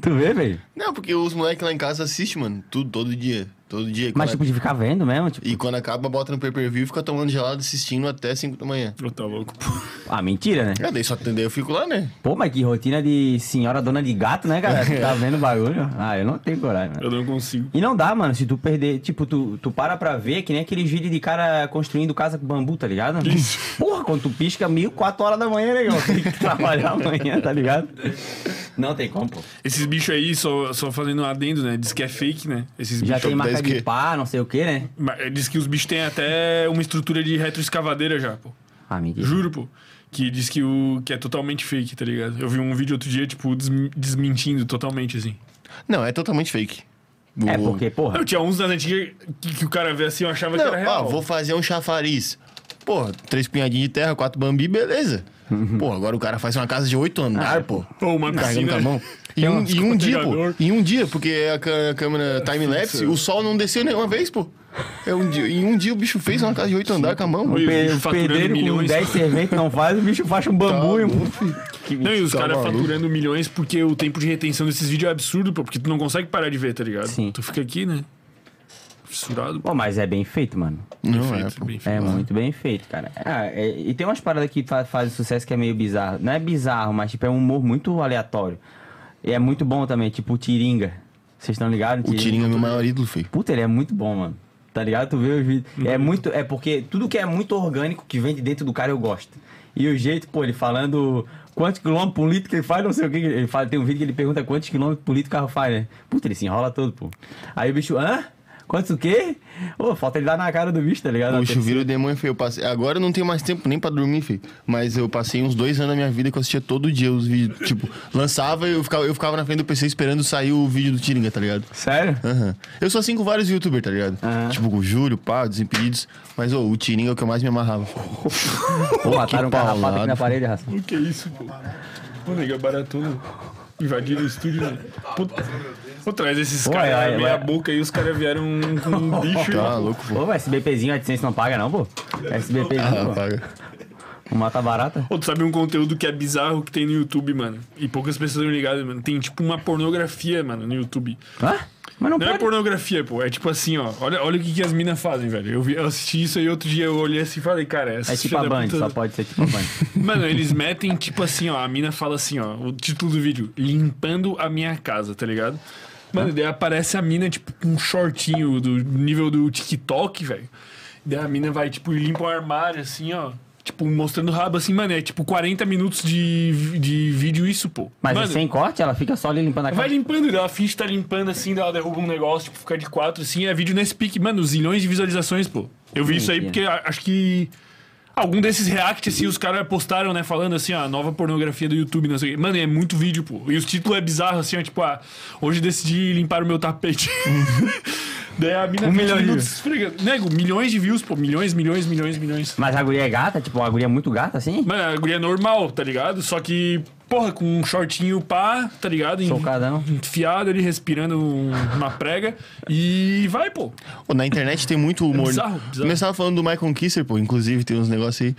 Speaker 3: Tu vê, velho?
Speaker 1: Não, porque os moleques lá em casa assistem, mano. Tudo, todo dia. Todo dia. Quando-
Speaker 3: Mas, tipo, de ficar vendo mesmo, tipo...
Speaker 1: E quando acaba, bota no pay-per-view e fica tomando gelado assistindo até 5 da manhã.
Speaker 2: Pô, tá louco, pô.
Speaker 3: Ah, mentira, né?
Speaker 1: É, daí só atender, eu fico lá, né?
Speaker 3: Pô, mas que rotina de senhora dona de gato, né, cara? Tu tá vendo o bagulho? Ah, eu não tenho coragem, mano.
Speaker 2: Eu não consigo.
Speaker 3: E não dá, mano, se tu perder... Tipo, tu, tu para pra ver que nem aquele vídeo de cara construindo casa com bambu, tá ligado?
Speaker 2: Isso.
Speaker 3: Porra, quando tu pisca, mil, quatro horas da manhã, negão. Tem
Speaker 2: (laughs)
Speaker 3: que trabalhar amanhã, tá ligado? Não tem como, pô.
Speaker 2: Esses bichos aí, só, só fazendo um adendo, né? Diz que é fake, né? Esses
Speaker 3: Já
Speaker 2: bichos.
Speaker 3: tem
Speaker 1: Bicho,
Speaker 3: marca
Speaker 1: dez
Speaker 3: de
Speaker 1: que-
Speaker 3: pá, não sei o que, né?
Speaker 2: Mas é, Diz que os bichos têm até uma estrutura de retroescavadeira já, pô.
Speaker 3: Ah, mentira.
Speaker 2: Juro, pô. Que diz que, o, que é totalmente fake, tá ligado? Eu vi um vídeo outro dia, tipo, desm- desmentindo totalmente, assim.
Speaker 1: Não, é totalmente fake.
Speaker 3: É
Speaker 1: Vou-
Speaker 3: porque, porra,
Speaker 2: Eu tinha uns das antigas que, que o cara vê assim, eu achava que
Speaker 1: Não,
Speaker 2: era
Speaker 1: ó,
Speaker 2: real.
Speaker 1: vou fazer um chafariz. Porra, três pinhadinhos de terra, quatro bambi, beleza. Pô, agora o cara faz uma casa de oito andar, pô.
Speaker 2: Ou uma
Speaker 1: Carregando
Speaker 2: piscina.
Speaker 1: com a
Speaker 2: (laughs)
Speaker 1: mão. E um, e um dia, pô.
Speaker 2: escorregador.
Speaker 1: Em um dia, porque a, cã- a câmera time-lapse, o sol não desceu nenhuma vez, pô. É um dia, em um dia o bicho fez uma casa de oito andar com a mão.
Speaker 2: Oi,
Speaker 3: o
Speaker 2: eu
Speaker 3: pe- o
Speaker 2: faturando
Speaker 3: pedreiro com
Speaker 2: milhões.
Speaker 3: 10 serventes não faz, o bicho faz um bambu e um... Que
Speaker 2: Tá Não, e os
Speaker 1: Tá
Speaker 2: caras
Speaker 1: maluco.
Speaker 2: faturando milhões porque o tempo de retenção desses vídeos é absurdo, pô, porque tu não consegue parar de ver, tá ligado?
Speaker 3: Sim.
Speaker 2: Tu fica aqui, né? Fissurado.
Speaker 3: Pô, mas é bem feito, mano.
Speaker 1: Não,
Speaker 2: Perfeito,
Speaker 1: é, pô.
Speaker 2: bem feito.
Speaker 3: É muito bem feito, cara. Ah, é- e tem umas paradas que fa- fazem sucesso que é meio bizarro. Não é bizarro, mas tipo, é um humor muito aleatório. E é muito bom também, tipo o Tiringa. Vocês estão ligados?
Speaker 1: O tirinho é meu maior ídolo, feio.
Speaker 3: Puta, ele é muito bom, mano. Tá ligado? Tu vê os vídeos. É muito. É porque tudo que é muito orgânico que vem de dentro do cara eu gosto. E o jeito, pô, ele falando quantos quilômetros por litro que ele faz, não sei o que. Ele fala, tem um vídeo que ele pergunta quantos quilômetros por litro o carro faz, né? Puta, ele se enrola todo, pô. Aí o bicho, hã? Quantos o quê? Ô, falta ele dar na cara do bicho, tá ligado? Na
Speaker 1: O
Speaker 3: terceira.
Speaker 1: chuveiro demônio, filho. Eu passei... Agora eu não tenho mais tempo nem pra dormir, filho. Mas eu passei uns dois anos da minha vida que eu assistia todo dia os vídeos. Tipo, lançava e eu ficava, eu ficava na frente do PC esperando sair o vídeo do Tiringa, tá ligado?
Speaker 3: Sério?
Speaker 1: Aham. Eu sou assim com vários youtubers, tá ligado?
Speaker 3: Aham.
Speaker 1: Tipo, com o Júlio, pá, Desimpedidos. Mas, ô, o Tiringa é o que eu mais me amarrava.
Speaker 3: Pô, mataram um carrapato aqui
Speaker 1: paulada.
Speaker 3: na parede, raça.
Speaker 2: O que é isso, pô? Pô, nega, baratona. Invadiram o estúdio, né? Puta. Pô, traz esses
Speaker 3: Ué,
Speaker 2: caras
Speaker 3: ué,
Speaker 2: meia
Speaker 3: ué.
Speaker 2: boca aí, os caras vieram com
Speaker 3: (laughs)
Speaker 2: um bicho.
Speaker 1: Tá louco, pô.
Speaker 3: Ô, o SBPzinho, a AdSense é não paga não, pô. SBPzinho,
Speaker 1: Ah, paga.
Speaker 3: pô. Mata barata.
Speaker 2: Pô, tu sabe um conteúdo que é bizarro que tem no YouTube, mano? E poucas pessoas estão ligadas, mano. Tem tipo uma pornografia, mano, no YouTube.
Speaker 3: Hã? Mas não,
Speaker 2: Não é
Speaker 3: pode.
Speaker 2: pornografia, pô. É tipo assim, ó. Olha, olha o que, que as minas fazem, velho. Eu, vi- eu assisti isso aí outro dia, eu olhei assim e falei, cara, essa
Speaker 3: É tipo a Band, só pode ser tipo a Band.
Speaker 2: Mano, eles metem tipo assim, ó. A mina fala assim, ó. O título do vídeo: Limpando a minha casa, tá ligado? Mano, daí aparece a mina, tipo, com um shortinho do nível do TikTok, velho. Daí a mina vai, tipo, e limpa o armário, assim, ó. Tipo, mostrando o rabo, assim, mano. É tipo 40 minutos de, vi- de vídeo isso, pô.
Speaker 3: Mas é
Speaker 2: mano,
Speaker 3: sem corte, ela fica só ali limpando a
Speaker 2: Vai
Speaker 3: cara.
Speaker 2: limpando, daí ela finge tá limpando assim, daí ela derruba um negócio, tipo, fica de quatro assim, é vídeo nesse pique. Mano, zilhões de visualizações, pô. Eu vi
Speaker 3: Sim,
Speaker 2: isso aí
Speaker 3: sim.
Speaker 2: porque a- acho que. Algum desses reacts, assim, os caras postaram, né? Falando assim, ó, nova pornografia do YouTube, não sei o quê. Mano, e é muito vídeo, pô. E os títulos é bizarro, assim, ó, tipo, ah, hoje decidi limpar o meu tapete. (laughs) Daí a mina
Speaker 3: Um milhão de
Speaker 2: minutos
Speaker 3: views.
Speaker 2: esfregando. Nego, milhões de views, pô. Milhões, milhões, milhões, milhões.
Speaker 3: Mas a guria é gata, tipo, a guria é muito gata, assim?
Speaker 2: Mano, a guria é normal, tá ligado? Só que, porra, com um shortinho pá, tá ligado? Em-
Speaker 3: Socadão.
Speaker 2: enfiado ali, respirando um- uma prega. E vai, pô.
Speaker 1: Pô, na internet tem muito humor.
Speaker 2: É bizarro, bizarro.
Speaker 1: Começava falando do Michael Kisser, pô. Inclusive, tem uns negócios aí.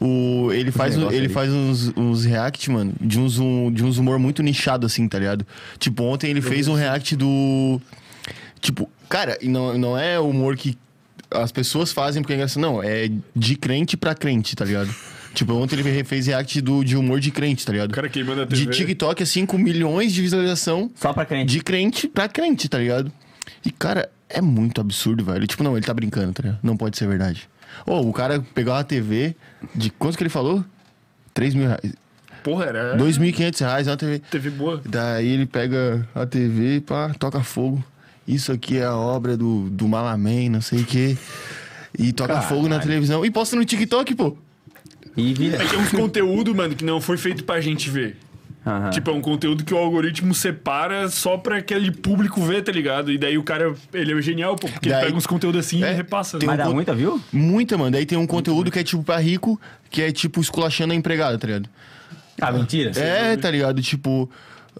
Speaker 1: O, ele faz, um-
Speaker 3: negócios
Speaker 1: ele
Speaker 3: aí.
Speaker 1: faz uns, uns react, mano, de uns, um, de uns humor muito nichado, assim, tá ligado? Tipo, ontem ele fez um react do. Tipo, cara, e não, não é humor que as pessoas fazem porque é engraçado. Não, é de crente pra crente, tá ligado? Tipo, ontem ele fez react do, de humor de crente, tá ligado?
Speaker 2: O cara queimando a TV.
Speaker 1: de TikTok, assim, com milhões de visualização.
Speaker 3: Só pra crente.
Speaker 1: De crente pra crente, tá ligado? E, cara, é muito absurdo, velho. Tipo, não, ele tá brincando, tá ligado? Não pode ser verdade. Ou o cara pegou uma TV de quanto que ele falou? 3 mil reais.
Speaker 2: Porra, era
Speaker 1: 2.500 reais uma TV.
Speaker 2: TV boa.
Speaker 1: Daí ele pega a TV e pá, toca fogo. Isso aqui é a obra do, do Malamém, não sei o quê. E toca fogo na televisão. E posta no TikTok, pô.
Speaker 3: E vira.
Speaker 2: É que é uns conteúdo, mano, que não foi feito pra gente ver.
Speaker 3: Aham.
Speaker 2: Tipo, é um conteúdo que o algoritmo separa só pra aquele público ver, tá ligado? E daí o cara, ele é genial, pô, porque ele
Speaker 1: Daí-
Speaker 2: pega uns conteúdos assim
Speaker 1: É,
Speaker 2: e repassa.
Speaker 1: tem
Speaker 2: né?
Speaker 3: Mas
Speaker 1: um
Speaker 3: dá
Speaker 1: con-
Speaker 3: muita, viu?
Speaker 1: Muita, mano. Daí tem um conteúdo que é tipo pra rico, que é tipo esculachando a empregada, tá ligado?
Speaker 3: Ah, mentira.
Speaker 1: É, tá ligado? Tipo,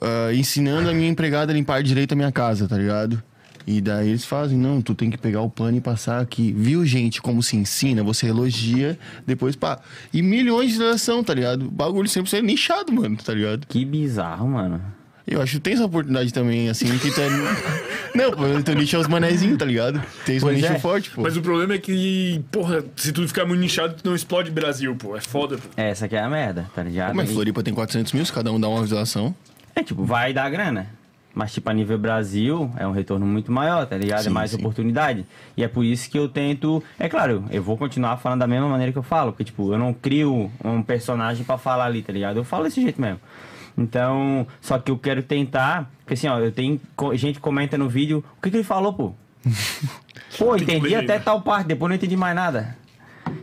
Speaker 1: ah, ensinando a minha empregada a limpar direito a minha casa, tá ligado? E daí eles fazem, não, tu tem que pegar o plano e passar aqui. Viu, gente, como se ensina, você elogia, depois pá. E milhões de visualização, tá ligado? O bagulho sempre é nichado, mano, tá ligado?
Speaker 3: Que bizarro, mano.
Speaker 1: Eu acho que tem essa oportunidade também, assim, que tá. (laughs) não, pô, o teu nicho é os manezinhos, tá ligado? Tem esse
Speaker 3: Pois
Speaker 1: nicho
Speaker 3: é.
Speaker 1: forte, pô.
Speaker 2: Mas o problema é que, porra, se tu ficar muito nichado, tu não explode Brasil, pô. É foda, pô.
Speaker 3: Essa aqui é a merda, tá ligado?
Speaker 1: Mas Floripa tem 400 mil, se cada um dá uma visualização.
Speaker 3: É, tipo, vai dar grana. Mas, tipo, a nível Brasil, é um retorno muito maior, tá ligado? é
Speaker 1: Sim,
Speaker 3: mais
Speaker 1: sim.
Speaker 3: oportunidade. E é por isso que eu tento. É claro, eu vou continuar falando da mesma maneira que eu falo, porque, tipo, eu não crio um personagem pra falar ali, tá ligado? Eu falo desse jeito mesmo. Então, só que eu quero tentar. Porque, assim, ó, eu tenho. co- Gente que comenta no vídeo, o que, que ele
Speaker 1: (laughs)
Speaker 3: falou, pô? Pô, entendi
Speaker 2: ler
Speaker 3: até
Speaker 2: ainda.
Speaker 3: tal parte, tá depois não entendi mais nada.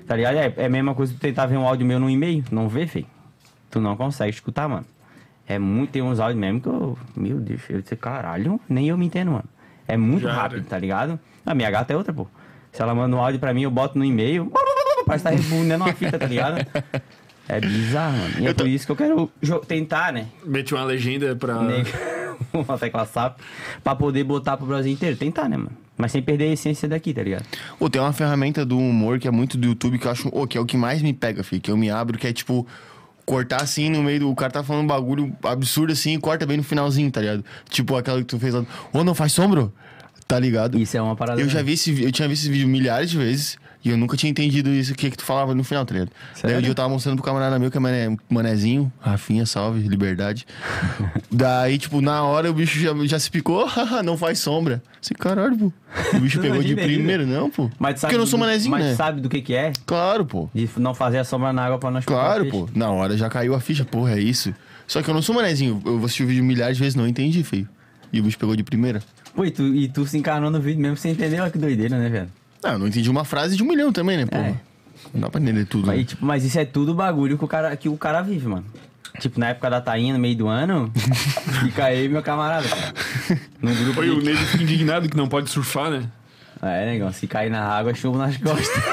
Speaker 3: Tá ligado? É, é a mesma coisa que tu tentar ver um áudio meu no e-mail. Não vê, filho. Tu não consegue escutar, mano. É muito, tem uns áudios mesmo que eu. Meu Deus, eu disse, caralho, nem eu me entendo, mano. É muito
Speaker 2: Já era.
Speaker 3: rápido, tá ligado? A minha gata é outra, pô. Se ela manda um áudio pra mim, eu boto no e-mail. Parece que tá rebundando uma fita, tá ligado? É bizarro, mano. E é por isso que eu quero jo- tentar, né?
Speaker 2: Mete uma legenda pra.
Speaker 3: Nego, (laughs) uma tecla SAP, pra poder botar pro Brasil inteiro. Tentar, né, mano? Mas sem perder a essência daqui, tá ligado?
Speaker 1: Ô, tem uma ferramenta do humor que é muito do YouTube que eu acho, ô, que é o que mais me pega, filho, que eu me abro, que é tipo cortar assim no meio do. O cara tá falando um bagulho absurdo assim e corta bem no finalzinho, tá ligado? Tipo aquela que tu fez lá. do, Ô, não faz sombro? Tá ligado?
Speaker 3: Isso é uma parada.
Speaker 1: Eu já
Speaker 3: né?
Speaker 1: vi esse vi- eu tinha visto esse vídeo milhares de vezes e eu nunca tinha entendido isso, o que que tu falava no final, tá ligado?
Speaker 3: Sério?
Speaker 1: Daí um dia eu tava mostrando pro camarada meu, que é mané, manezinho, Rafinha, salve, liberdade.
Speaker 3: (laughs)
Speaker 1: Daí, tipo, na hora o bicho já, já se picou, (laughs) haha, não faz sombra. Esse caralho, pô. O bicho
Speaker 3: Não
Speaker 1: pegou de
Speaker 3: imagina ainda.
Speaker 1: primeiro, não, pô.
Speaker 3: Mas tu sabe
Speaker 1: Porque eu não
Speaker 3: do-
Speaker 1: sou
Speaker 3: do-
Speaker 1: manezinho,
Speaker 3: mas
Speaker 1: né?
Speaker 3: sabe do que que é?
Speaker 1: Claro, pô.
Speaker 3: De não fazer a sombra na água pra nós
Speaker 1: Claro, pô. Na hora já caiu a ficha, porra, é isso. Só que eu não sou manezinho, eu vou assistir o vídeo milhares de vezes, não entendi, feio. E o bicho pegou de primeira.
Speaker 3: Pô, e tu, e tu se encarnou no vídeo mesmo sem entender, olha que doideira, né, velho?
Speaker 1: Ah, eu não entendi uma frase de um milhão também, né, porra? Não dá pra entender tudo.
Speaker 3: É. Mas,
Speaker 1: né?
Speaker 3: e, tipo, mas isso é tudo bagulho que o cara, que o cara vive, mano. Tipo, na época da Tainha, no meio
Speaker 1: (laughs)
Speaker 3: do ano, fica aí, meu camarada. cara. Num grupo.
Speaker 2: Foi o
Speaker 3: de...
Speaker 2: Ney fica indignado que não pode surfar, né?
Speaker 3: É, negão, se cair na água, é chuva nas costas.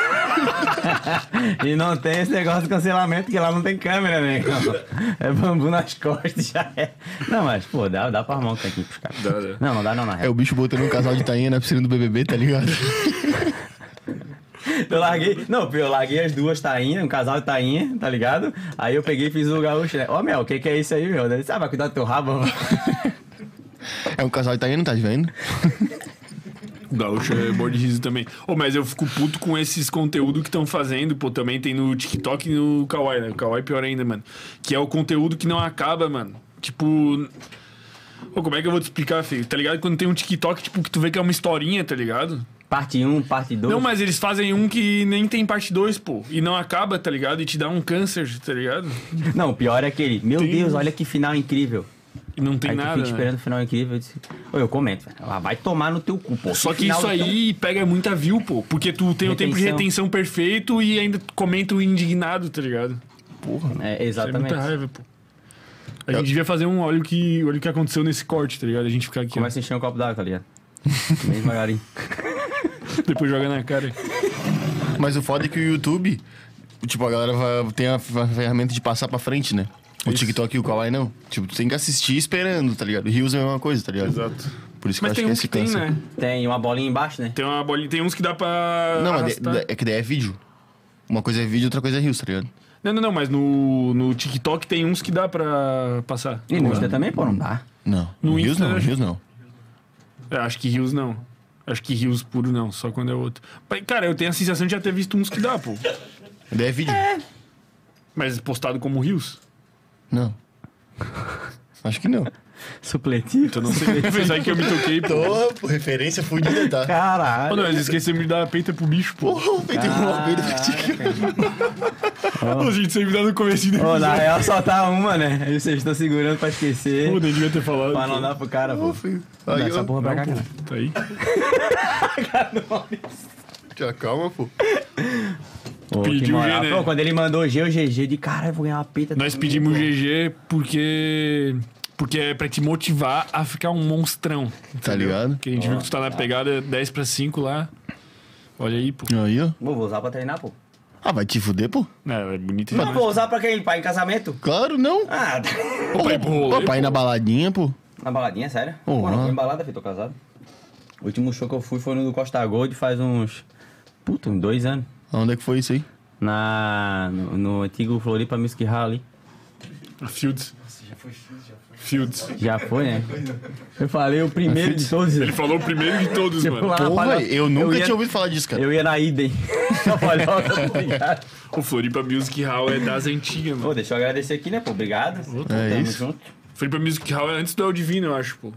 Speaker 3: (laughs) e não tem esse negócio de cancelamento, que lá não tem câmera, negão. É bambu nas costas, (laughs) já é. Não, mas, pô, dá, dá pra arrumar um técnico pros caras.
Speaker 2: Dá, dá.
Speaker 3: Não, não dá não, na
Speaker 1: É
Speaker 3: real.
Speaker 1: o bicho botando um casal de tainha na piscina do BBB, tá ligado?
Speaker 3: Eu larguei, não, eu larguei as duas tainhas, um casal de tainha, tá ligado? Aí eu peguei e fiz o gaúcho, né? Ó, Mel, o que que é isso aí, meu? Ele disse, ah, vai cuidar do teu rabo, mano.
Speaker 1: É um casal de tainha, não tá vendo?
Speaker 2: O gaúcho é bom de riso também. Ô, mas eu fico puto com esses conteúdos que estão fazendo, pô, também tem no TikTok e no Kawaii, né? O Kawaii é pior ainda, mano. Que é o conteúdo que não acaba, mano. Tipo. Ô, como é que eu vou te explicar, filho? Tá ligado? Quando tem um TikTok, tipo, que tu vê que é uma historinha, tá ligado?
Speaker 3: Parte 1, parte 2.
Speaker 2: Não, mas eles fazem um que nem tem parte 2, pô. E não acaba, tá ligado? E te dá um câncer, tá ligado?
Speaker 3: Não, o pior é aquele, meu Deus, olha que final incrível.
Speaker 2: E não tem
Speaker 3: aí tu
Speaker 2: nada.
Speaker 3: fica
Speaker 2: né?
Speaker 3: esperando o final incrível. Eu, disse, Ô, eu comento, velho. Ela vai tomar no teu cu, pô.
Speaker 2: Só que
Speaker 3: final
Speaker 2: isso
Speaker 3: do teu-
Speaker 2: aí pega muita view, pô. Porque tu tem o tempo de
Speaker 3: Retenção.
Speaker 2: retenção perfeito e ainda comenta o indignado, tá ligado?
Speaker 3: É,
Speaker 2: Isso é
Speaker 3: exatamente.
Speaker 2: muita raiva, pô. A gente devia fazer um olha o que, olha o que aconteceu nesse corte, tá ligado? A gente ficar aqui, ó,
Speaker 3: Começa a encher um copo d'água, tá
Speaker 2: (laughs)
Speaker 3: ligado? Bem devagarinho.
Speaker 2: depois joga na cara.
Speaker 1: Mas o foda é que o YouTube, tipo, a galera va- tem a f- a ferramenta de passar pra frente, né? O TikTok e o Kawaii não. Tipo, tu tem que assistir esperando, tá ligado? Rios é a mesma coisa, tá ligado? Por isso que
Speaker 2: Mas
Speaker 1: eu acho
Speaker 2: tem
Speaker 1: que é
Speaker 2: uns
Speaker 1: esse
Speaker 2: que tem,
Speaker 1: câncer.
Speaker 2: né?
Speaker 3: Tem uma bolinha embaixo, né?
Speaker 2: Tem, uma bolinha, tem uns que dá pra.
Speaker 1: Não, mas de-
Speaker 2: arrastar.
Speaker 1: é que daí é vídeo. Uma coisa é vídeo, outra coisa é rios, tá ligado?
Speaker 2: não, não, não, mas no, no TikTok tem uns que dá pra passar.
Speaker 3: E no Insta também, pô, não dá.
Speaker 1: Não.
Speaker 2: No
Speaker 1: rios
Speaker 2: Insta,
Speaker 1: não,
Speaker 2: né?
Speaker 1: rios não.
Speaker 2: É, acho que rios não. Acho que rios puro não, só quando é outro. Mas, Cara, eu tenho a sensação de já ter visto uns que dá, pô.
Speaker 1: Daí é vídeo.
Speaker 2: Mas postado como rios.
Speaker 1: Não. Acho que não.
Speaker 3: Supletivo.
Speaker 2: Eu não (laughs) sei. Apesar que eu me toquei, pô.
Speaker 1: Tô, pô, referência fudida, tá?
Speaker 2: Pô,
Speaker 3: Caralho.
Speaker 2: não, eles esqueceram de dar a peita pro bicho, pô.
Speaker 1: Porra, feito um
Speaker 2: Ah.
Speaker 1: albedo pra ti.
Speaker 2: A gente sempre dá no começo do
Speaker 3: Ô,
Speaker 2: episódio.
Speaker 3: na real só tá uma, né? Aí vocês estão segurando pra esquecer.
Speaker 2: Pô, (laughs) nem devia ter falado.
Speaker 3: Pra não dar pro cara, pô. Dá
Speaker 1: Aí,
Speaker 3: essa
Speaker 1: ó.
Speaker 3: porra pra cá,
Speaker 2: pô.
Speaker 3: cara.
Speaker 2: Tá aí.
Speaker 1: Já calma, pô.
Speaker 3: Pô, que
Speaker 2: Pediu
Speaker 3: moral.
Speaker 2: G, né?
Speaker 3: Pô, quando ele mandou G, o GG de cara, eu vou ganhar uma peita.
Speaker 2: Nós
Speaker 3: também,
Speaker 2: pedimos o
Speaker 3: pô.
Speaker 2: GG porque. Porque é pra te motivar a ficar um monstrão.
Speaker 1: Tá ligado?
Speaker 2: Porque a gente viu que tu tá na pegada 10 pra 5 lá. Olha aí, pô.
Speaker 1: Aí, ó.
Speaker 3: Pô, vou usar pra treinar, pô.
Speaker 1: Ah, vai te fuder, pô.
Speaker 2: É, é bonito
Speaker 3: Não,
Speaker 2: demais.
Speaker 3: vou usar pra quem? Pra ir em casamento?
Speaker 1: Claro, não.
Speaker 3: Ah, (laughs) tá.
Speaker 2: Pô, pra ir pro rolê,
Speaker 1: Pô, pra ir na baladinha, pô.
Speaker 3: Na baladinha, é sério?
Speaker 1: Uhum.
Speaker 3: Pô, não fui em balada, filho, tô casado. O último show que eu fui foi no do Costa Gold faz uns. Puta, uns dois anos.
Speaker 1: Onde é que foi isso aí?
Speaker 3: Na. No, no antigo Floripa Music Hall ali.
Speaker 2: Fields. Fields.
Speaker 3: Já
Speaker 2: (laughs)
Speaker 3: foi, né? Eu falei o primeiro de todos.
Speaker 2: Ele falou o primeiro de todos,
Speaker 3: Tipo,
Speaker 2: mano.
Speaker 3: lá na
Speaker 1: Porra,
Speaker 3: palhoça.
Speaker 1: Ah, eu nunca
Speaker 3: ia-
Speaker 1: tinha ouvido falar disso, cara.
Speaker 3: Eu ia na Idem. (laughs) Na palhoça, tá ligado?
Speaker 2: O Floripa Music Hall é das antigas, mano.
Speaker 3: Pô, deixa eu agradecer aqui, né, pô? Obrigado.
Speaker 1: É
Speaker 3: Tamo
Speaker 1: isso.
Speaker 3: junto.
Speaker 2: Floripa Music Hall é antes do El Divino, eu acho, pô.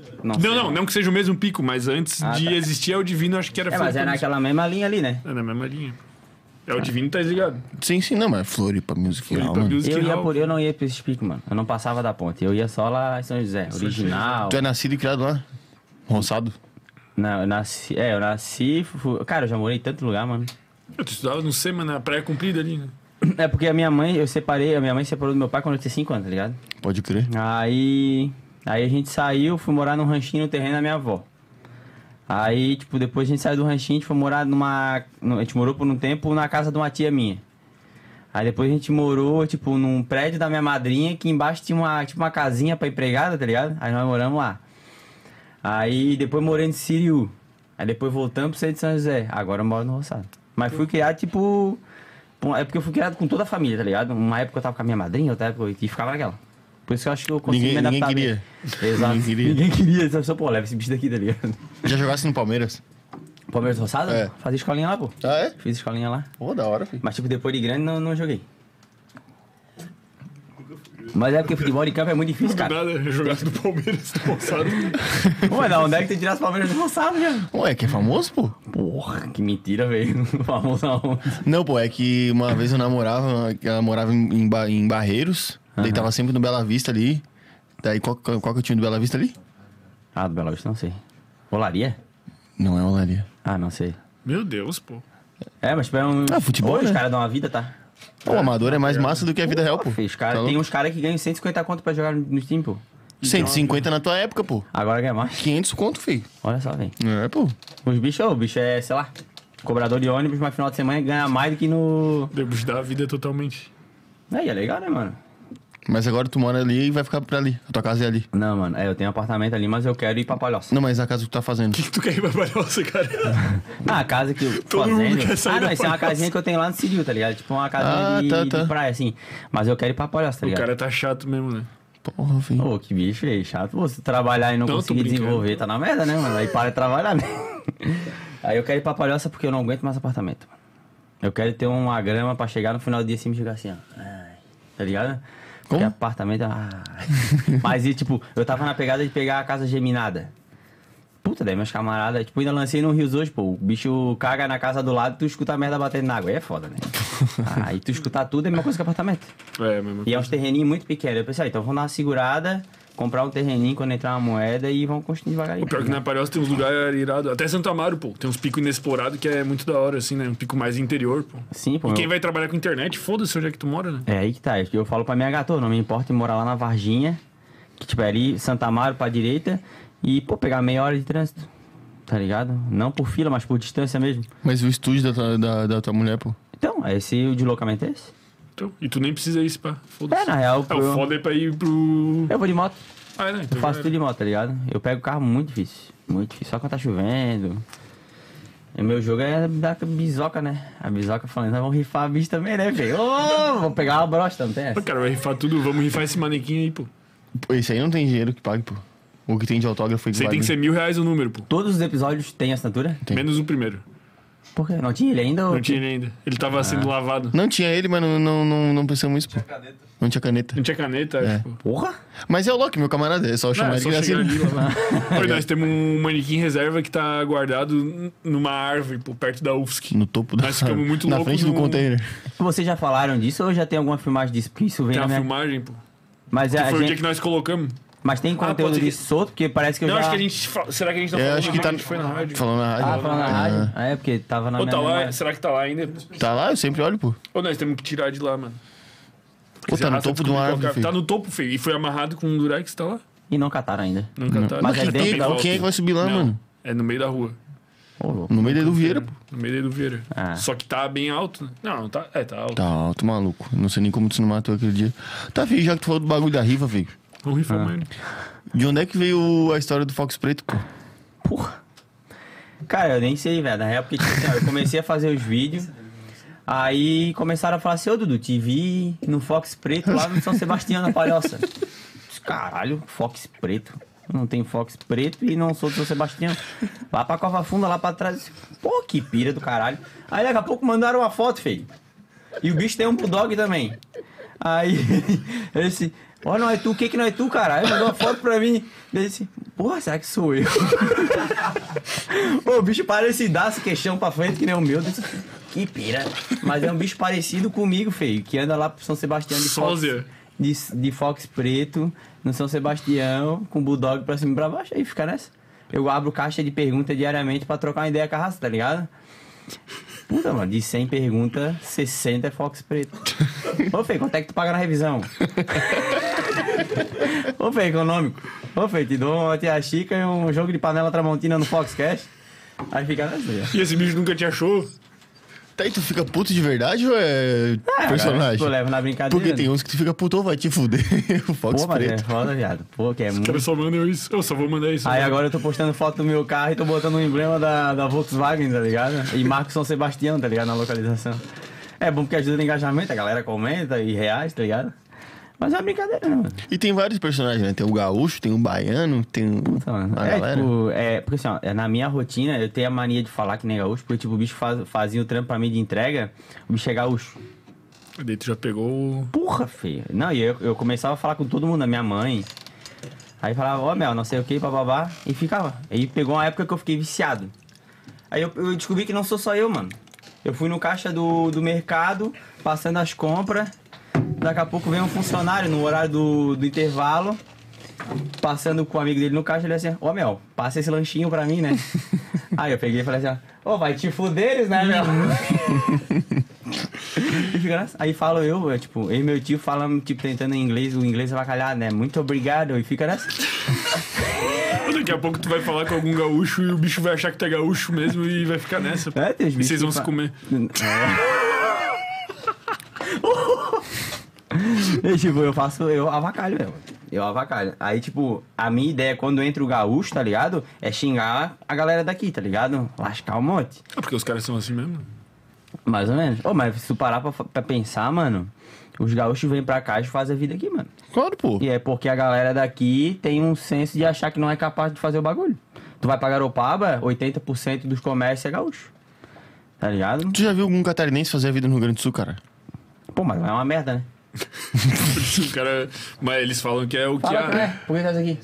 Speaker 3: sei.
Speaker 2: Não, não, não que seja o mesmo pico, mas antes
Speaker 3: Ah,
Speaker 2: de
Speaker 3: tá.
Speaker 2: existir El Divino, acho que era
Speaker 3: É, mas é
Speaker 2: Floripa Music-
Speaker 3: naquela mesma linha ali, né?
Speaker 2: É na mesma linha. É o Divino, tá ligado?
Speaker 1: Sim, sim, não, mas é Floripa Music
Speaker 2: Floripa
Speaker 1: Hall, mano.
Speaker 2: Music
Speaker 3: Eu ia
Speaker 2: Hall.
Speaker 3: por, eu não ia pra esse pico, mano. Eu não passava da ponte. Eu ia só lá em São José, original.
Speaker 1: Tu é nascido e criado lá? Ronçado?
Speaker 3: Não, eu nasci. É, eu nasci. fu- Cara, eu já morei em tanto lugar, mano.
Speaker 2: Eu estudava no SEMA, na praia comprida ali, né?
Speaker 3: É porque a minha mãe, eu separei, a minha mãe separou do meu pai quando eu tinha 5 anos, tá ligado?
Speaker 1: Pode crer.
Speaker 3: Aí. Aí a gente saiu, fui morar num ranchinho no terreno da minha avó. Aí, tipo, depois a gente saiu do ranchinho, a gente foi morar numa. no- A gente morou por um tempo na casa de uma tia minha. Aí depois a gente morou, tipo, num prédio da minha madrinha, que embaixo tinha uma, tipo, uma casinha pra empregada, tá ligado? Aí nós moramos lá. Aí depois morei em Siriu. Aí depois voltamos pro centro de São José. Agora eu moro no Roçado. Mas fui criado, tipo. pô, É porque eu fui criado com toda a família, tá ligado? Uma época eu tava com a minha madrinha, outra época eu e ficava naquela. Por isso que eu acho que eu consegui
Speaker 1: Ninguém-
Speaker 3: me adaptar.
Speaker 1: ninguém
Speaker 3: bem. Exato.
Speaker 1: Ninguém queria.
Speaker 3: Ninguém queria. Só, só, pô, leva esse bicho daqui,
Speaker 1: (laughs)
Speaker 3: tá ligado?
Speaker 1: Já jogasse no Palmeiras?
Speaker 3: Palmeiras do Roçado?
Speaker 1: É.
Speaker 3: Fazia escolinha lá, pô.
Speaker 1: Ah, é?
Speaker 3: Fiz escolinha lá.
Speaker 1: Pô, da hora, filho.
Speaker 3: Mas, tipo, depois de grande, não, não joguei. Mas é porque futebol de campo é muito difícil, cara.
Speaker 2: Nada, eu jogava do Palmeiras, do Roçado.
Speaker 3: Pô, não, onde é que tu tirasse o Palmeiras do Roçado, já?
Speaker 1: Ué, que é famoso, pô?
Speaker 3: Porra, que mentira, velho. (laughs) Famoso aonde?
Speaker 1: Não, pô, é que uma vez eu namorava, ela morava em, em Ba- em Barreiros, daí tava sempre no Bela Vista ali. Daí qual, qual qual que é o time do Bela Vista ali?
Speaker 3: Ah, do Belo Horizonte, não sei. Olaria?
Speaker 1: Não é Olaria.
Speaker 3: Ah, não sei.
Speaker 2: Meu Deus, pô.
Speaker 3: É, mas tipo, é um.
Speaker 1: Ah, futebol,
Speaker 3: Hoje os
Speaker 1: né?
Speaker 3: caras dão uma vida, tá?
Speaker 1: O amador é mais massa do que a vida real, pô.
Speaker 3: Filho, os
Speaker 1: Tá
Speaker 3: cara, tem
Speaker 1: louco?
Speaker 3: uns caras que ganham 150 conto pra jogar no- no time, pô.
Speaker 1: né? 150 na tua época, pô.
Speaker 3: Agora ganha mais.
Speaker 1: 500 conto, filho.
Speaker 3: Olha só, velho.
Speaker 1: É, pô.
Speaker 3: Os bichos, ô, o bicho é, sei lá, cobrador de ônibus, mas final de semana ganha mais do que no.
Speaker 2: Debuch da vida totalmente.
Speaker 3: Aí é legal, né, mano?
Speaker 1: Mas agora tu mora ali e vai ficar pra ali. A tua casa é ali.
Speaker 3: Não, mano, é, eu tenho um apartamento ali, mas eu quero ir pra Palhoça.
Speaker 1: Não, mas a casa que tu tá fazendo.
Speaker 2: Tu quer ir pra Palhoça, cara?
Speaker 3: Ah, a casa que eu
Speaker 2: Todo
Speaker 3: fazendo.
Speaker 2: mundo quer sair
Speaker 3: ah, não,
Speaker 2: da
Speaker 3: isso é uma
Speaker 2: Palhoça.
Speaker 3: casinha que eu tenho lá no Civil, tá ligado? Tipo uma casinha
Speaker 1: Ah,
Speaker 3: de,
Speaker 1: tá,
Speaker 3: de
Speaker 1: tá.
Speaker 3: praia, assim. Mas eu quero ir pra Palhoça, tá
Speaker 2: O
Speaker 3: ligado?
Speaker 2: cara tá chato mesmo, né?
Speaker 1: Porra, filho.
Speaker 3: Ô, que bicho aí, chato. Você trabalhar e não
Speaker 2: Não, tô
Speaker 3: conseguir
Speaker 2: brincando.
Speaker 3: desenvolver, tá na merda, né, mano? Aí para de trabalhar, né? (laughs) Aí eu quero ir pra palhoça porque eu não aguento mais apartamento, mano. Eu quero ter uma grama pra chegar no final do dia assim e me chegar assim, ó. Ai, tá ligado? Porque
Speaker 1: Como?
Speaker 3: apartamento. ai. (laughs) Mas e tipo, eu tava na pegada de pegar a casa geminada. Puta, daí meus camaradas, tipo, ainda lancei no Rios hoje, pô. O bicho caga na casa do lado e tu escuta a merda batendo na água. Aí é foda, né? Aí tu escutar tudo é a mesma coisa que apartamento.
Speaker 2: É, mesmo.
Speaker 3: E é uns terreninhos muito pequenos. Eu pensei, ah, então vamos dar uma segurada, comprar um terreninho quando entrar uma moeda e vamos construir devagarinho.
Speaker 2: O pior é que na Palhoça tem uns lugares irados. Até Santo Amaro, pô. Tem uns picos inexplorados que é muito da hora, assim, né? Um pico mais interior, pô.
Speaker 3: Sim, pô.
Speaker 2: E quem
Speaker 3: eu-
Speaker 2: vai trabalhar com internet, foda-se onde é que tu mora, né?
Speaker 3: É aí que tá. é que Eu falo pra minha gata, "Ô, não me importa em morar lá na Varginha, que tipo é ali, Santa Amaro pra direita, e pô, pegar meia hora de trânsito. Tá ligado? Não por fila, mas por distância mesmo.
Speaker 1: Mas o estúdio da tua, da, da tua mulher, pô.
Speaker 3: Então, esse o deslocamento é esse?
Speaker 2: Então, e tu nem precisa ir, pá.
Speaker 3: É,
Speaker 2: Foda-se.
Speaker 3: na real,
Speaker 2: É, o
Speaker 3: eu,
Speaker 2: foda é pra ir pro.
Speaker 3: eu vou de moto.
Speaker 2: Ah, é, né?
Speaker 3: Eu faço tudo de moto, tá ligado? Eu pego o carro muito difícil. Muito difícil. Só quando tá chovendo. E meu jogo é da bisoca, né? A bisoca falando, "Nós vamos rifar a bicho também, né, velho? Ô, vou pegar uma brosta, não tem
Speaker 2: Pô,
Speaker 3: essa?
Speaker 2: Cara, vai rifar tudo. Vamos rifar esse manequim aí, pô.
Speaker 1: Pô, Esse aí não tem dinheiro que pague, pô. O que tem de autógrafo aí que
Speaker 2: Isso aí
Speaker 1: vale.
Speaker 2: tem que ser mil reais o número, pô.
Speaker 3: Todos os episódios têm assinatura?
Speaker 1: Tem.
Speaker 2: Menos o primeiro.
Speaker 3: Por quê? Não tinha ele ainda? ou-
Speaker 2: Não tinha ele ainda. Ele tava sendo lavado.
Speaker 1: Não tinha ele, mas não, não, não, não pensamos isso, pô. Não tinha caneta.
Speaker 2: Não tinha caneta, acho, pô.
Speaker 3: Porra!
Speaker 1: Mas é o Loki, meu camarada. É só chamar
Speaker 2: Não, é
Speaker 1: ele
Speaker 2: só
Speaker 1: que ele
Speaker 2: chegar
Speaker 1: assina.
Speaker 2: ali, lá, lá. Oi, Nós temos um manequim reserva que tá guardado n- numa árvore, pô, perto da UFSC.
Speaker 1: No topo da. (laughs)
Speaker 2: Nós ficamos muito
Speaker 1: na
Speaker 2: loucos
Speaker 1: frente do
Speaker 2: no-
Speaker 1: container.
Speaker 3: Vocês já falaram disso ou já tem alguma filmagem disso? Porque isso vem
Speaker 2: Tem
Speaker 3: na
Speaker 2: uma
Speaker 3: minha...
Speaker 2: filmagem, pô.
Speaker 3: Mas, é, né? a
Speaker 2: Foi o dia
Speaker 3: gente...
Speaker 2: que nós colocamos.
Speaker 3: Mas tem
Speaker 2: pode
Speaker 3: conteúdo
Speaker 2: ser que-
Speaker 3: disso solto? Porque parece que eu
Speaker 2: Não,
Speaker 3: já...
Speaker 2: acho que a gente. fa- Será que a gente não
Speaker 1: É,
Speaker 2: falou
Speaker 1: acho
Speaker 2: na
Speaker 1: que tá.
Speaker 2: rádio? Foi na rádio.
Speaker 1: Falando na rádio.
Speaker 3: Ah, falando na rádio? Ah, é, porque tava na
Speaker 2: Ou
Speaker 3: minha
Speaker 2: tá lá,
Speaker 3: memória.
Speaker 2: será que tá lá ainda?
Speaker 1: Ah, Tá lá, eu sempre olho, pô.
Speaker 2: Ou nós temos que tirar de lá, mano.
Speaker 1: Pô, tá
Speaker 2: Essa
Speaker 1: no
Speaker 2: raça
Speaker 1: topo de
Speaker 2: descobriu
Speaker 1: uma
Speaker 2: qual
Speaker 1: árvore,
Speaker 2: que é. Tá
Speaker 1: filho.
Speaker 2: no topo, feio. E foi amarrado com um durex, tá lá?
Speaker 3: E não cataram ainda.
Speaker 2: Nunca tá.
Speaker 3: Mas
Speaker 2: Não,
Speaker 3: é
Speaker 2: não
Speaker 3: dentro
Speaker 2: tem
Speaker 3: da
Speaker 2: volta.
Speaker 1: Quem é que vai subir lá,
Speaker 2: Não,
Speaker 1: mano?
Speaker 2: É no meio da rua. É,
Speaker 3: Ô, louco.
Speaker 1: No meio daí do Vieira, pô.
Speaker 2: No meio do Vieira.
Speaker 3: Ah.
Speaker 2: Só que tá bem alto, né? Não, não tá. É, tá alto.
Speaker 1: Tá alto, maluco. Não sei nem como tu não matou aquele dia. Tá, filho, já que tu falou do bagulho da riva, filho.
Speaker 2: Vamos rifar
Speaker 3: Ah.
Speaker 2: mais, né?
Speaker 1: De onde é que veio a história do Fox Preto, pô?
Speaker 3: Porra. Cara, eu nem sei, velho. Na época, tipo, assim, ó, eu comecei a fazer os vídeos. Aí começaram a falar assim, ô Dudu, te vi no Fox Preto lá no São Sebastião, na Palhoça. Disse, Caralho, Fox Preto. Eu Não tenho Fox Preto e não sou do São Sebastião. Lá pra Cova Funda, lá pra trás. Pô, que pira do caralho. Aí daqui a pouco mandaram uma foto, feio. E o bicho tem um bulldog também. Aí (laughs) ele disse, ó, não é tu, o que que não é tu, cara? Aí mandou uma foto pra mim. Ele disse, porra, será que sou eu? (laughs) Ô, o bicho parecidaço, queixão pra frente, que nem o meu. Eu disse, que pira. Mas é um bicho parecido comigo, feio, que anda lá pro São Sebastião de Fox,
Speaker 2: Sósia.
Speaker 3: de, de Fox Preto, no São Sebastião, com bulldog pra cima e pra baixo. Aí fica nessa. Eu abro caixa de pergunta diariamente pra trocar uma ideia com a raça, tá ligado? Puta, mano, de 100 perguntas, 60 é Fox Preto. Ô, Fê, quanto é que tu paga na revisão? Ô, Fê, econômico. Ô, Fê, te dou uma tia Chica e um jogo de panela Tramontina no Fox Cash. Aí fica nessa. aí, ó.
Speaker 2: E esse bicho nunca te achou?
Speaker 1: Tá, e tu fica puto de verdade ou é
Speaker 3: Ah,
Speaker 1: personagem?
Speaker 3: Tá, Tu leva na brincadeira.
Speaker 1: Porque tem uns que tu fica puto, ou vai te fuder. (laughs) o Fox
Speaker 3: Pô, mas é
Speaker 1: Preto.
Speaker 3: foda, viado. Pô, que é
Speaker 2: Cara,
Speaker 3: muito...
Speaker 2: só manda eu isso. Eu só vou mandar isso.
Speaker 3: Aí
Speaker 2: né?
Speaker 3: agora eu tô postando foto do meu carro e tô botando o emblema da, da Volkswagen, tá ligado? E marco São Sebastião, tá ligado? Na localização. É bom porque ajuda no engajamento, a galera comenta e reage, tá ligado? Mas é uma brincadeira, né, mano?
Speaker 1: E tem vários personagens, né? Tem o gaúcho, tem o baiano, tem o...
Speaker 3: Então, mano,
Speaker 1: a
Speaker 3: é,
Speaker 1: galera.
Speaker 3: tipo, é, porque assim, ó, é, na minha rotina eu tenho a mania de falar que nem gaúcho, porque tipo, o bicho faz, fazia o trampo pra mim de entrega, o bicho é gaúcho.
Speaker 2: Daí tu já pegou. o-
Speaker 3: Porra, feio. Não, e eu, eu começava a falar com todo mundo, a minha mãe. Aí falava, ó, Mel, não sei o que, bababá, e ficava. Aí pegou uma época que eu fiquei viciado. Aí eu, eu descobri que não sou só eu, mano. Eu fui no caixa do, do mercado, passando as compras. Daqui a pouco vem um funcionário no horário do, do intervalo. passando com o amigo dele no caixa, ele assim, ó, Mel, passa esse lanchinho pra mim, né? Aí eu peguei e falei assim, ó, ô, vai te fuderes, né, Mel? E fica nessa. Aí falo eu, eu, tipo, eu e meu tio falamos, tipo, tentando em inglês, o inglês avacalhado, né? Muito obrigado, e fica nessa.
Speaker 2: Daqui a pouco tu vai falar com algum gaúcho e o bicho vai achar que tu é gaúcho mesmo e vai ficar nessa. pô.
Speaker 3: É, tem os
Speaker 2: E vocês
Speaker 3: bichos
Speaker 2: vão
Speaker 3: que
Speaker 2: se
Speaker 3: fa- (laughs)
Speaker 2: comer.
Speaker 3: Eu, tipo, eu faço, eu avacalho mesmo. Eu avacalho. Aí, tipo, a minha ideia quando entra o gaúcho, tá ligado? É xingar a galera daqui, tá ligado? Lascar um monte.
Speaker 2: Ah, porque os caras são assim mesmo. (laughs)
Speaker 3: Mais ou menos. Ô, mas se tu parar pra, fa- pra pensar, mano, os gaúchos vêm pra cá e fazem a vida aqui, mano.
Speaker 1: Claro, pô.
Speaker 3: E é porque a galera daqui tem um senso de achar que não é capaz de fazer o bagulho. Tu vai pra Garopaba, 80% dos comércios é gaúcho. Tá ligado?
Speaker 1: Tu já viu algum catarinense fazer a vida no Rio Grande do Sul, cara?
Speaker 3: Pô, mas não é uma merda, né?
Speaker 2: Os cara... Mas eles falam que é o que
Speaker 3: Fala,
Speaker 2: há.
Speaker 3: cara, por que tá aqui?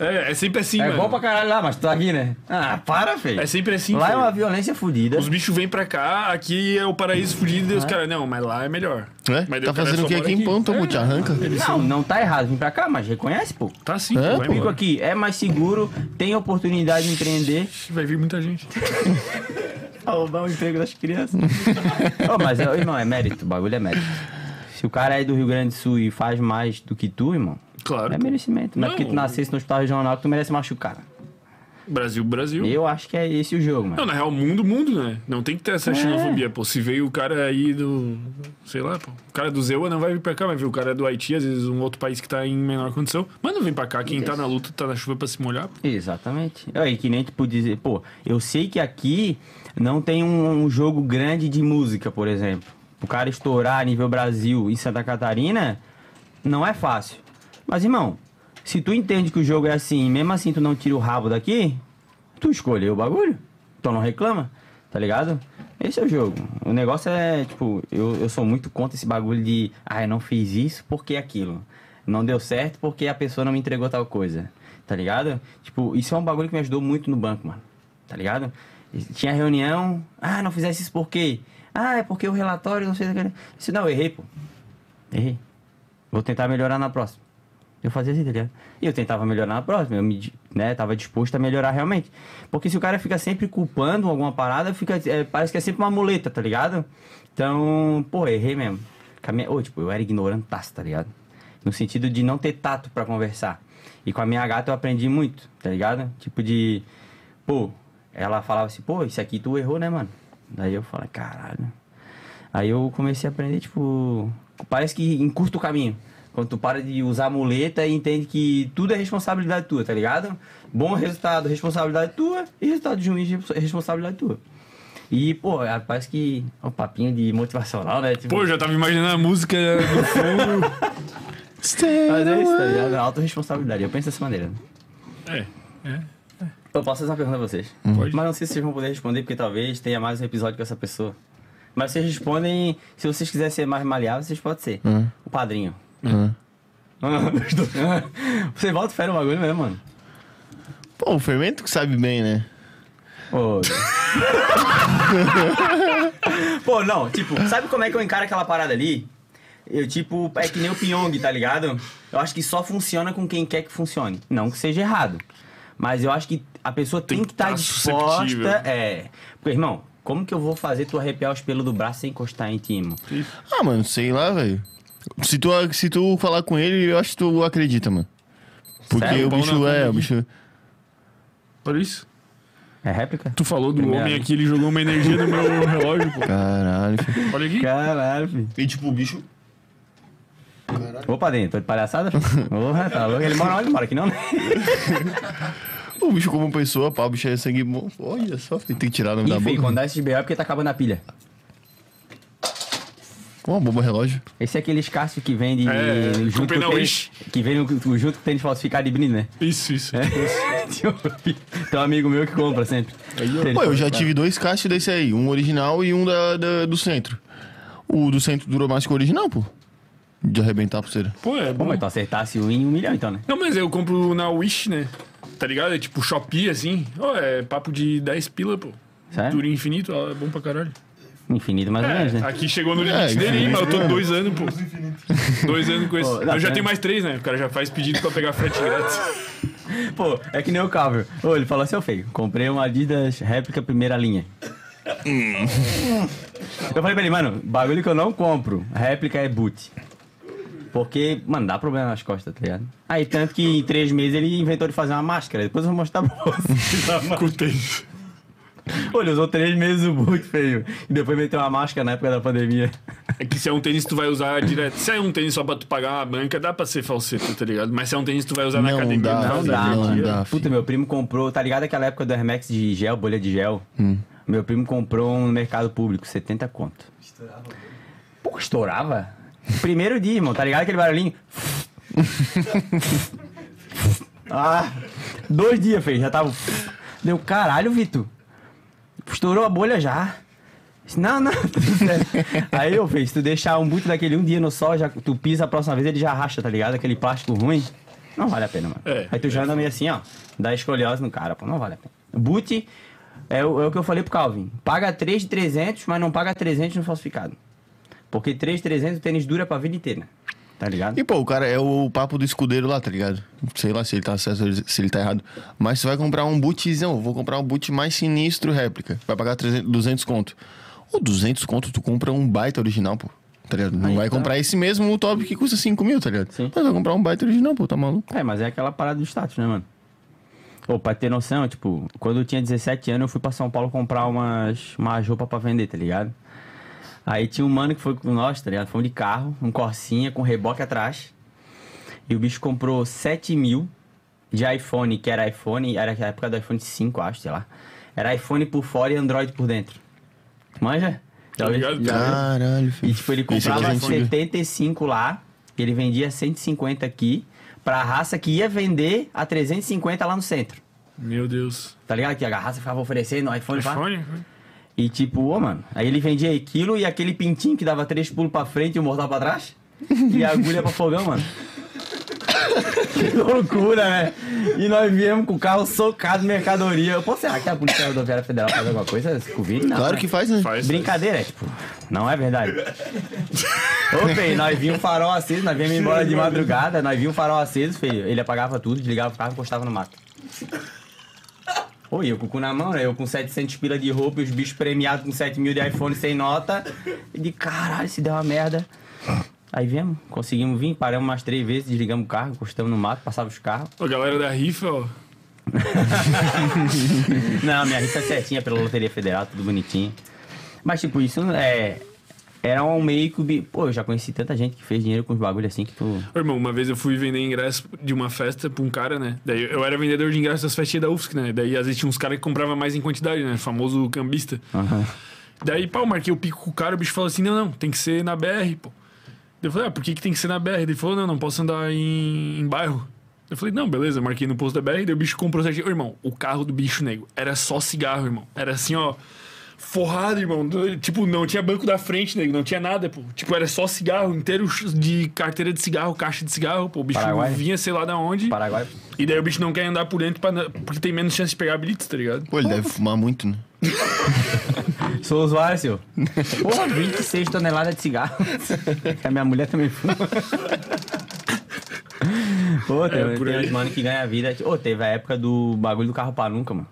Speaker 2: É, é sempre assim,
Speaker 3: É
Speaker 2: mano.
Speaker 3: bom pra caralho lá, mas tu tá aqui, né? Ah, para, feio.
Speaker 2: É sempre assim.
Speaker 3: Lá é
Speaker 2: filho.
Speaker 3: uma violência fodida.
Speaker 2: Os bichos vêm pra cá, aqui é o paraíso fugido, e os caras, não, mas lá é melhor.
Speaker 1: É?
Speaker 2: Mas daí
Speaker 1: tá
Speaker 2: o cara
Speaker 1: fazendo
Speaker 2: só É.
Speaker 1: o que
Speaker 2: mora
Speaker 1: aqui em Ponta, pô? Te arranca?
Speaker 3: Não, não tá errado vir pra cá, mas reconhece, pô.
Speaker 2: Tá sim,
Speaker 1: É,
Speaker 2: pô,
Speaker 1: pô.
Speaker 2: vai,
Speaker 3: Fico
Speaker 2: embora.
Speaker 3: aqui, é mais seguro, tem oportunidade de empreender.
Speaker 2: vai vir muita gente.
Speaker 3: (laughs) Pra roubar o emprego das crianças. (laughs) Ô, mas, é- irmão, é mérito, o bagulho é mérito. Se o cara é do Rio Grande do Sul e faz mais do que tu, irmão,
Speaker 2: Claro.
Speaker 3: é
Speaker 2: pô.
Speaker 3: merecimento. Não, é
Speaker 2: Não.
Speaker 3: porque tu nascesse no hospital regional que tu merece machucar.
Speaker 2: Brasil, Brasil.
Speaker 3: Eu acho que é esse o jogo,
Speaker 2: Não,
Speaker 3: mano.
Speaker 2: na real, mundo, mundo, né? Não tem que ter
Speaker 3: É.
Speaker 2: essa xenofobia, pô. Se veio o cara aí do. Sei lá, pô. O cara do Zewa não vai vir pra cá, vai vir o cara do Haiti, às vezes um outro país que tá em menor condição. Mas não vem pra cá, quem tá na luta tá na chuva pra se molhar. pô.
Speaker 3: Exatamente. Aí que nem tipo dizer, pô, eu sei que aqui não tem um, um jogo grande de música, por exemplo. O cara estourar a nível Brasil em Santa Catarina não é fácil. Mas irmão, se tu entende que o jogo é assim, e mesmo assim tu não tira o rabo daqui, tu escolheu o bagulho. Então não reclama, tá ligado? Esse é o jogo. O negócio é, tipo, eu, eu sou muito contra esse bagulho de, ah, eu não fiz isso porque aquilo. Não deu certo porque a pessoa não me entregou tal coisa. Tá ligado? Tipo, isso é um bagulho que me ajudou muito no banco, mano. Tá ligado? E Tinha reunião, ah, não fizesse isso por quê? Ah, é porque o relatório não sei daquele. Isso não, eu errei, pô. Errei. Vou tentar melhorar na próxima. Eu fazia assim, tá ligado? E eu tentava melhorar na próxima, eu me, di- né, tava disposto a melhorar realmente. Porque se o cara fica sempre culpando alguma parada, fica, é, parece que é sempre uma muleta, tá ligado? Então, pô, errei mesmo. Com a minha- ô, tipo, eu era ignorantaço, tá ligado? No sentido de não ter tato pra conversar. E com a minha gata eu aprendi muito, tá ligado? Tipo de, pô, ela falava assim, pô, isso aqui tu errou, né, mano? Daí eu falei, caralho. Aí eu comecei a aprender, tipo. Parece que encurta o caminho. Quando tu para de usar a muleta e entende que tudo é responsabilidade tua, tá ligado? Bom resultado, responsabilidade tua. E resultado de juiz, responsabilidade tua. E, pô, é, parece que. É um papinho de motivacional, né? Tipo,
Speaker 2: Pô, eu já tava imaginando a música do
Speaker 3: (laughs)
Speaker 2: fundo.
Speaker 3: mas é isso, tá ligado? É Autoresponsabilidade. Eu penso dessa maneira.
Speaker 2: É, é.
Speaker 3: Eu posso fazer uma pergunta a vocês.
Speaker 2: Pode.
Speaker 3: Mas não sei se vocês vão poder responder, porque talvez tenha mais um episódio com essa pessoa. Mas vocês respondem. Se vocês quiserem ser mais maleáveis, vocês podem ser. O padrinho. (laughs)
Speaker 1: Hã?
Speaker 3: Você volta fera o bagulho mesmo, mano.
Speaker 1: Pô, o fermento que sabe bem, né?
Speaker 3: Pô. (laughs) Pô, não, tipo, sabe como é que eu encaro aquela parada ali? Eu, tipo, é que nem o Pyong, tá ligado? Eu acho que só funciona com quem quer que funcione. Não que seja errado. Mas eu acho que a pessoa tem, que estar
Speaker 2: tá susceptível.
Speaker 3: disposta. É. Porque, irmão, como que eu vou fazer tu arrepiar os pelos do braço sem encostar em ti, irmão?
Speaker 1: Ah, mano, sei lá, velho. Se tu, se tu falar com ele, eu acho que tu acredita, mano. Porque
Speaker 3: Sério?
Speaker 1: o
Speaker 2: Pau na
Speaker 1: bicho
Speaker 2: bunda
Speaker 1: é, o
Speaker 2: aqui.
Speaker 1: bicho.
Speaker 2: Por isso.
Speaker 3: É réplica?
Speaker 2: Tu falou do
Speaker 3: Primeiro.
Speaker 2: homem aqui, ele jogou uma energia no meu relógio, pô.
Speaker 1: Caralho. filho.
Speaker 2: Olha aqui.
Speaker 3: Caralho, filho.
Speaker 1: E tipo, o bicho.
Speaker 3: Ô, padrinho, tô de palhaçada? (laughs) Porra, tá louco? Ele mora onde? Mora aqui não, né?
Speaker 1: O bicho como pessoa, pá, o bicho é sangue bom. Olha só, tem que tirar o nome da
Speaker 3: Enfim,
Speaker 1: boca.
Speaker 3: quando dá esses BO é porque tá acabando a pilha.
Speaker 1: Uma bomba relógio.
Speaker 3: Esse é aquele escasso que vende
Speaker 2: É,
Speaker 3: junto
Speaker 2: comprei
Speaker 3: com
Speaker 2: na
Speaker 3: o tênis,
Speaker 2: Wish.
Speaker 3: que vem no- junto com o tênis falsificado e brinde,
Speaker 2: (laughs)
Speaker 3: né?
Speaker 2: Isso, isso.
Speaker 3: Tem um- Tem um amigo meu que compra sempre. Tênis
Speaker 1: Pô, eu já
Speaker 3: falsificado.
Speaker 1: tive dois caixas desse aí, um original e um da, da- do centro. O do centro durou mais que o original, pô. De arrebentar a pulseira.
Speaker 2: Pô, é
Speaker 3: Pô,
Speaker 2: bom.
Speaker 3: mas tu acertasse um em um milhão, então, né?
Speaker 2: Não, mas eu compro na Wish, né? Tá ligado? É tipo Shopee, assim. Ó, é papo de 10 pila, pô.
Speaker 3: Sério?
Speaker 2: Dura infinito, ó, é bom pra caralho.
Speaker 3: Infinito mais ou menos,
Speaker 2: É,
Speaker 3: né?
Speaker 2: aqui chegou no
Speaker 1: É,
Speaker 2: limite dele,
Speaker 1: infinito,
Speaker 2: mas eu tô
Speaker 1: né?
Speaker 2: dois anos, pô. Dois anos com esse.
Speaker 3: Pô,
Speaker 2: eu já
Speaker 3: não,
Speaker 2: tenho mais três, né? O cara já faz pedido pra pegar frete grátis.
Speaker 3: Pô, é que nem o Cávio. Ô, ele falou assim, ô feio, comprei uma Adidas réplica primeira linha.
Speaker 1: Hum.
Speaker 3: eu falei pra ele, mano, bagulho que eu não compro, réplica é boot. Porque, mano, dá problema nas costas, tá ligado? Aí, tanto que em três meses ele inventou de fazer uma máscara. Depois eu vou mostrar pra vocês. a máscara.
Speaker 2: Curtei.
Speaker 3: Pô, ele usou três meses o boot, feio. E depois meteu uma máscara na época da pandemia.
Speaker 2: É que se é um tênis que tu vai usar direto. Se é um tênis só pra tu pagar uma banca, dá pra ser falseta, tá ligado? Mas se é um tênis que tu vai usar na
Speaker 1: Não
Speaker 2: academia,
Speaker 1: dá,
Speaker 2: tu vai
Speaker 3: Não
Speaker 2: usar
Speaker 3: dá,
Speaker 2: todo
Speaker 3: mano.
Speaker 2: dia.
Speaker 1: dá,
Speaker 3: Puta,
Speaker 1: filho.
Speaker 3: meu primo comprou, tá ligado aquela época do Air Max de gel, bolha de gel?
Speaker 1: Hum.
Speaker 3: Meu primo comprou um no mercado público, 70 conto. Estourava? Pô, estourava? Primeiro dia, irmão, tá ligado
Speaker 1: (laughs)
Speaker 3: aquele barulhinho? ah, dois dias, fez, já tava. um Deu caralho, Vitor. Estourou a bolha já. Disse, Não, (laughs) não, tudo certo. Aí eu fiz, se tu deixar um boot daquele um dia no sol, já, tu pisa a próxima vez, ele já racha, tá ligado? Aquele plástico ruim. Não vale a pena, mano.
Speaker 2: É,
Speaker 3: Aí tu já anda meio assim, ó. Dá escoliose no cara, pô, não vale a pena. Boot é, o é o que eu falei pro Calvin. Paga 3,300, mas não paga 300 no falsificado. Porque 3,300 o tênis dura pra vida inteira, tá ligado?
Speaker 1: E, pô, o cara é o papo do escudeiro lá, tá ligado? Sei lá se ele tá certo, se ele tá errado. Mas você vai comprar um bootzão, vou comprar um boot mais sinistro réplica. Vai pagar 300, 200 conto. Ô, 200 conto, tu compra um baita original, pô. Tá ligado? Não
Speaker 3: Aí
Speaker 1: vai
Speaker 3: tá.
Speaker 1: comprar esse mesmo top que custa 5 mil, tá ligado?
Speaker 3: Sim.
Speaker 1: Mas vai comprar um baita original, pô, tá maluco?
Speaker 3: É, mas é aquela parada do status, né, mano? Pô, pra ter noção, tipo, quando eu tinha 17 anos, eu fui pra São Paulo comprar umas, umas roupas pra vender, tá ligado? Aí tinha um mano que foi com nós, tá ligado? Fomos de carro, um Corsinha com reboque atrás. E o bicho comprou 7 mil de iPhone, que era iPhone, era a época do iPhone 5, acho, sei lá. Era iPhone por fora e Android por dentro. Tu Manja?
Speaker 2: Tá ligado?
Speaker 3: já ouviu?
Speaker 1: Caralho,
Speaker 3: E
Speaker 1: filho.
Speaker 3: tipo, ele
Speaker 1: Isso aqui a
Speaker 3: comprava
Speaker 1: gente viu.
Speaker 3: 75 lá, ele vendia 150 aqui, pra raça que ia vender a 350 lá no centro.
Speaker 2: Meu Deus.
Speaker 3: Tá ligado? Que a raça ficava oferecendo iPhone, pá.
Speaker 2: iPhone?
Speaker 3: E tipo, ô mano, aí ele vendia aquilo e aquele pintinho que dava três pulos pra frente e um mortal pra trás. E a agulha pra fogão,
Speaker 1: (laughs)
Speaker 3: mano. que loucura, né? E nós viemos com o carro socado, mercadoria. Eu posso será que a Polícia Rodoviária Federal faz alguma coisa? esse Covid? Não,
Speaker 1: Claro
Speaker 3: né?
Speaker 1: que faz, né?
Speaker 2: Faz.
Speaker 3: Brincadeira, é, tipo, não é verdade. Ô, feio, nós vimos o farol aceso, nós viemos embora de madrugada, nós vimos o farol aceso, feio. Ele apagava tudo, desligava o carro e encostava no mato. Oi, eu com o cu na mão, né? Eu com 700 pila de roupa e os bichos premiados com 7 mil de iPhone sem nota. E de caralho, se deu uma merda. Aí viemos, conseguimos vir, paramos umas três vezes, desligamos o carro, encostamos no mato, passava os carros.
Speaker 2: Ó, galera da rifa, ó.
Speaker 3: Não, minha rifa é certinha pela Loteria Federal, tudo bonitinho. Mas, tipo, isso é. Era um meio que. o bi- Pô, eu já conheci tanta gente que fez dinheiro com os bagulho assim que tu.
Speaker 2: Ô, irmão, uma vez eu fui vender ingresso de uma festa pra um cara, né? Daí eu era vendedor de ingresso das festinhas da UFSC, né? Daí às vezes tinha uns caras que compravam mais em quantidade, né? Famoso cambista. Daí, pá, eu marquei o pico com o cara, o bicho falou assim: não, não, tem que ser na BR, pô. Daí Eu falei, ah, por que, que tem que ser na BR? Ele falou, não, não posso andar em, em bairro. Eu falei, não, beleza, marquei no posto da BR, daí o bicho comprou certinho. Ô, irmão, o carro do bicho, nego, era só cigarro, irmão. Era assim, ó, forrado, irmão. Do- Tipo, não tinha banco da frente, nego, não tinha nada, pô. Tipo, era só cigarro, inteiro ch- de carteira de cigarro, caixa de cigarro, pô. O bicho
Speaker 3: Paraguai?
Speaker 2: vinha, sei lá da onde.
Speaker 3: Paraguai.
Speaker 2: E daí o bicho não quer andar por dentro pra, na- porque tem menos chance de pegar bilhetes, tá ligado?
Speaker 1: Pô, ele deve fumar muito, né?
Speaker 3: Sou usuário, seu. Porra, 26 toneladas de cigarro. (laughs) A minha mulher também fuma. Pô, tem,
Speaker 2: É, por
Speaker 3: tem
Speaker 2: aí.
Speaker 3: uns mano que ganha vida. Ô, teve a época do bagulho do carro pra nunca, mano.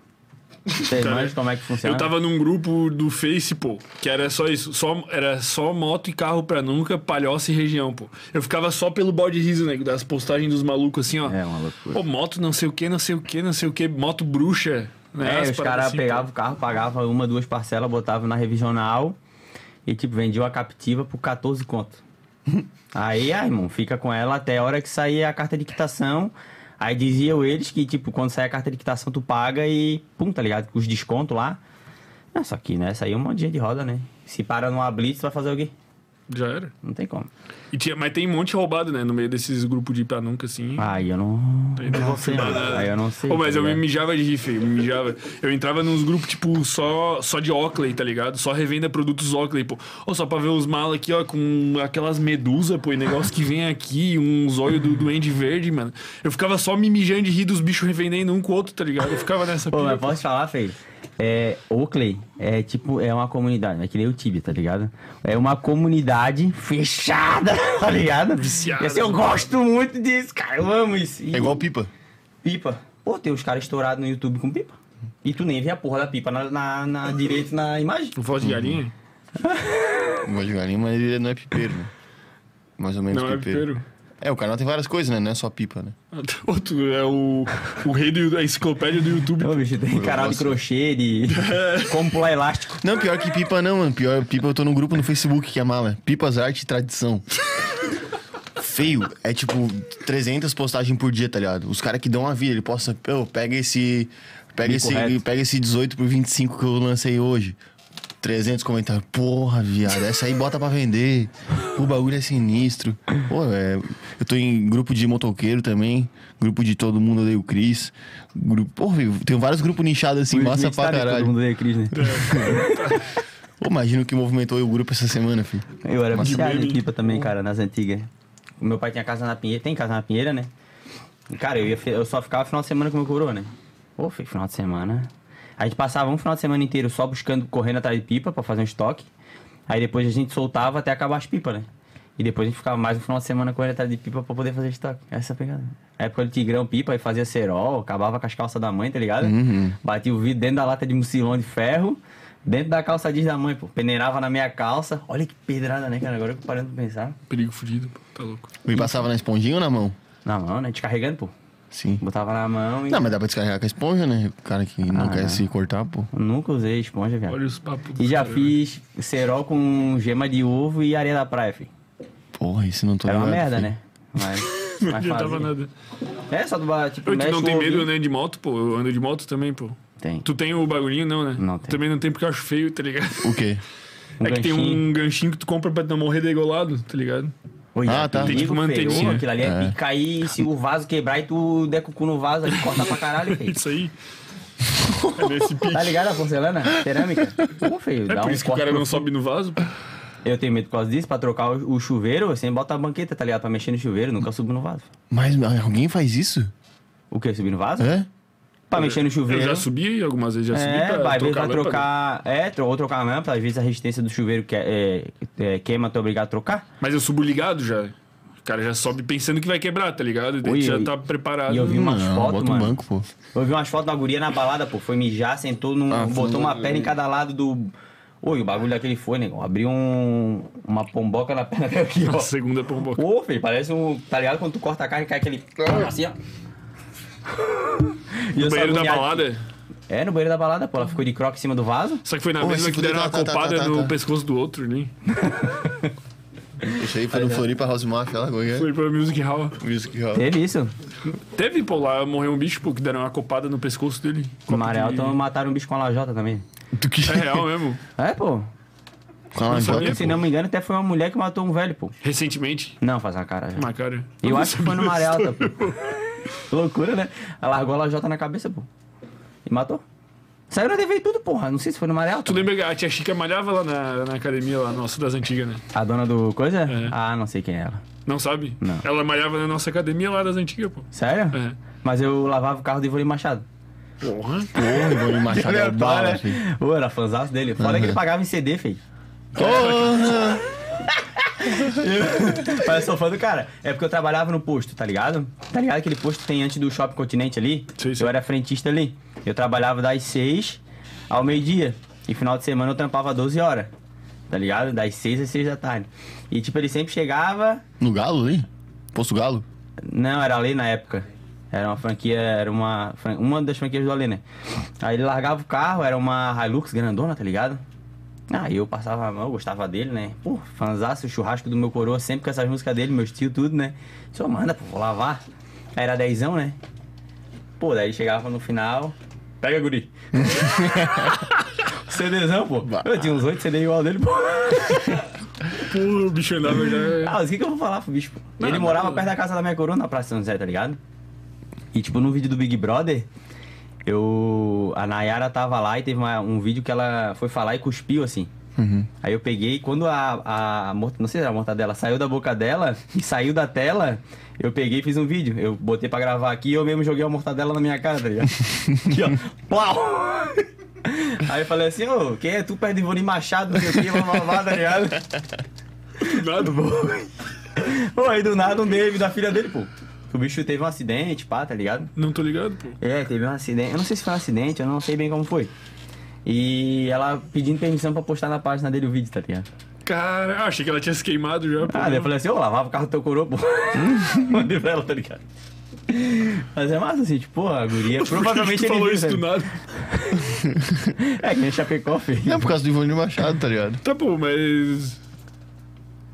Speaker 3: Vocês
Speaker 2: Tá.
Speaker 3: imaginam como é que funciona?
Speaker 2: Eu tava num grupo do Face, pô, que era só isso. Só, era só moto e carro pra nunca, palhoça e região, pô. Eu ficava só pelo bode riso, né? Das postagens dos malucos, assim, ó.
Speaker 3: É uma loucura.
Speaker 2: Pô, moto não sei o que, não sei o que, não sei o que. Moto bruxa, né?
Speaker 3: É,
Speaker 2: As paradas
Speaker 3: os caras
Speaker 2: assim,
Speaker 3: pegavam
Speaker 2: pô.
Speaker 3: o carro, pagavam uma, duas parcelas, botavam na revisional e, tipo, vendiam a captiva por 14 conto. aí, ah, irmão, fica com ela até a hora que sair a carta de quitação. Aí diziam eles que, tipo, quando sai a carta de quitação, tu paga e, pum, tá ligado? Os descontos lá. É, só que, né, saiu um monte de gente de roda, né? Se para numa blitz, tu vai fazer o quê?
Speaker 2: Já era.
Speaker 3: Não tem como.
Speaker 2: E tinha, mas tem um monte roubado, né? No meio desses grupos de pra nunca, assim.
Speaker 3: Aí eu não...
Speaker 2: não
Speaker 3: não
Speaker 2: vou
Speaker 3: sei,
Speaker 2: afirmar
Speaker 3: mano.
Speaker 2: nada.
Speaker 3: Aí eu não sei.
Speaker 2: Pô, mas
Speaker 3: tá
Speaker 2: eu me
Speaker 3: ligado?
Speaker 2: mijava de riff, eu me mijava. Eu entrava nos grupos, tipo, só, só de Oakley, tá ligado? Só revenda produtos Oakley, pô. Ou só pra ver os malas aqui, ó, com aquelas medusas, pô, e negócio que vem aqui, uns olhos do duende verde, mano. Eu ficava só me mijando de rir dos bichos revendendo um com o outro, tá ligado? Eu ficava nessa
Speaker 3: Pô,
Speaker 2: pilha,
Speaker 3: mas posso te falar, feio? É, Oakley é tipo, é uma comunidade, é que nem o Tibia, tá ligado? É uma comunidade fechada, (laughs) tá ligado?
Speaker 2: Viciada.
Speaker 3: E assim, eu gosto muito disso, cara, eu amo isso. E
Speaker 1: É igual pipa.
Speaker 3: pipa. Pô, tem os caras estourados no YouTube com pipa. E tu nem vê a porra da pipa na, na, na direito na imagem.
Speaker 2: Voz de
Speaker 3: Hum,
Speaker 2: galinha?
Speaker 1: Voz de galinha, mas ele não é pipeiro, né? Mais ou menos
Speaker 2: Não é pipeiro.
Speaker 1: É, o canal tem várias coisas, né? Não é só pipa, né?
Speaker 2: (laughs) Outro, é o, o rei da enciclopédia do YouTube.
Speaker 3: Ô, bicho, tem canal de
Speaker 1: gosto. (laughs)
Speaker 3: crochê, de. Como pular elástico.
Speaker 1: Não, pior que pipa não, mano. Pior pipa eu tô num grupo no Facebook que é mala. Pipas, arte e tradição. Feio. É tipo 300 postagens por dia, tá ligado? Os caras que dão a vida, ele posta, pô, pega esse. Pega esse,
Speaker 3: correto.
Speaker 1: pega esse 18 por 25 que eu lancei hoje. 300 comentários. Porra, viado, essa aí bota pra vender. O bagulho é sinistro. Pô, é, eu tô em grupo de motoqueiro também. Grupo de todo mundo, eu dei o Cris. Grupo, porra, tem vários grupos nichados assim, massa pra caralho.
Speaker 3: tá Todo mundo odeia Cris, né?
Speaker 1: Pô, imagina o que movimentou o grupo essa semana, filho.
Speaker 3: Eu era
Speaker 1: Mas-
Speaker 3: viciado em
Speaker 2: meme.
Speaker 3: pipa também, cara, nas antigas. O meu pai tinha casa na Pinheira, tem casa na Pinheira, né? E, Cara, eu, ia, fe- eu só ficava final de semana com o meu coroa, né? Pô, filho, final de semana. A gente passava um final de semana inteiro só buscando, correndo atrás de pipa pra fazer um estoque. Aí depois a gente soltava até acabar as pipas, né? E depois a gente ficava mais um final de semana correndo atrás de pipa pra poder fazer estoque. Essa é a pegada. A época do Tigrão pipa e fazia cerol, acabava com as calças da mãe, tá ligado? Batia o vidro dentro da lata de mucilão de ferro, dentro da calça jeans da mãe, pô. Peneirava na minha calça. Olha que pedrada, né, cara? Agora eu tô parando pra pensar.
Speaker 2: Perigo fudido, pô, tá louco.
Speaker 1: Me passava na esponjinha ou na mão?
Speaker 3: Na mão, né? Descarregando, pô.
Speaker 1: Sim.
Speaker 3: Botava na mão e.
Speaker 1: Não, mas dá pra descarregar com a esponja, né? O cara que não
Speaker 3: Ah,
Speaker 1: quer
Speaker 3: não.
Speaker 1: se cortar, pô.
Speaker 3: Nunca usei esponja, viado.
Speaker 2: Olha os papos. do
Speaker 3: E já
Speaker 2: cara,
Speaker 3: fiz cerol com gema de ovo e areia da praia, filho.
Speaker 1: Porra, isso não tô
Speaker 3: Era uma
Speaker 1: Tá ligado,
Speaker 3: merda,
Speaker 1: filho.
Speaker 3: né?
Speaker 2: (laughs)
Speaker 3: Mas.
Speaker 2: velho. Não
Speaker 3: mas
Speaker 2: adiantava
Speaker 3: fazia.
Speaker 2: nada.
Speaker 3: É, só do ba- tipo,
Speaker 2: Eu, tu
Speaker 3: mexe
Speaker 2: não
Speaker 3: o
Speaker 2: tem medo,
Speaker 3: ovinho.
Speaker 2: né, de moto, pô? Eu ando de moto também, pô.
Speaker 3: Tem.
Speaker 2: Tu tem o bagulhinho, não, né?
Speaker 3: Não tem.
Speaker 2: Também não tem porque eu acho feio, tá ligado?
Speaker 1: O quê?
Speaker 2: (laughs)
Speaker 3: Um
Speaker 2: é que tem
Speaker 3: ganchinho.
Speaker 2: um ganchinho que tu compra pra não morrer degolado, tá ligado?
Speaker 3: Oi,
Speaker 1: Ah,
Speaker 3: é
Speaker 1: tá.
Speaker 3: perigo,
Speaker 2: Tem tipo uma
Speaker 3: feio,
Speaker 2: anteninha.
Speaker 3: Aquilo ali é, picar e se o vaso quebrar e tu der com o cu no vaso, ali corta pra
Speaker 2: (laughs)
Speaker 3: caralho, filho.
Speaker 2: Isso
Speaker 3: (laughs)
Speaker 2: aí. É nesse pique.
Speaker 3: Tá ligado a porcelana? Cerâmica? Pô, feio,
Speaker 2: É
Speaker 3: dá
Speaker 2: por
Speaker 3: um
Speaker 2: isso que o
Speaker 3: corte
Speaker 2: cara
Speaker 3: no
Speaker 2: não sobe no vaso, pô.
Speaker 3: Eu tenho medo por causa disso, pra trocar o, o chuveiro, eu sempre boto a banqueta, tá ligado? Pra mexer no chuveiro, nunca subo no vaso.
Speaker 1: Mas alguém faz isso?
Speaker 3: O que? Subir no vaso?
Speaker 1: É?
Speaker 3: Pra mexer no chuveiro.
Speaker 2: Eu já subi algumas vezes, já subi
Speaker 3: É,
Speaker 2: pra
Speaker 3: vai, às vezes
Speaker 2: trocar
Speaker 3: vai
Speaker 2: lâmpada.
Speaker 3: trocar. É, tro- ou trocar a lâmpada, às vezes a resistência do chuveiro que é, é, é, queima, tu é obrigado a trocar.
Speaker 2: Mas eu subo ligado já. O cara já sobe pensando que vai quebrar, tá ligado? Daí
Speaker 3: Ui,
Speaker 2: tu já
Speaker 3: ui.
Speaker 2: tá preparado.
Speaker 3: E eu vi umas
Speaker 1: não,
Speaker 3: fotos,
Speaker 1: bota
Speaker 3: mano.
Speaker 1: um banco, pô.
Speaker 3: Eu vi umas fotos da guria na balada, pô. Foi mijar, sentou num.
Speaker 1: Ah,
Speaker 3: botou
Speaker 1: foi-
Speaker 3: uma perna em cada lado do. Oi, o bagulho daquele foi, negão. Abriu um, uma pomboca na perna (laughs) até aqui,
Speaker 2: A
Speaker 3: ó.
Speaker 2: segunda pomboca.
Speaker 3: Pô, filho, parece um. Tá ligado quando tu corta a carne e cai aquele. (laughs) Assim, ó. E
Speaker 2: No
Speaker 3: eu só
Speaker 2: banheiro da
Speaker 3: agoniado.
Speaker 2: balada.
Speaker 3: É, no banheiro da balada, pô. Ela ficou de croque em cima do vaso.
Speaker 2: Só que foi na
Speaker 1: Ô,
Speaker 2: mesma
Speaker 1: se
Speaker 2: que
Speaker 1: fuder,
Speaker 2: deram uma
Speaker 1: tá, tá, tá,
Speaker 2: copada
Speaker 1: tá,
Speaker 2: no
Speaker 1: tá.
Speaker 2: pescoço do outro, né?
Speaker 1: Isso aí foi no Floripa House Mafia, lá, como é que
Speaker 2: Foi pra Music Hall.
Speaker 1: é? Music Hall.
Speaker 3: Teve isso.
Speaker 2: Teve, pô, lá morreu um bicho, pô, que deram uma copada no pescoço dele.
Speaker 3: No Maré Alto mataram um bicho com a lajota também.
Speaker 1: Do que?
Speaker 2: É real mesmo.
Speaker 3: É, pô.
Speaker 1: (laughs) Com a
Speaker 2: sabia.
Speaker 1: lajota,
Speaker 3: Se não me engano, até foi uma mulher que matou um velho, pô.
Speaker 2: Recentemente.
Speaker 3: Não, faz uma cara já.
Speaker 2: Uma cara.
Speaker 3: Eu acho que foi no Maré Alto, pô. Loucura, né? Ela largou a lajota na cabeça, pô. E matou. Saiu na TV e tudo, porra. Não sei se foi no Maré Alto.
Speaker 2: Tu (laughs) lembra que a tia Chica malhava lá na, na academia lá nossa das antigas, né?
Speaker 3: A dona do coisa?
Speaker 2: É.
Speaker 3: Ah, não sei quem é ela.
Speaker 2: Não sabe?
Speaker 3: Não.
Speaker 2: Ela malhava na nossa academia lá das antigas, pô.
Speaker 3: Sério?
Speaker 2: É.
Speaker 3: Mas eu lavava o carro do Ivone Machado.
Speaker 2: Porra.
Speaker 1: porra, eu vou me machar da é bala, filho.
Speaker 3: Ô, era fãzaço dele. Fora que ele
Speaker 2: Uhum.
Speaker 3: pagava em CD, filho.
Speaker 1: Porra!
Speaker 3: Mas eu sou fã do cara. É porque eu trabalhava no posto, tá ligado? Tá ligado aquele posto que tem antes do Shopping Continente ali?
Speaker 2: Sim, sim.
Speaker 3: Eu era frentista ali. Eu trabalhava das 6 ao meio-dia. E final de semana eu trampava 12 horas. Tá ligado? Das 6 às 6 da tarde. E tipo, ele sempre chegava.
Speaker 1: No Galo ali? Posto Galo?
Speaker 3: Não, era ali na época. Era uma franquia, era uma, fran- uma das franquias do Alê, né? Aí ele largava o carro, era uma Hilux grandona, tá ligado? Aí eu passava a mão, eu gostava dele, né? Pô, fanzaço, churrasco do meu coroa, sempre com essas músicas dele, meus tios, tudo, né? Só manda, pô, vou lavar. Aí era dezão, né? Pô, daí chegava no final. Pega, (laughs) guri. CDzão, pô. Eu tinha uns oito CD igual dele, pô.
Speaker 2: Porra, o bicho andava já.
Speaker 3: Ah, mas o que, que eu vou falar pro bicho? pô?
Speaker 2: Não,
Speaker 3: ele
Speaker 2: não,
Speaker 3: morava
Speaker 2: não.
Speaker 3: perto da casa da minha coroa na Praça São José, tá ligado? E tipo, no vídeo do Big Brother, eu. A Nayara tava lá e teve uma- um vídeo que ela foi falar e cuspiu assim. Aí eu peguei, quando a, a, mor- Não sei se era a mortadela, saiu da boca dela (laughs) e saiu da tela, eu peguei e fiz um vídeo. Eu botei pra gravar aqui e eu mesmo joguei a mortadela na minha cara, tá ligado? aqui, ó. Pau! (laughs) Aí eu falei assim, ô, quem é tu, Pedro Ivone Machado, não sei o que, blá, blá, blá, tá ligado?
Speaker 2: é
Speaker 3: (laughs)
Speaker 2: Nada,
Speaker 3: Pô, aí do nada um David, da filha dele, pô. O bicho teve um acidente, pá, tá ligado?
Speaker 2: Não tô ligado, pô.
Speaker 3: É, teve um acidente. Eu não sei se foi um acidente, eu não sei bem como foi. E ela pedindo permissão pra postar na página dele o vídeo, tá ligado?
Speaker 2: Cara, achei que ela tinha se queimado já. pô.
Speaker 3: Ah, daí eu falei assim, ô, lavava o carro do teu
Speaker 2: (laughs)
Speaker 3: coroa, pô. Mandei pra ela, tá ligado? Mas é massa assim, tipo, pô, a guria
Speaker 2: (laughs)
Speaker 3: provavelmente
Speaker 2: Tu
Speaker 3: ele
Speaker 2: falou
Speaker 3: viu,
Speaker 2: isso do nada.
Speaker 3: sabe? É, que nem Chapecó fez.
Speaker 1: Não, por causa do Ivone Machado, tá ligado?
Speaker 2: Tá, pô, mas.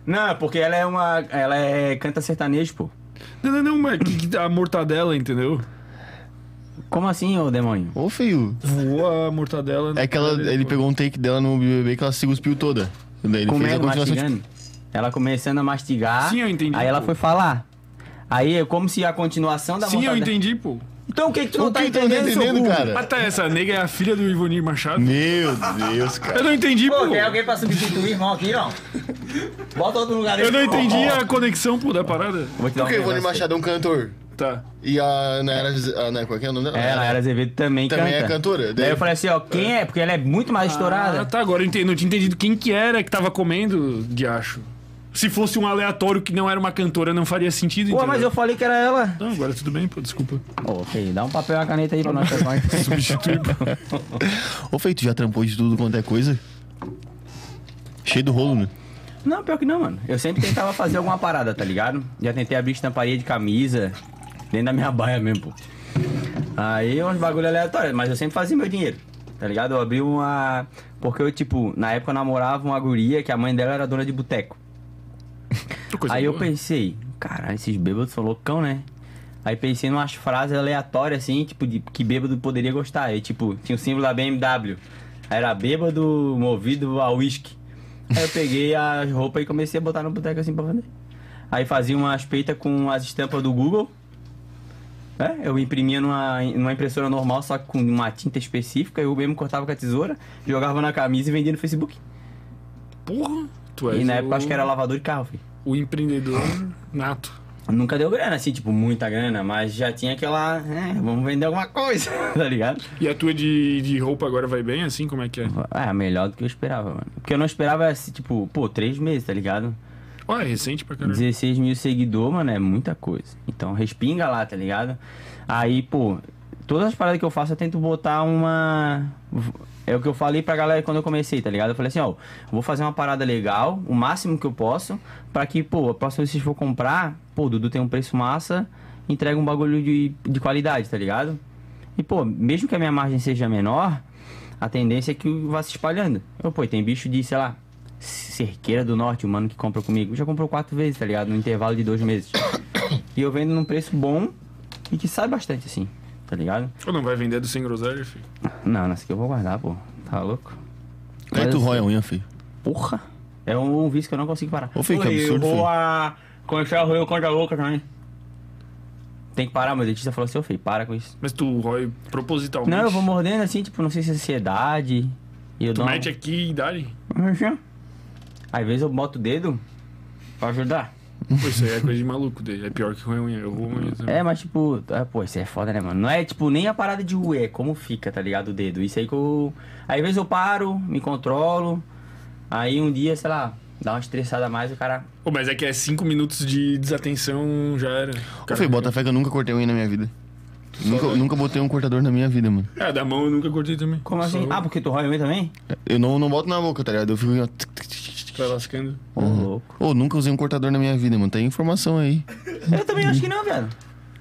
Speaker 3: Não, porque ela é uma. Ela é canta sertanejo, pô.
Speaker 2: Não, não, não, mas que- que- a mortadela, entendeu?
Speaker 3: Como assim, ô demônio?
Speaker 1: Ô, filho.
Speaker 2: Voa a mortadela.
Speaker 1: É que ela, ele pegou um take dela no BBB que ela se cuspiu toda. Daí ele fez a
Speaker 3: Comendo,
Speaker 1: continuação de...
Speaker 3: mastigando. Ela começando a mastigar.
Speaker 2: Sim, eu entendi,
Speaker 3: Aí ela
Speaker 2: pô.
Speaker 3: foi falar. Aí é como se a continuação da
Speaker 2: Sim, eu
Speaker 3: vontade-
Speaker 2: entendi, pô.
Speaker 3: Então o que, que tu
Speaker 1: O
Speaker 3: não tá
Speaker 1: que tu não tá
Speaker 3: entendendo, seu
Speaker 1: entendendo,
Speaker 3: burro?
Speaker 1: cara?
Speaker 2: Ah, tá, essa nega é a filha do Ivonir Machado.
Speaker 1: Meu Deus,
Speaker 2: Eu
Speaker 1: cara.
Speaker 2: não entendi, pô.
Speaker 3: Pô, tem alguém pra substituir, irmão, aqui, não? Bota outro lugar aí.
Speaker 2: Eu não entendi
Speaker 3: Ó, ó.
Speaker 2: a conexão, pô, da parada.
Speaker 3: Vou te dar um
Speaker 1: Porque o Ivone
Speaker 3: negócio.
Speaker 1: Machado é um cantor.
Speaker 2: Tá.
Speaker 1: E a Ana era. Ana, qual que é o nome dela?
Speaker 3: É, ela era Azevedo também,
Speaker 1: Também
Speaker 3: canta.
Speaker 1: é cantora.
Speaker 3: Daí
Speaker 1: Daí-
Speaker 3: eu falei assim, ó, quem é? Porque ela é muito mais estourada.
Speaker 2: Ah, tá, agora eu entendi, não tinha entendido quem que era que tava comendo, diacho. Se fosse um aleatório que não era uma cantora, não faria sentido,
Speaker 3: Pô,
Speaker 2: entendeu?
Speaker 3: mas eu falei que era ela.
Speaker 2: Não, agora tudo bem, pô, desculpa.
Speaker 3: Ô, filho, dá um papel e uma caneta aí pra nós pessoal.
Speaker 2: (laughs) Substitui, pô.
Speaker 1: Ô, Feito, já trampou de tudo quanto é coisa? Cheio do rolo, né?
Speaker 3: Não, pior que não, mano. Eu sempre tentava fazer alguma parada, tá ligado? Já tentei abrir estamparia de camisa, dentro da minha (laughs) baia mesmo, pô. Aí uns bagulho aleatório, mas eu sempre fazia meu dinheiro, tá ligado? Eu abri uma. Porque eu, tipo, na época eu namorava uma guria que a mãe dela era dona de boteco.
Speaker 2: Coisa
Speaker 3: Aí eu
Speaker 2: boa.
Speaker 3: pensei, caralho, esses bêbados são loucão, né? Aí pensei em umas frases aleatórias, assim, tipo, de que bêbado poderia gostar. Aí, tipo, tinha o símbolo da BMW. Aí era bêbado movido a uísque. Aí eu peguei a roupa e comecei a botar no boteco assim pra vender. Aí fazia umas peitas com as estampas do Google. É, eu imprimia numa, numa impressora normal, só que com uma tinta específica. Eu mesmo cortava com a tesoura, jogava na camisa e vendia no Facebook.
Speaker 2: Porra, tu és
Speaker 3: E na
Speaker 2: é, o-
Speaker 3: época acho que era lavador de carro, filho.
Speaker 2: o empreendedor nato.
Speaker 3: Nunca deu grana, assim, tipo, muita grana, mas já tinha aquela. É, vamos vender alguma coisa, (laughs) tá ligado?
Speaker 2: E a tua de, de roupa agora vai bem, assim? Como é que é?
Speaker 3: Ah, melhor do que eu esperava, mano. Porque eu não esperava, assim, tipo, pô, três meses, tá ligado?
Speaker 2: Ó, é recente pra caralho.
Speaker 3: 16 mil seguidores, mano, é muita coisa. Então respinga lá, tá ligado? Aí, pô, todas as paradas que eu faço eu tento botar uma. É o que eu falei pra galera quando eu comecei, tá ligado? Eu falei assim, ó, vou fazer uma parada legal, o máximo que eu posso, pra que, pô, a próxima vez que vocês for comprar, pô, o Dudu tem um preço massa, entrega um bagulho de, de qualidade, tá ligado? E, pô, mesmo que a minha margem seja menor, a tendência é que vá se espalhando. Eu, pô, tem bicho de, sei lá, Cerqueira do Norte, o mano que compra comigo. Já comprou quatro vezes, tá ligado? No intervalo de dois meses. (coughs) E eu vendo num preço bom e que sai bastante, assim, tá ligado?
Speaker 2: Ou não vai vender do sem groselha, filho?
Speaker 3: Não, nessa aqui eu vou guardar, pô. Tá louco?
Speaker 1: Aí tu rói a unha, filho.
Speaker 3: Porra! É um, um vício que eu não consigo parar.
Speaker 1: Ô, filho, que
Speaker 3: Ui,
Speaker 1: absurdo,
Speaker 3: Eu
Speaker 1: filho.
Speaker 3: vou a... Começar a roer o contra a louca também. Tem que parar, meu dentista falou assim, ô, filho, para com isso.
Speaker 2: Mas tu rói propositalmente.
Speaker 3: Não, eu vou mordendo assim, tipo, não sei se é ansiedade. E eu
Speaker 2: Tu
Speaker 3: dou uma- é
Speaker 2: mete aqui e dá-lhe.
Speaker 3: Às vezes eu boto o dedo pra ajudar.
Speaker 2: Pô, isso aí é coisa de maluco dele. É pior que ruim unha. Eu roubo unha também.
Speaker 3: É, mas tipo, ah, pô, isso é foda, né, mano? Não é tipo nem a parada de ruê, é como fica, tá ligado? O dedo. Isso aí que eu. Aí, às vezes eu paro, me controlo. Aí um dia, sei lá, dá uma estressada a mais, o cara.
Speaker 2: Pô, mas é que é cinco minutos de desatenção, já era.
Speaker 1: Ô,
Speaker 3: é.
Speaker 1: filho, bota fé que eu nunca cortei unha na minha vida. Nunca,
Speaker 2: vai.
Speaker 1: nunca botei um cortador na minha vida, mano.
Speaker 2: É, da mão eu nunca cortei também.
Speaker 3: Como assim?
Speaker 2: Só
Speaker 3: Ah, porque tu rói o também?
Speaker 1: Eu não, não boto na boca, tá ligado? Eu fico. ó,
Speaker 2: Vai tá lascando.
Speaker 3: Ô, louco.
Speaker 1: Ô, nunca usei um cortador na minha vida, mano. Tem informação aí.
Speaker 3: Eu também acho que não, velho.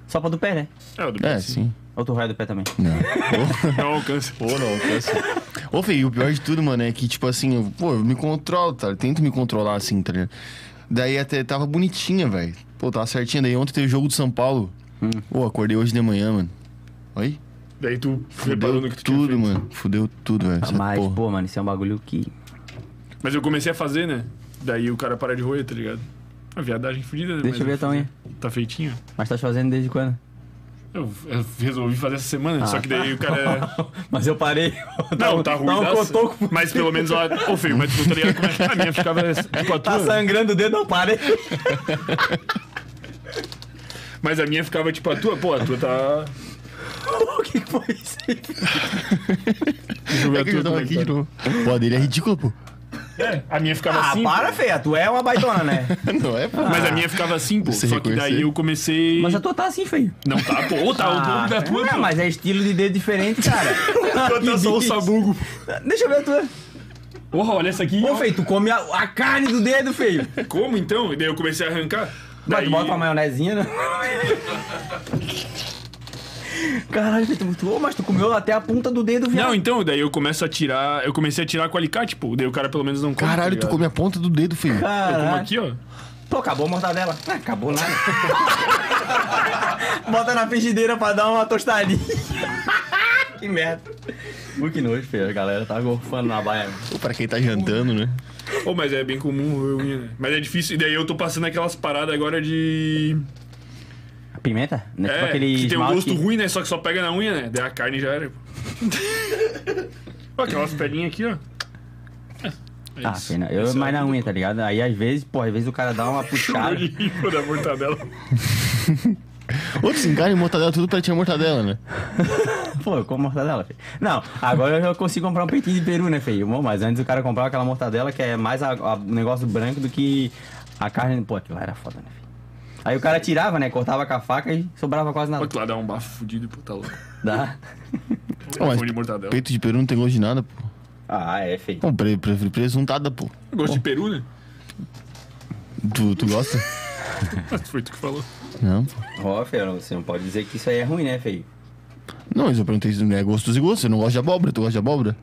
Speaker 3: Só pra do pé, né?
Speaker 2: É, o do
Speaker 1: É,
Speaker 2: pé, sim.
Speaker 1: sim.
Speaker 3: Ou tu rói do pé também? (laughs)
Speaker 2: É o alcance.
Speaker 1: Pô, não, pensa. Ô, Fê, e o pior de tudo, mano, é que, tipo assim, eu, pô, eu me controlo, tá? Eu tento me controlar, assim, tá ligado? Daí até tava bonitinha, velho. Pô, tava certinha. Daí ontem teve jogo do São Paulo. Pô, acordei hoje de manhã, mano. Oi?
Speaker 2: Daí tu reparou
Speaker 1: Fudeu
Speaker 2: no que tu tinha
Speaker 1: tudo,
Speaker 2: feito.
Speaker 1: mano. Fudeu tudo, velho. Essa
Speaker 3: Mas,
Speaker 1: porra.
Speaker 3: pô, mano, isso é um bagulho que.
Speaker 2: Mas eu comecei a fazer, né? Daí o cara para de roer, tá ligado? A viadagem fodida. né?
Speaker 3: Deixa
Speaker 2: Mas
Speaker 3: eu ver a tua unha.
Speaker 2: Tá feitinho.
Speaker 3: Mas tá fazendo desde quando?
Speaker 2: Eu, eu resolvi fazer essa semana, só que daí o
Speaker 3: (laughs)
Speaker 2: cara... é-
Speaker 3: Mas eu parei. (laughs) Dá
Speaker 2: Não,
Speaker 3: um-
Speaker 2: tá ruim.
Speaker 3: Ah. dá um
Speaker 2: daça.
Speaker 3: cotoco.
Speaker 2: Mas pelo menos ela... Ô, filho, mas tu tá ligado como é que a minha ficava com a tua?
Speaker 3: Tá sangrando o dedo, eu parei. (laughs)
Speaker 2: Mas a minha ficava tipo a tua, pô, a tua tá.
Speaker 3: O que que foi isso aí?
Speaker 1: É que eu já tava aqui de novo. Pô, a dele é ridículo, pô.
Speaker 2: É, a minha ficava
Speaker 4: Ah,
Speaker 2: assim. pô.
Speaker 4: para, feia. Tu é uma baitona, né?
Speaker 2: (laughs)
Speaker 1: Não é, pô.
Speaker 2: Mas a minha ficava assim, pô.
Speaker 1: Você
Speaker 2: Só que daí
Speaker 1: reconheceu?
Speaker 2: eu comecei.
Speaker 3: Mas a tua tá assim, feio.
Speaker 2: Não tá, pô. Ô, tá o
Speaker 3: Ah,
Speaker 2: nome da tua,
Speaker 3: é,
Speaker 2: pô.
Speaker 3: mas é estilo de dedo diferente,
Speaker 2: (laughs)
Speaker 3: cara.
Speaker 2: Enquanto eu sou o sabugo.
Speaker 3: Deixa eu ver a tua.
Speaker 2: Porra, olha essa aqui.
Speaker 4: Ô, feio, tu come a, a carne do dedo, feio.
Speaker 2: Como então? E daí eu comecei a arrancar.
Speaker 3: Mas
Speaker 2: Daí-
Speaker 3: tu bota uma
Speaker 2: (laughs)
Speaker 3: maionezinha, né? Caralho, feio, tu- tu, ô, mas tu comeu até a ponta do dedo, viado.
Speaker 2: Não, então, daí eu começo a tirar. Eu comecei a tirar com alicate, pô. Daí o cara pelo menos não come.
Speaker 1: Caralho,
Speaker 2: tá
Speaker 1: tu
Speaker 2: ligado?
Speaker 1: come a ponta do dedo, filho.
Speaker 2: então, Eu como
Speaker 3: Caralho.
Speaker 2: aqui, ó.
Speaker 3: Pô, acabou a mortadela. Ah, acabou nada.
Speaker 4: (laughs) Bota na frigideira pra dar uma tostadinha.
Speaker 3: (laughs)
Speaker 4: que merda.
Speaker 3: Ui, que nojo, feio. A galera tá gorfando na baia.
Speaker 1: Pô, Pra quem tá jantando, né?
Speaker 2: Ô, mas é bem comum roer unha, né? Mas é difícil. E daí eu tô passando aquelas paradas agora de.
Speaker 3: A pimenta? Né?
Speaker 2: É,
Speaker 3: tipo aquele
Speaker 2: que tem um
Speaker 3: esmalte-
Speaker 2: gosto ruim, né? Só que só pega na unha, né? Daí a carne já era. pô. Ó, Aquelas pelinhas aqui, ó. É, é
Speaker 3: Ah,
Speaker 2: isso.
Speaker 3: pena. Eu
Speaker 2: Essa é
Speaker 3: mais
Speaker 2: a
Speaker 3: na unha, tá ligado? Aí às vezes, pô, às vezes o cara dá uma puxada.
Speaker 2: Limpo (laughs) da mortadela.
Speaker 1: Outros encarnam mortadela tudo pra tirar mortadela, né?
Speaker 3: (laughs) Pô, eu como mortadela, filho. Não, agora eu já consigo comprar um peitinho de peru, né, filho? Bom, mas antes o cara comprava aquela mortadela que é mais a- a- um negócio branco do que a carne. Pô, aquilo lá era foda, né, filho? Aí o cara tirava, né? Cortava com a faca e sobrava quase nada.
Speaker 2: Olha que lá dá um bafo fudido, pô, tá louco.
Speaker 3: Dá.
Speaker 1: Pô, mas
Speaker 2: Fone de mortadela.
Speaker 1: peito de peru não tem gosto de nada, pô.
Speaker 3: Ah, é, feio.
Speaker 1: Pô, pre, pre, presuntada, pô.
Speaker 2: Gosto de peru, né?
Speaker 1: Tu, tu gosta?
Speaker 2: Foi tu que falou.
Speaker 1: não, pô.
Speaker 3: Ó, feio, você não pode dizer que isso aí é ruim, né, feio?
Speaker 1: Não, mas eu perguntei se é gostos e gostos. Eu não gosto de abóbora, tu gosta de abóbora?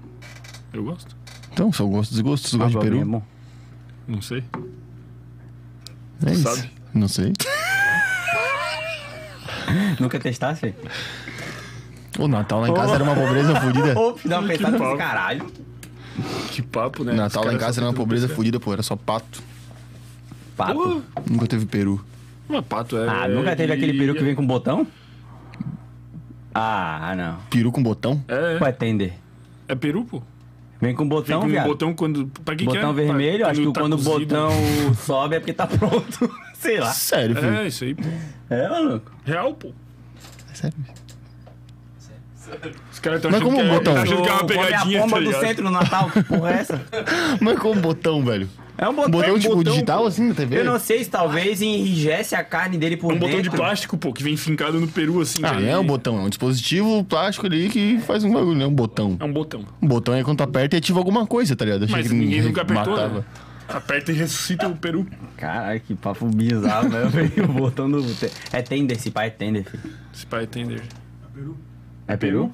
Speaker 2: Eu gosto.
Speaker 1: Então, são gostos e gostos. Tu
Speaker 3: Ah,
Speaker 1: gosta de
Speaker 3: babinha
Speaker 1: peru?
Speaker 3: é bom.
Speaker 2: Não sei.
Speaker 1: É isso.
Speaker 2: Sabe?
Speaker 1: Não sei.
Speaker 3: Nunca testasse?
Speaker 1: O Natal lá em casa era uma pobreza fodida.
Speaker 2: (laughs)
Speaker 3: Ops, dá uma pensada
Speaker 2: pau.
Speaker 3: nesse caralho.
Speaker 2: Que papo, né?
Speaker 1: O Natal
Speaker 2: Os
Speaker 1: lá em
Speaker 2: caras
Speaker 1: casa é
Speaker 2: só
Speaker 1: um era uma
Speaker 2: tentam
Speaker 1: pobreza
Speaker 2: pensar.
Speaker 1: fodida, pô. Era só pato.
Speaker 2: Uh!
Speaker 3: Papo.
Speaker 1: Nunca teve peru.
Speaker 2: Mas pato é.
Speaker 3: Ah, nunca teve
Speaker 2: de-
Speaker 3: aquele peru que vem com botão? Ah, não.
Speaker 1: Peru com botão?
Speaker 2: É,
Speaker 3: Pode atender.
Speaker 2: é peru, pô.
Speaker 3: Vem com
Speaker 2: Vem
Speaker 3: botão,
Speaker 2: com um
Speaker 3: Então, viado.
Speaker 2: botão quando. Pra que
Speaker 3: botão
Speaker 2: que é? Pra-
Speaker 3: vermelho, acho que
Speaker 2: tá
Speaker 3: quando o
Speaker 2: cozido.
Speaker 3: botão sobe é porque tá pronto. (laughs) Sei lá.
Speaker 1: Sério, filho.
Speaker 2: É, isso aí, pô.
Speaker 3: É, maluco?
Speaker 2: Real, pô.
Speaker 1: Sério.
Speaker 2: Os caras tão
Speaker 1: Mas como um
Speaker 2: que é,
Speaker 1: botão?
Speaker 2: tá achando que é uma
Speaker 3: Come
Speaker 2: pegadinha,
Speaker 3: a pomba
Speaker 2: tá
Speaker 3: do
Speaker 2: ligado?
Speaker 3: centro no Natal, que porra é
Speaker 2: (laughs)
Speaker 3: essa?
Speaker 1: Mas como botão, velho?
Speaker 3: É um
Speaker 1: Um
Speaker 3: botão.
Speaker 1: botão,
Speaker 3: é um
Speaker 1: tipo,
Speaker 3: botão,
Speaker 1: digital,
Speaker 3: pô.
Speaker 1: assim, na TV?
Speaker 3: Eu não sei se talvez enrijece a carne dele por
Speaker 2: Um
Speaker 3: dentro.
Speaker 2: botão de plástico, pô, que vem fincado no peru, assim.
Speaker 1: Ah,
Speaker 2: daí-
Speaker 1: não é um botão, é um dispositivo plástico ali que faz um bagulho, não é um botão.
Speaker 2: É um botão.
Speaker 1: Um botão é quando tu aperta e ativa alguma coisa, tá ligado? Achei
Speaker 2: Mas
Speaker 1: que
Speaker 2: ninguém nunca apertou,
Speaker 1: matava.
Speaker 2: né? Aperta e ressuscita o peru.
Speaker 3: Caralho, que papo bizarro, né? (laughs) Veio o botão do. É tender, esse pai é tender, filho.
Speaker 2: Esse pai entender.
Speaker 3: É peru?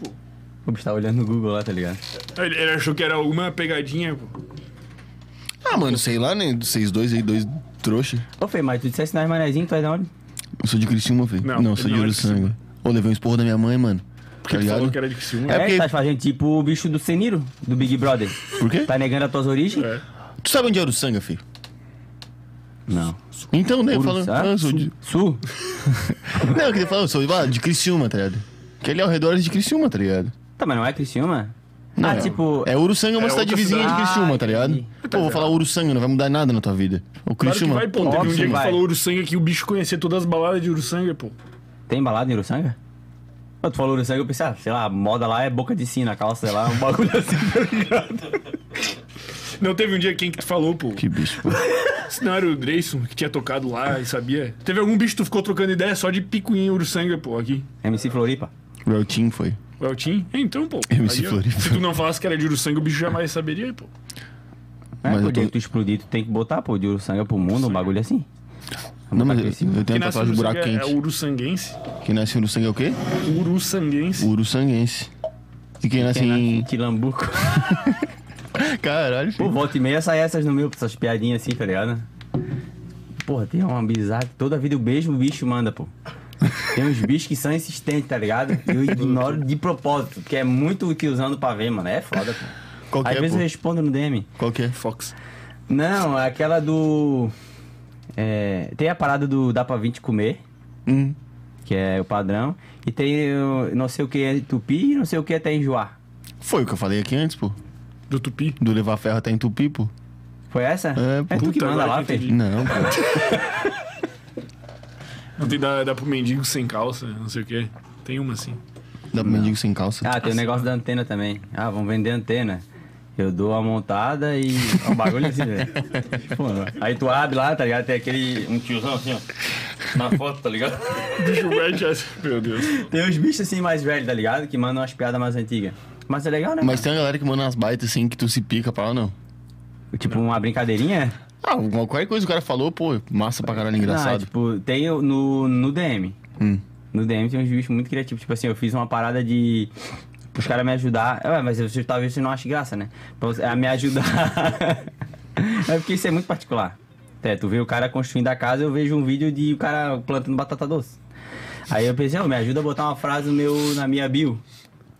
Speaker 3: O bicho tá olhando no Google lá, tá ligado?
Speaker 2: Ele, ele achou que era alguma pegadinha, pô.
Speaker 1: Ah, mano, sei lá, né? Vocês dois aí, dois trouxa.
Speaker 3: Ô, Fê, mas tu dissesse nós manezinho, tu é da onde?
Speaker 1: Eu sou de Criciúma, filho.
Speaker 2: Não,
Speaker 1: Não, sou de
Speaker 2: ele não é
Speaker 1: Ouro
Speaker 2: de Criciúma.
Speaker 1: Sangue. Ô, levei um esporro da minha mãe, mano.
Speaker 2: Porque
Speaker 1: tá
Speaker 2: ele falou
Speaker 1: ligado?
Speaker 2: que era de Criciúma.
Speaker 1: É
Speaker 3: É,
Speaker 1: porque-
Speaker 3: tá fazendo tipo o bicho do Seniro, do
Speaker 1: (laughs)
Speaker 3: Big Brother.
Speaker 1: Por quê?
Speaker 3: Tá negando as tuas origens?
Speaker 2: É.
Speaker 1: Tu sabe onde é Ouro Sangue, filho?
Speaker 3: Não.
Speaker 1: Então, né? Eu falo,
Speaker 3: Uruçá?
Speaker 1: ah, eu sou de...
Speaker 3: Sul? Sul?
Speaker 1: Não, eu queria falar, eu sou ah, de Criciúma, tá ligado? Que ali ao redor é de Criciúma, tá ligado?
Speaker 3: Tá, mas não é Criciúma?
Speaker 1: Não,
Speaker 3: ah, tipo... Ah,
Speaker 1: É Uruçanga, é uma
Speaker 2: É
Speaker 1: cidade
Speaker 2: outra
Speaker 1: vizinha
Speaker 2: cidade.
Speaker 1: de Criciúma, tá ligado?
Speaker 3: entendi.
Speaker 1: Pô, vou falar Uruçanga, não vai mudar nada na tua vida. O
Speaker 2: Claro que
Speaker 1: Criciúma.
Speaker 2: vai, pô. Teve um
Speaker 3: Óbvio
Speaker 2: dia que
Speaker 3: vai.
Speaker 2: falou Uruçanga que o bicho conhecia todas as baladas de Uruçanga, pô.
Speaker 3: Tem balada em Uruçanga? Quando tu falou Uruçanga, eu pensei, ah, sei lá, a moda lá é boca de sina, a calça sei lá, um bagulho (laughs) assim.
Speaker 2: Não teve um dia quem que tu falou, pô.
Speaker 1: Que bicho, pô.
Speaker 2: Se não era o Dreyson que tinha tocado lá e sabia. Teve algum bicho que tu ficou trocando ideia só de pico em Uruçanga, pô, aqui.
Speaker 3: MC Floripa.
Speaker 1: Real Team foi.
Speaker 2: O Eltim? É, Então, pô.
Speaker 1: MC
Speaker 2: ó,
Speaker 1: Floripa. tá
Speaker 2: se tu não falasse que era de Uruçanga, o bicho jamais saberia, pô.
Speaker 3: É,
Speaker 1: Mas
Speaker 3: mas
Speaker 1: eu
Speaker 3: o dia
Speaker 1: tô-
Speaker 3: que tu explodir, tu tem que botar, pô, de Uruçanga pro mundo, um bagulho assim.
Speaker 1: Não, mas eu,
Speaker 3: Criciúma.
Speaker 1: eu tenho uma tatuagem de buraco
Speaker 2: Uruçanga é, é
Speaker 1: quente.
Speaker 2: uruçanguense.
Speaker 1: Quem nasce em Uruçanga é o quê?
Speaker 2: Uruçanguense.
Speaker 1: Uruçanguense. E quem nasce em.
Speaker 3: Tilambuco.
Speaker 1: Caralho,
Speaker 3: Pô,
Speaker 1: filho.
Speaker 3: volta e meia sai essas no meu, essas piadinhas assim, tá ligado? Porra, tem uma bizarra que toda vida o mesmo bicho manda, pô. Tem uns bichos que são insistentes, tá ligado? Eu ignoro de propósito, porque é muito o que usando pra ver, mano. É foda, pô.
Speaker 1: Qual que
Speaker 3: Às
Speaker 1: é,
Speaker 3: vezes eu
Speaker 1: pô?
Speaker 3: respondo no DM.
Speaker 1: Qual que é?
Speaker 2: Fox.
Speaker 3: Não, é aquela do. é, tem a parada do Dá pra 20 comer,
Speaker 1: Hum.
Speaker 3: que é o padrão. E tem o não sei o que é tupi e não sei o que até enjoar.
Speaker 1: Foi o que eu falei aqui antes, pô.
Speaker 2: Do Tupi.
Speaker 1: Do levar ferro até entupir, pô.
Speaker 3: Foi essa?
Speaker 1: É,
Speaker 3: é tu que
Speaker 2: puta,
Speaker 3: manda
Speaker 2: agora
Speaker 3: lá,
Speaker 2: que eu
Speaker 3: Fê.
Speaker 2: entendi.
Speaker 1: Não, pô.
Speaker 2: Não tem dá, dá pro mendigo sem calça, não sei o quê. Tem uma assim.
Speaker 1: Dá pra mendigo sem calça.
Speaker 3: Ah, tem o negócio da antena também. Ah, vão vender antena. Eu dou a montada e. Ó, o bagulho assim,
Speaker 1: (laughs)
Speaker 3: velho. Pô, Aí tu abre lá, tá ligado? Tem aquele. Um tiozão assim, ó. Na foto, tá
Speaker 1: (laughs)
Speaker 3: ligado?
Speaker 2: Bicho mete essa. (laughs) Meu Deus.
Speaker 3: Tem uns bichos assim mais velhos, tá ligado? Que mandam umas piadas mais antigas. Mas é legal, né?
Speaker 1: Mas tem uma galera que manda umas baitas assim que tu se pica pra lá, não.
Speaker 3: mano? Tipo, uma brincadeirinha?
Speaker 1: Ah, alguma- qualquer coisa que o cara falou, pô, massa pra caralho,
Speaker 3: Não, é,
Speaker 1: engraçado.
Speaker 3: tipo, tem o- no, no DM.
Speaker 1: Hum.
Speaker 3: No DM tem uns bichos muito criativos. Tipo assim, eu fiz uma parada de. Os caras me ajudar. Ah, Ué, mas você, talvez você não ache graça, né? Pra você- a me ajudar. (laughs) é porque isso é muito particular. É, tu vê o cara construindo a casa, eu vejo um vídeo de o cara plantando batata doce. Aí eu pensei, ó, me ajuda a botar uma frase no meu, na minha bio.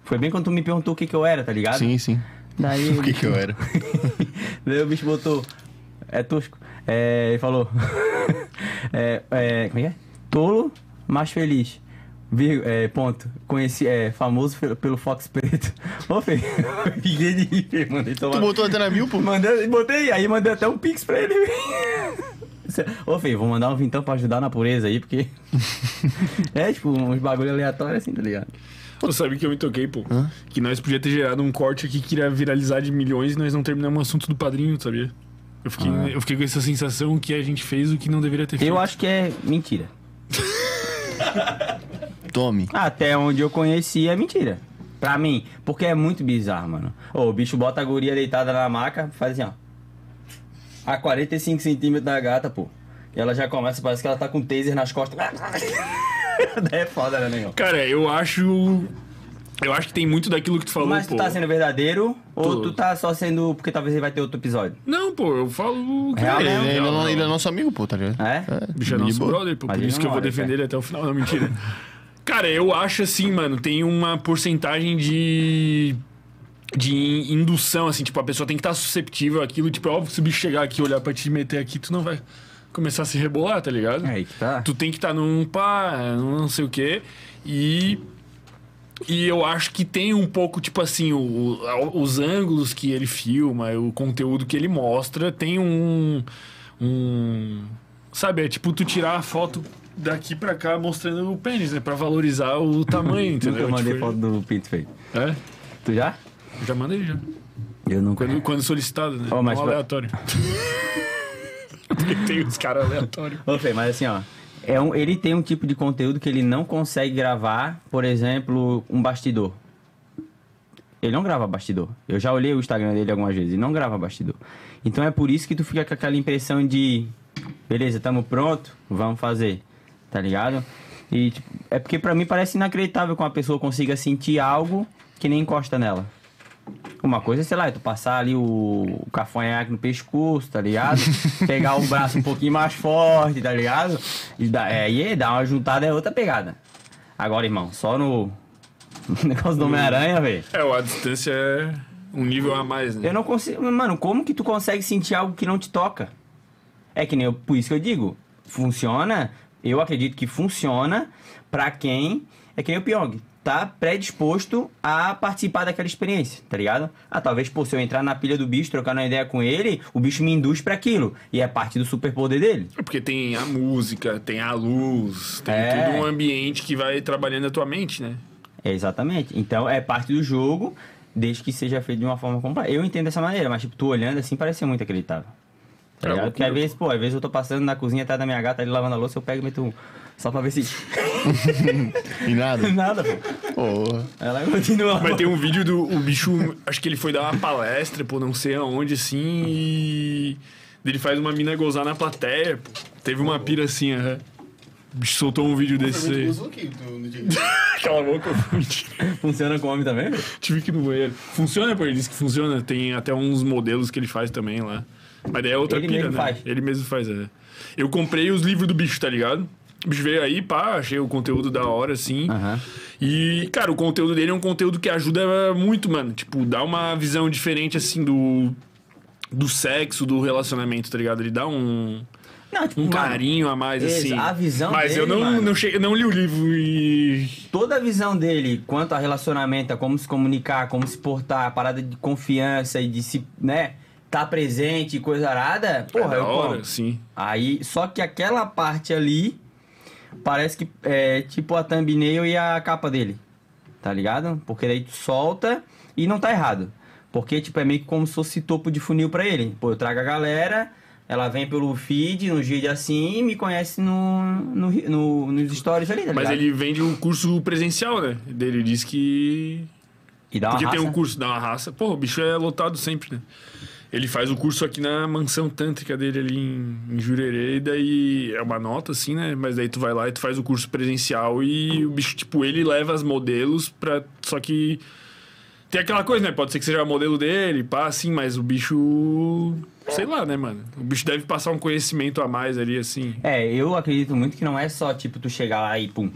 Speaker 3: Foi bem quando tu me perguntou o que, que eu era, tá ligado?
Speaker 1: Sim, sim.
Speaker 3: Daí
Speaker 1: (laughs) O que que eu era?
Speaker 3: Daí o bicho botou. É tosco. É, ele falou. (laughs) é, é, como é que é? Tolo, mas feliz. Vir, é, ponto. Conheci, é, famoso fe- pelo Fox Preto. Ô, Fê, (laughs) eu fiquei de rir, Fê, mandei tomar.
Speaker 1: Tu botou até na mil, pô?
Speaker 3: então, Mandei, botei, aí mandei até um pix pra ele. (laughs) Ô, Fê, vou mandar um vintão pra ajudar na pureza aí, porque. (laughs) é, tipo, uns bagulho aleatório assim, tá ligado?
Speaker 2: Pô, sabe que eu me toquei, pô?
Speaker 1: Hã?
Speaker 2: Que nós podia ter gerado um corte aqui que iria viralizar de milhões e nós não terminamos o assunto do padrinho, sabia? Eu fiquei,
Speaker 1: Ah.
Speaker 2: eu fiquei com essa sensação que a gente fez o que não deveria ter feito.
Speaker 3: Eu acho que é mentira.
Speaker 1: Tome.
Speaker 3: Até onde eu conheci é mentira. Pra mim. Porque é muito bizarro, mano. Ô, o bicho bota a guria deitada na maca, faz assim, ó. A 45 centímetros da gata, pô. E ela já começa, parece que ela tá com taser nas costas. (laughs) Daí é foda, né, negão?
Speaker 2: Cara, eu acho. Eu acho que tem muito daquilo que tu falou,
Speaker 3: Mas
Speaker 2: pô.
Speaker 3: tu tá sendo verdadeiro ou
Speaker 2: Tô.
Speaker 3: tu tá só sendo. Porque talvez ele vai ter outro episódio.
Speaker 2: Não, pô, eu falo. o que
Speaker 3: Real
Speaker 2: é.
Speaker 1: Ele,
Speaker 3: mesmo?
Speaker 1: ele é no- ele é nosso amigo, pô, tá ligado?
Speaker 3: É?
Speaker 2: Bicho é
Speaker 1: de
Speaker 2: nosso
Speaker 1: boa.
Speaker 2: brother, pô,
Speaker 3: Mas
Speaker 2: por
Speaker 3: ele
Speaker 2: isso que eu
Speaker 3: não
Speaker 2: vou
Speaker 3: olha,
Speaker 2: defender
Speaker 3: cara.
Speaker 2: ele até o final. Não, mentira. (laughs) Cara, eu acho assim, mano, tem uma porcentagem de. De in- indução, assim, tipo, a pessoa tem que estar susceptível àquilo. Tipo, é óbvio que se o bicho chegar aqui e olhar pra te meter aqui, tu não vai começar a se rebolar, tá ligado?
Speaker 3: É aí que tá.
Speaker 2: Tu tem que estar num pá, num não sei o quê. E. E eu acho que tem um pouco, tipo assim, o- o- os ângulos que ele filma, o conteúdo que ele mostra, tem um. um sabe, é tipo tu tirar a foto daqui pra cá mostrando o pênis, né? Pra valorizar
Speaker 3: (laughs)
Speaker 2: o tamanho, entendeu?
Speaker 3: Nunca mandei
Speaker 2: Tipo,
Speaker 3: foto do Pinto feio.
Speaker 2: É,
Speaker 3: Tu já?
Speaker 2: já mandei já.
Speaker 3: Eu nunca.
Speaker 2: Quando, quando solicitado, né?
Speaker 3: Ó, mas
Speaker 2: não
Speaker 3: pra- (laughs)
Speaker 2: aleatório. Porque tem os caras aleatórios.
Speaker 3: Ô, Fê, mas assim, ó. É um, ele tem um tipo de conteúdo que ele não consegue gravar, por exemplo, um bastidor. Ele não grava bastidor. Eu já olhei o Instagram dele algumas vezes, ele não grava bastidor. Então é por isso que tu fica com aquela impressão de, beleza, tamo pronto, vamos fazer, tá ligado? E tipo, é porque pra mim parece inacreditável que uma pessoa consiga sentir algo que nem encosta nela. Uma coisa, sei lá, é tu passar ali o, o cafanhaque no pescoço, tá ligado? Pegar o braço um pouquinho mais forte, tá ligado? E dá, é, e dá uma juntada, é outra pegada. Agora, irmão, só no, (laughs) no negócio do Homem-Aranha, velho.
Speaker 2: É, a distância é um nível a mais, né?
Speaker 3: Eu não consigo. Mano, como que tu consegue sentir algo que não te toca? É que nem eu, por isso que eu digo, funciona. Eu acredito que funciona pra quem é que nem o Pyong, tá predisposto a participar daquela experiência, tá ligado? Ah, talvez pô, se eu entrar na pilha do bicho, trocar uma ideia com ele, o bicho me induz pra aquilo e é parte do superpoder dele.
Speaker 2: É Porque tem a música, tem a luz, tem
Speaker 3: É.
Speaker 2: todo um ambiente que vai trabalhando a tua mente, né?
Speaker 3: É, exatamente. Então é parte do jogo, desde que seja feito de uma forma completa. Eu entendo dessa maneira, mas tipo, tu olhando assim parece ser muito acreditável. Tá
Speaker 2: É
Speaker 3: ligado? Porque às
Speaker 2: loucura,
Speaker 3: vezes, pô, às vezes eu tô passando na cozinha atrás da minha gata ali lavando a louça, eu pego e meto um. Só pra ver se. (laughs)
Speaker 1: E nada.
Speaker 3: Nada, pô.
Speaker 1: Porra.
Speaker 3: Ela continua.
Speaker 2: Mas tem um vídeo do o bicho, acho que ele foi dar uma palestra, pô, não sei aonde, assim, e. Ele faz uma mina gozar na plateia, pô. Teve uma pira assim, aham. O bicho soltou um vídeo desse aí. (laughs) Cala a boca, eu fui mentir.
Speaker 3: Funciona com homem também? velho?
Speaker 2: tive que ir no banheiro. Funciona, pô, ele disse que funciona. Tem até uns modelos que ele faz também lá. Mas daí é outra
Speaker 3: Ele
Speaker 2: pira,
Speaker 3: mesmo
Speaker 2: né?
Speaker 3: faz.
Speaker 2: Ele mesmo faz, é. Eu comprei os livros do bicho, tá ligado? O bicho veio aí, pá, achei o conteúdo da hora, assim.
Speaker 3: Aham.
Speaker 2: E, cara, o conteúdo dele é um conteúdo que ajuda muito, mano. Tipo, dá uma visão diferente, assim, do. Do sexo, do relacionamento, tá ligado? Ele dá um.
Speaker 3: Não, tipo,
Speaker 2: Um
Speaker 3: mano,
Speaker 2: carinho a mais,
Speaker 3: exa-
Speaker 2: assim.
Speaker 3: a visão
Speaker 2: Mas eu
Speaker 3: dele,
Speaker 2: não,
Speaker 3: mano.
Speaker 2: não, cheguei, não li o livro e.
Speaker 3: toda a visão dele quanto a relacionamento, a como se comunicar, como se portar, a parada de confiança e de se, né, tá presente e coisa arada, porra,
Speaker 2: é da
Speaker 3: eu
Speaker 2: hora,
Speaker 3: compro.
Speaker 2: sim.
Speaker 3: Aí, só que aquela parte ali parece que é tipo a thumbnail e a capa dele. tá ligado? Porque daí tu solta e não tá errado. Porque, tipo, é meio que como se fosse topo de funil pra ele. Pô, eu trago a galera, ela vem pelo feed, no vídeo assim, e me conhece no, no, ri- no- nos stories ali, tá ligado?
Speaker 2: Mas ele vende o curso presencial, né? Dele diz que.
Speaker 3: E dá uma
Speaker 2: Porque
Speaker 3: raça.
Speaker 2: tem um curso, dá uma raça. Pô, o bicho é lotado sempre, né? Ele faz o curso aqui na mansão tântrica dele ali em, em Jurerê, e daí é uma nota, assim, né? Mas daí tu vai lá e tu faz o curso presencial e o bicho, tipo, ele leva as modelos pra. Só que. Tem aquela coisa, né? Pode ser que seja modelo dele, pá, assim, mas o bicho. Sei lá, né, mano? O bicho deve passar um conhecimento a mais ali, assim.
Speaker 3: É, eu acredito muito que não é só, tipo, tu chegar lá e pum.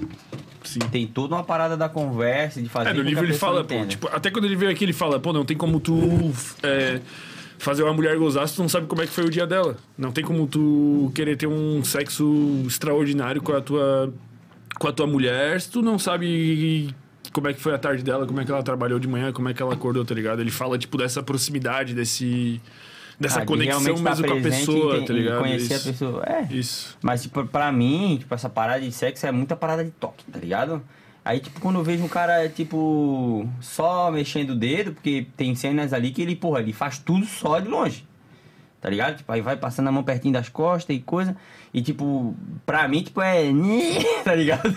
Speaker 2: Sim.
Speaker 3: Tem toda uma parada da conversa, de fazer
Speaker 2: É, no
Speaker 3: Assim com que a
Speaker 2: livro ele
Speaker 3: pessoa
Speaker 2: fala, pô,
Speaker 3: entenda.
Speaker 2: tipo, até quando ele veio aqui, ele fala, pô, não tem como tu é, fazer uma mulher gozar se tu não sabe como é que foi o dia dela. Não tem como tu querer ter um sexo extraordinário com a tua, com a tua mulher se tu não sabe como é que foi a tarde dela, como é que ela trabalhou de manhã, como é que ela acordou, tá ligado? Ele fala, tipo, dessa proximidade, desse. Dessa
Speaker 3: Ah, de
Speaker 2: conexão
Speaker 3: realmente tá
Speaker 2: mesmo com a
Speaker 3: presente e
Speaker 2: pessoa,
Speaker 3: tem-
Speaker 2: tá
Speaker 3: e
Speaker 2: ligado?
Speaker 3: Conhecer
Speaker 2: Isso.
Speaker 3: a pessoa. É.
Speaker 2: Isso.
Speaker 3: Mas, tipo, pra mim, tipo, essa parada de sexo é muita parada de toque, tá ligado? Aí, tipo, quando eu vejo um cara, tipo, só mexendo o dedo, porque tem cenas ali que ele, porra, ele faz tudo só de longe. Tá ligado? Tipo, aí vai passando a mão pertinho das costas e coisa. E, tipo, pra mim, tipo, é. (laughs) Tá ligado?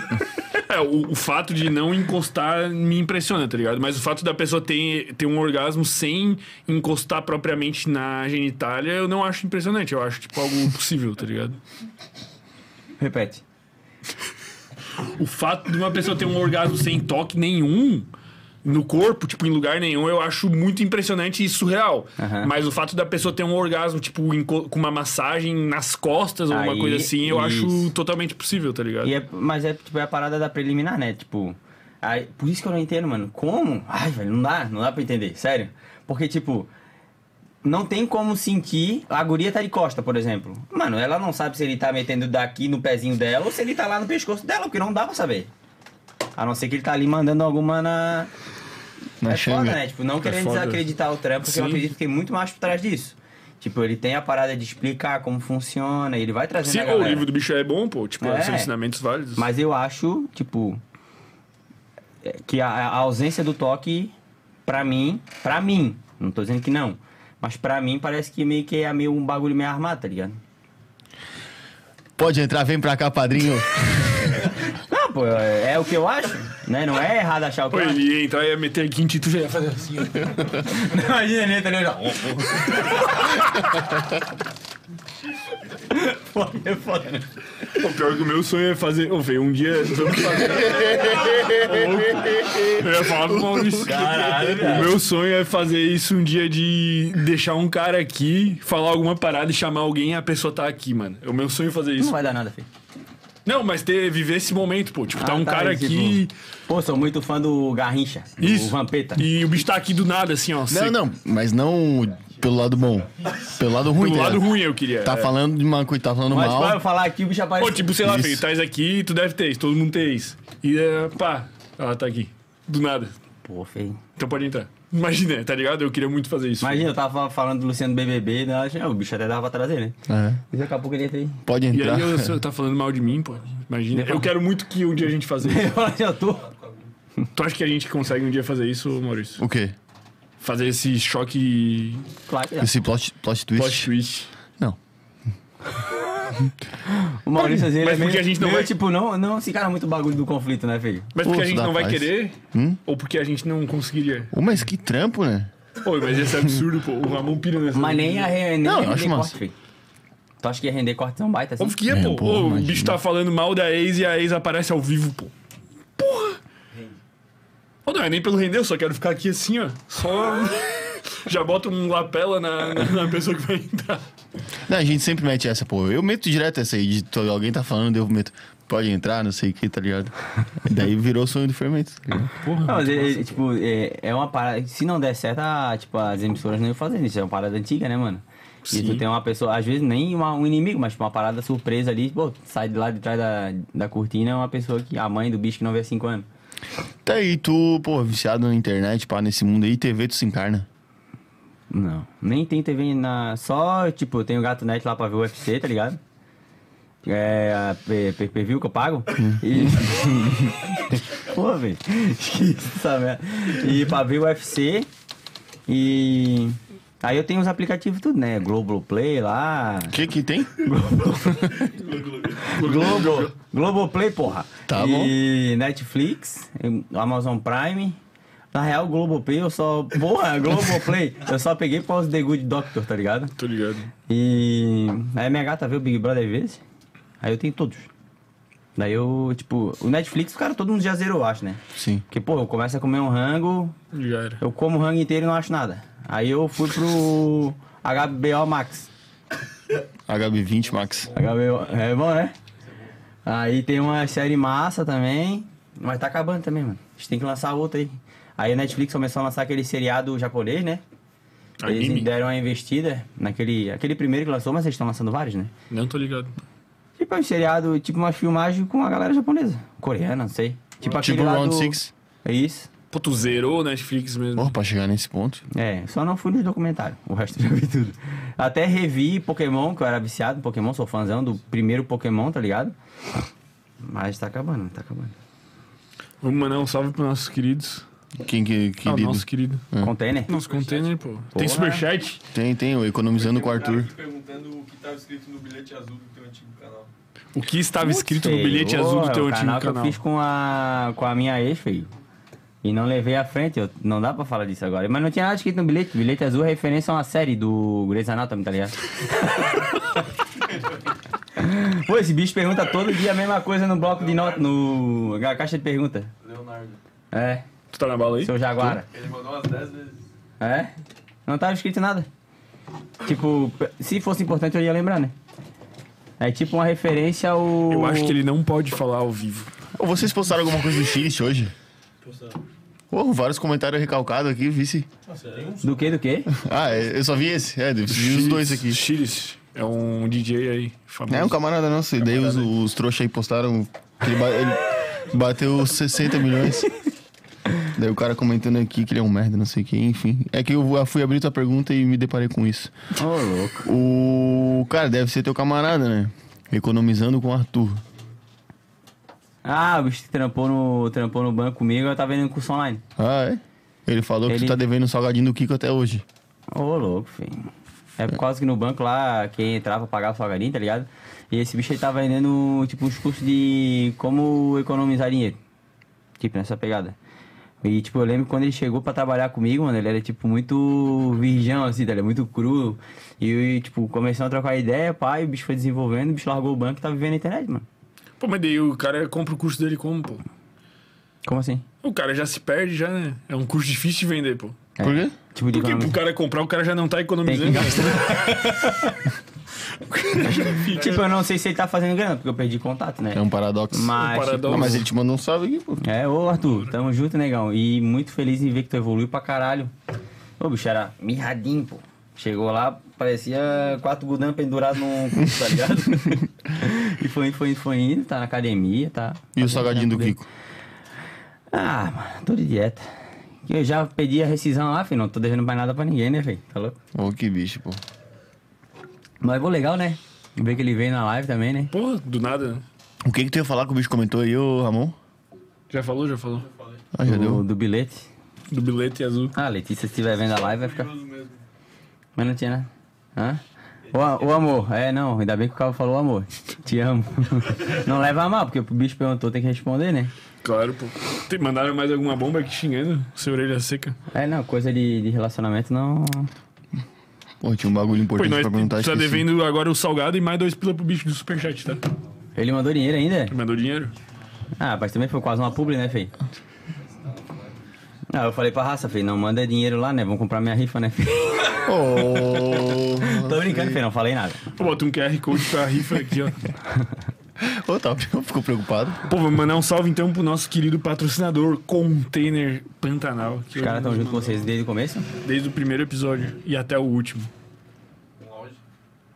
Speaker 2: É, o, o fato de não encostar me impressiona, tá ligado? Mas o fato da pessoa ter, ter um orgasmo sem encostar propriamente na genitália, eu não acho impressionante. Eu acho, tipo, algo (laughs) possível, tá ligado?
Speaker 3: Repete.
Speaker 2: O fato de uma pessoa ter um orgasmo sem toque nenhum no corpo, tipo, em lugar nenhum, eu acho muito impressionante e surreal.
Speaker 3: Aham.
Speaker 2: Mas o fato da pessoa ter um orgasmo, tipo, em co- com uma massagem nas costas ou alguma
Speaker 3: Aí,
Speaker 2: coisa assim, eu acho
Speaker 3: isso.
Speaker 2: totalmente possível, tá ligado?
Speaker 3: E é- mas é, tipo, é a parada da preliminar, né? Tipo, aí- por isso que eu não entendo, mano. Como? Ai, velho, não dá, não dá pra entender, sério. Porque, tipo, não tem como sentir. A guria tá de costa, por exemplo. Mano, ela não sabe se ele tá metendo daqui no pezinho dela ou se ele tá lá no pescoço dela, porque não dá pra saber. A não ser que ele tá ali mandando alguma na.
Speaker 1: Na
Speaker 3: é
Speaker 1: xanga.
Speaker 3: foda, né? Tipo, não querendo
Speaker 2: foda.
Speaker 3: desacreditar o trampo, porque eu
Speaker 2: Sim.
Speaker 3: acredito que tem muito mais por trás disso. Tipo, ele tem a parada de explicar como funciona, ele vai trazendo
Speaker 2: Sim,
Speaker 3: a
Speaker 2: pô, o
Speaker 3: né, galera.
Speaker 2: livro do bicho é bom, pô. Tipo,
Speaker 3: É.
Speaker 2: são ensinamentos válidos.
Speaker 3: Mas eu acho, tipo, é, que a, a ausência do toque, pra mim, pra mim, não tô dizendo que não, mas pra mim parece que meio que é meio um bagulho meio armado, tá ligado?
Speaker 1: Pode entrar, vem pra cá, padrinho.
Speaker 3: Não, pô, é, é o que eu acho, né? Não é errado achar o que
Speaker 2: Pô,
Speaker 3: eu acho.
Speaker 2: ele ia entrar e ia meter aqui em ti, tu já ia fazer assim. ó.
Speaker 4: Imagina ele entra ali, ó.
Speaker 3: Foda, foda.
Speaker 2: Pô, pior que o meu sonho é fazer. Ô, veio um dia. Vamos fazer. Eu ia falar pro Maurício.
Speaker 4: Caralho,
Speaker 2: O
Speaker 4: velho.
Speaker 2: meu sonho é fazer isso um dia de deixar um cara aqui, falar alguma parada e chamar alguém e a pessoa tá aqui, mano. É o meu sonho fazer
Speaker 3: Não
Speaker 2: isso.
Speaker 3: vai dar nada, filho.
Speaker 2: Não, mas ter, viver esse momento, pô. Tipo, tá
Speaker 3: Ah,
Speaker 2: um
Speaker 3: tá,
Speaker 2: cara
Speaker 3: tipo,
Speaker 2: aqui
Speaker 3: Pô, sou muito fã do Garrincha, do
Speaker 2: Isso.
Speaker 3: Vampeta.
Speaker 2: e o bicho tá aqui do nada, assim, ó.
Speaker 1: Não,
Speaker 2: seco.
Speaker 1: não, mas não pelo lado bom. Pelo lado ruim,
Speaker 2: Do
Speaker 1: tá
Speaker 2: lado
Speaker 1: ligado?
Speaker 2: ruim eu queria.
Speaker 1: Tá
Speaker 2: é.
Speaker 1: falando de uma coisa, tá falando
Speaker 3: Mas
Speaker 1: mal.
Speaker 3: pra eu falar aqui, o bicho aparece.
Speaker 2: Pô, tipo, sei lá,
Speaker 1: Isso.
Speaker 2: filho, tá isso aqui, tu deve ter isso, todo mundo tem isso. E é, pá, ela tá aqui. Do nada.
Speaker 3: Pô, feio.
Speaker 2: Então pode entrar. Imagina, tá ligado? Eu queria muito fazer isso.
Speaker 3: Imagina, eu tava falando do Luciano BBB, né? o bicho até dava pra trazer, né?
Speaker 1: É,
Speaker 3: E daqui a pouco ele entra aí.
Speaker 1: pode
Speaker 2: E
Speaker 1: entrar.
Speaker 2: aí eu- você tá falando mal de mim, pô. Imagina. Eu quero muito que um dia a gente faça isso.
Speaker 3: (laughs) Eu tô.
Speaker 2: Tu acha que a gente consegue um dia fazer isso, Maurício?
Speaker 1: O quê?
Speaker 2: Fazer esse choque
Speaker 3: Claro que dá.
Speaker 1: Esse plot, plot twist?
Speaker 2: plot twist.
Speaker 1: Não.
Speaker 3: O Maurício às vezes
Speaker 2: Mas
Speaker 3: é meio,
Speaker 2: porque a gente não
Speaker 3: meio,
Speaker 2: vai-
Speaker 3: tipo, não, não se encara muito o bagulho do conflito, né, filho?
Speaker 2: Mas porque
Speaker 1: Pô,
Speaker 2: a gente
Speaker 1: dá Hum?
Speaker 2: não vai
Speaker 1: paz.
Speaker 2: querer? Ou porque a gente não conseguiria?
Speaker 1: Ô, mas que trampo, né?
Speaker 2: Pô, mas esse é absurdo, pô. O Ramon pira nessa.
Speaker 3: Mas nem a re- nem
Speaker 1: Não, eu
Speaker 3: render
Speaker 1: acho
Speaker 3: corte,
Speaker 1: massa.
Speaker 3: filho. Tu acha que ia render corte tão baita assim?
Speaker 2: Óbvio que ia,
Speaker 1: É,
Speaker 2: pô.
Speaker 1: pô,
Speaker 2: Ô, o
Speaker 1: imagina.
Speaker 2: bicho tá falando mal da ex e a ex aparece ao vivo, pô. Porra! Ô, não, é nem pelo render, eu só quero ficar aqui assim, ó. Só. (laughs) Já bota um lapela na, na, na pessoa que vai entrar.
Speaker 1: Não, a gente sempre mete essa, pô. Eu meto direto essa aí. De, to- alguém tá falando, eu meto. Pode entrar, não sei o que, tá ligado? Daí virou o sonho do fermento. Tá ligado?
Speaker 3: Não, mas, é, é, tipo, é, é uma parada. Se não der certo, a- tipo, as emissoras não iam fazer isso. É uma parada antiga, né, mano? E tu tem uma pessoa, às vezes nem uma- um inimigo, mas tipo, uma parada surpresa ali, pô, sai de lá de trás da, da cortina, é uma pessoa que. A mãe do bicho que não vê há cinco anos.
Speaker 1: Tá aí, tu, pô, viciado na internet, pá, nesse mundo aí, TV tu se encarna.
Speaker 3: Não. Nem tem TV na. Só, tipo, eu tenho o gato net lá pra ver o UFC, tá ligado? É. a P- PPV que eu pago. E. (laughs) Pô, velho. Esqueci essa merda. E pra ver o UFC. E. Aí eu tenho os aplicativos tudo, né? Globoplay lá.
Speaker 1: O que que tem?
Speaker 3: Globo. Globoplay, porra.
Speaker 1: Tá
Speaker 3: E Netflix, Amazon Prime. Na real, Globoplay eu só. Porra, Globoplay. eu só peguei pra os The Good Doctor, tá ligado?
Speaker 2: Tô ligado.
Speaker 3: E aí minha gata vê o Big Brother às vezes. Aí eu tenho todos. Daí eu, tipo, o Netflix, cara, todo mundo já zerou, eu acho, né?
Speaker 1: Sim.
Speaker 3: Porque, pô, eu começo a comer um rango,
Speaker 2: Já era.
Speaker 3: eu como o rango inteiro e não acho nada. Aí eu fui pro HBO Max.
Speaker 1: HB20 Max.
Speaker 3: HBO, é bom, né? Aí tem uma série massa também, mas tá acabando também, mano. A gente tem que lançar outra aí. Aí a Netflix começou a lançar aquele seriado japonês, né? Eles
Speaker 2: Anime.
Speaker 3: deram uma investida naquele aquele primeiro que lançou, mas eles estão lançando vários, né?
Speaker 2: Não tô ligado.
Speaker 3: Tipo, é um seriado, tipo uma filmagem com a galera japonesa. Coreana, não sei. Tipo, aquele
Speaker 1: Tipo
Speaker 3: lá
Speaker 1: Round
Speaker 3: do-
Speaker 1: Six.
Speaker 3: É isso.
Speaker 2: Pô, tu zerou o Netflix mesmo.
Speaker 1: Porra, pra chegar nesse ponto.
Speaker 3: É, só não fui nos documentários. O resto eu já vi tudo. Até revi Pokémon, que eu era viciado em Pokémon, sou fãzão do primeiro Pokémon, tá ligado? Mas tá acabando, tá acabando.
Speaker 2: Vamos mandar um salve pros nossos queridos.
Speaker 1: Quem que,
Speaker 2: Ah,
Speaker 1: querido?
Speaker 2: nosso querido.
Speaker 1: É.
Speaker 3: Container.
Speaker 2: Nosso container, pô. Tem superchat?
Speaker 1: Tem, tem, o Economizando
Speaker 5: Tem um
Speaker 1: com o
Speaker 5: cara
Speaker 1: Arthur.
Speaker 5: aqui perguntando o que tava escrito no bilhete azul do teu antigo canal.
Speaker 2: O que estava
Speaker 3: Putz,
Speaker 2: escrito no
Speaker 3: feio.
Speaker 2: bilhete azul do
Speaker 3: É
Speaker 2: teu
Speaker 3: o
Speaker 2: antigo
Speaker 3: que
Speaker 2: canal?
Speaker 3: eu fiz com a, com a minha ex, filho. E não levei à frente, eu- não dá pra falar disso agora. Mas não tinha nada escrito no bilhete. Bilhete azul é referência a uma série do Grey's Anatomy,
Speaker 2: (laughs)
Speaker 3: tá ligado? Pô, esse bicho pergunta todo dia a mesma coisa no bloco de nota, no... na caixa de pergunta.
Speaker 5: Leonardo.
Speaker 3: É,
Speaker 2: Tu tá na bala aí?
Speaker 3: seu Jaguara.
Speaker 5: Ele mandou umas 10 vezes.
Speaker 3: É? Não tava escrito nada. Tipo, se fosse importante eu ia lembrar, né? É tipo uma referência ao...
Speaker 2: Eu acho que ele não pode falar ao vivo.
Speaker 1: Ô, vocês postaram alguma coisa do Chile hoje? Pô, vários comentários recalcados aqui, vice.
Speaker 3: Do que, do que?
Speaker 1: Ah, é, eu só vi esse. É, eu vi os dois aqui.
Speaker 2: Chiris é um DJ aí, famoso.
Speaker 1: É, um camarada nosso. E daí os, os trouxas aí postaram que ele, ba- ele bateu 60 milhões. Daí o cara comentando aqui que ele é um merda, não sei o que, enfim. É que eu fui abrir tua pergunta e me deparei com isso.
Speaker 3: Ô, louco.
Speaker 1: O cara deve ser teu camarada, né? Economizando com o Arthur.
Speaker 3: Ah, o bicho que trampou no, trampou no banco comigo, eu tava vendendo curso online.
Speaker 1: Ah, é? Ele falou que
Speaker 3: Ele-
Speaker 1: tu tá devendo o salgadinho do Kiko até hoje.
Speaker 3: Ô, louco, filho. É por causa que no banco lá, quem entrava pagava salgadinho, tá ligado? E esse bicho aí tava vendendo, tipo, uns cursos de como economizar dinheiro. Tipo, nessa pegada. E, tipo, eu lembro quando ele chegou pra trabalhar comigo, mano, ele era, tipo, muito virgão, assim, tá ligado? Muito cru. E, tipo, começamos a trocar ideia, pai, o bicho foi desenvolvendo, o bicho largou o banco e tá vivendo na internet, mano.
Speaker 2: Pô, mas daí o cara compra o curso dele como, pô?
Speaker 3: Como assim?
Speaker 2: O cara já se perde, já, né? É um curso difícil de vender, pô.
Speaker 3: É.
Speaker 1: Por quê?
Speaker 2: Porque
Speaker 3: Tipo, de
Speaker 2: pro
Speaker 3: economizar.
Speaker 2: cara comprar, o cara já não tá
Speaker 3: Tem que
Speaker 2: economizando.
Speaker 3: gastar.
Speaker 2: é
Speaker 3: tipo, eu não sei se ele tá fazendo grana, porque eu perdi contato, né?
Speaker 1: É um paradoxo.
Speaker 3: Mas,
Speaker 2: um paradoxo.
Speaker 1: Não, mas ele te mandou um salve aqui, pô.
Speaker 3: É, ô Arthur, tamo junto, negão. E muito feliz em ver que tu evoluiu pra caralho. Ô, bicho, era mirradinho, pô. Chegou lá, parecia quatro gudãs pendurados num curso, tá ligado? e foi indo, foi indo, foi indo, tá na academia, tá.
Speaker 1: E o salgadinho do
Speaker 3: Dele.
Speaker 1: Kiko?
Speaker 3: Ah, mano, tô de dieta. Eu já pedi a rescisão lá, filho. Não tô devendo mais nada pra ninguém, né, filho? Tá louco?
Speaker 1: Ô, que bicho, pô.
Speaker 3: Mas foi legal, né? Ver que ele veio na live também, né?
Speaker 2: Porra, do nada, né?
Speaker 1: O que que tu ia falar que o bicho comentou aí, ô Ramon?
Speaker 2: Já falou, já falou.
Speaker 1: Ah, já
Speaker 3: Do,
Speaker 1: deu.
Speaker 3: do bilhete.
Speaker 2: Do bilhete azul.
Speaker 3: Ah, Letícia, se estiver vendo a live, vai ficar.
Speaker 5: Curioso mesmo.
Speaker 3: Mas não tinha, né? Hã? O, o amor, é não, ainda bem que o cara falou amor. (laughs) Te amo. Não leva a mal, porque o bicho perguntou, tem que responder, né?
Speaker 2: Claro, pô. Te- Mandaram mais alguma bomba aqui xingando? Seu orelha seca.
Speaker 3: É não, coisa de, de relacionamento não.
Speaker 1: Pô, tinha um bagulho
Speaker 2: Pô, e
Speaker 1: importante
Speaker 2: nós
Speaker 1: pra perguntar.
Speaker 2: tá
Speaker 1: esqueci.
Speaker 2: devendo agora o salgado e mais dois pila pro bicho do superchat, tá?
Speaker 3: Ele mandou dinheiro ainda?
Speaker 2: Mandou dinheiro?
Speaker 3: Ah, mas também foi quase uma publi, né, Fei? Ah, eu falei pra raça, Fei, não manda dinheiro lá, né? Vamos comprar minha rifa, né, Fei?
Speaker 1: Ô, (laughs)
Speaker 3: Tô brincando, Fei, não falei nada.
Speaker 2: Pô, bota um QR Code pra rifa aqui, ó.
Speaker 1: Ô, tá, ficou preocupado.
Speaker 2: Pô, vou mandar um salve então pro nosso querido patrocinador Container Pantanal. Que
Speaker 3: Os caras tão junto com vocês desde o começo?
Speaker 2: Desde o primeiro episódio e até o último,
Speaker 5: Um auge.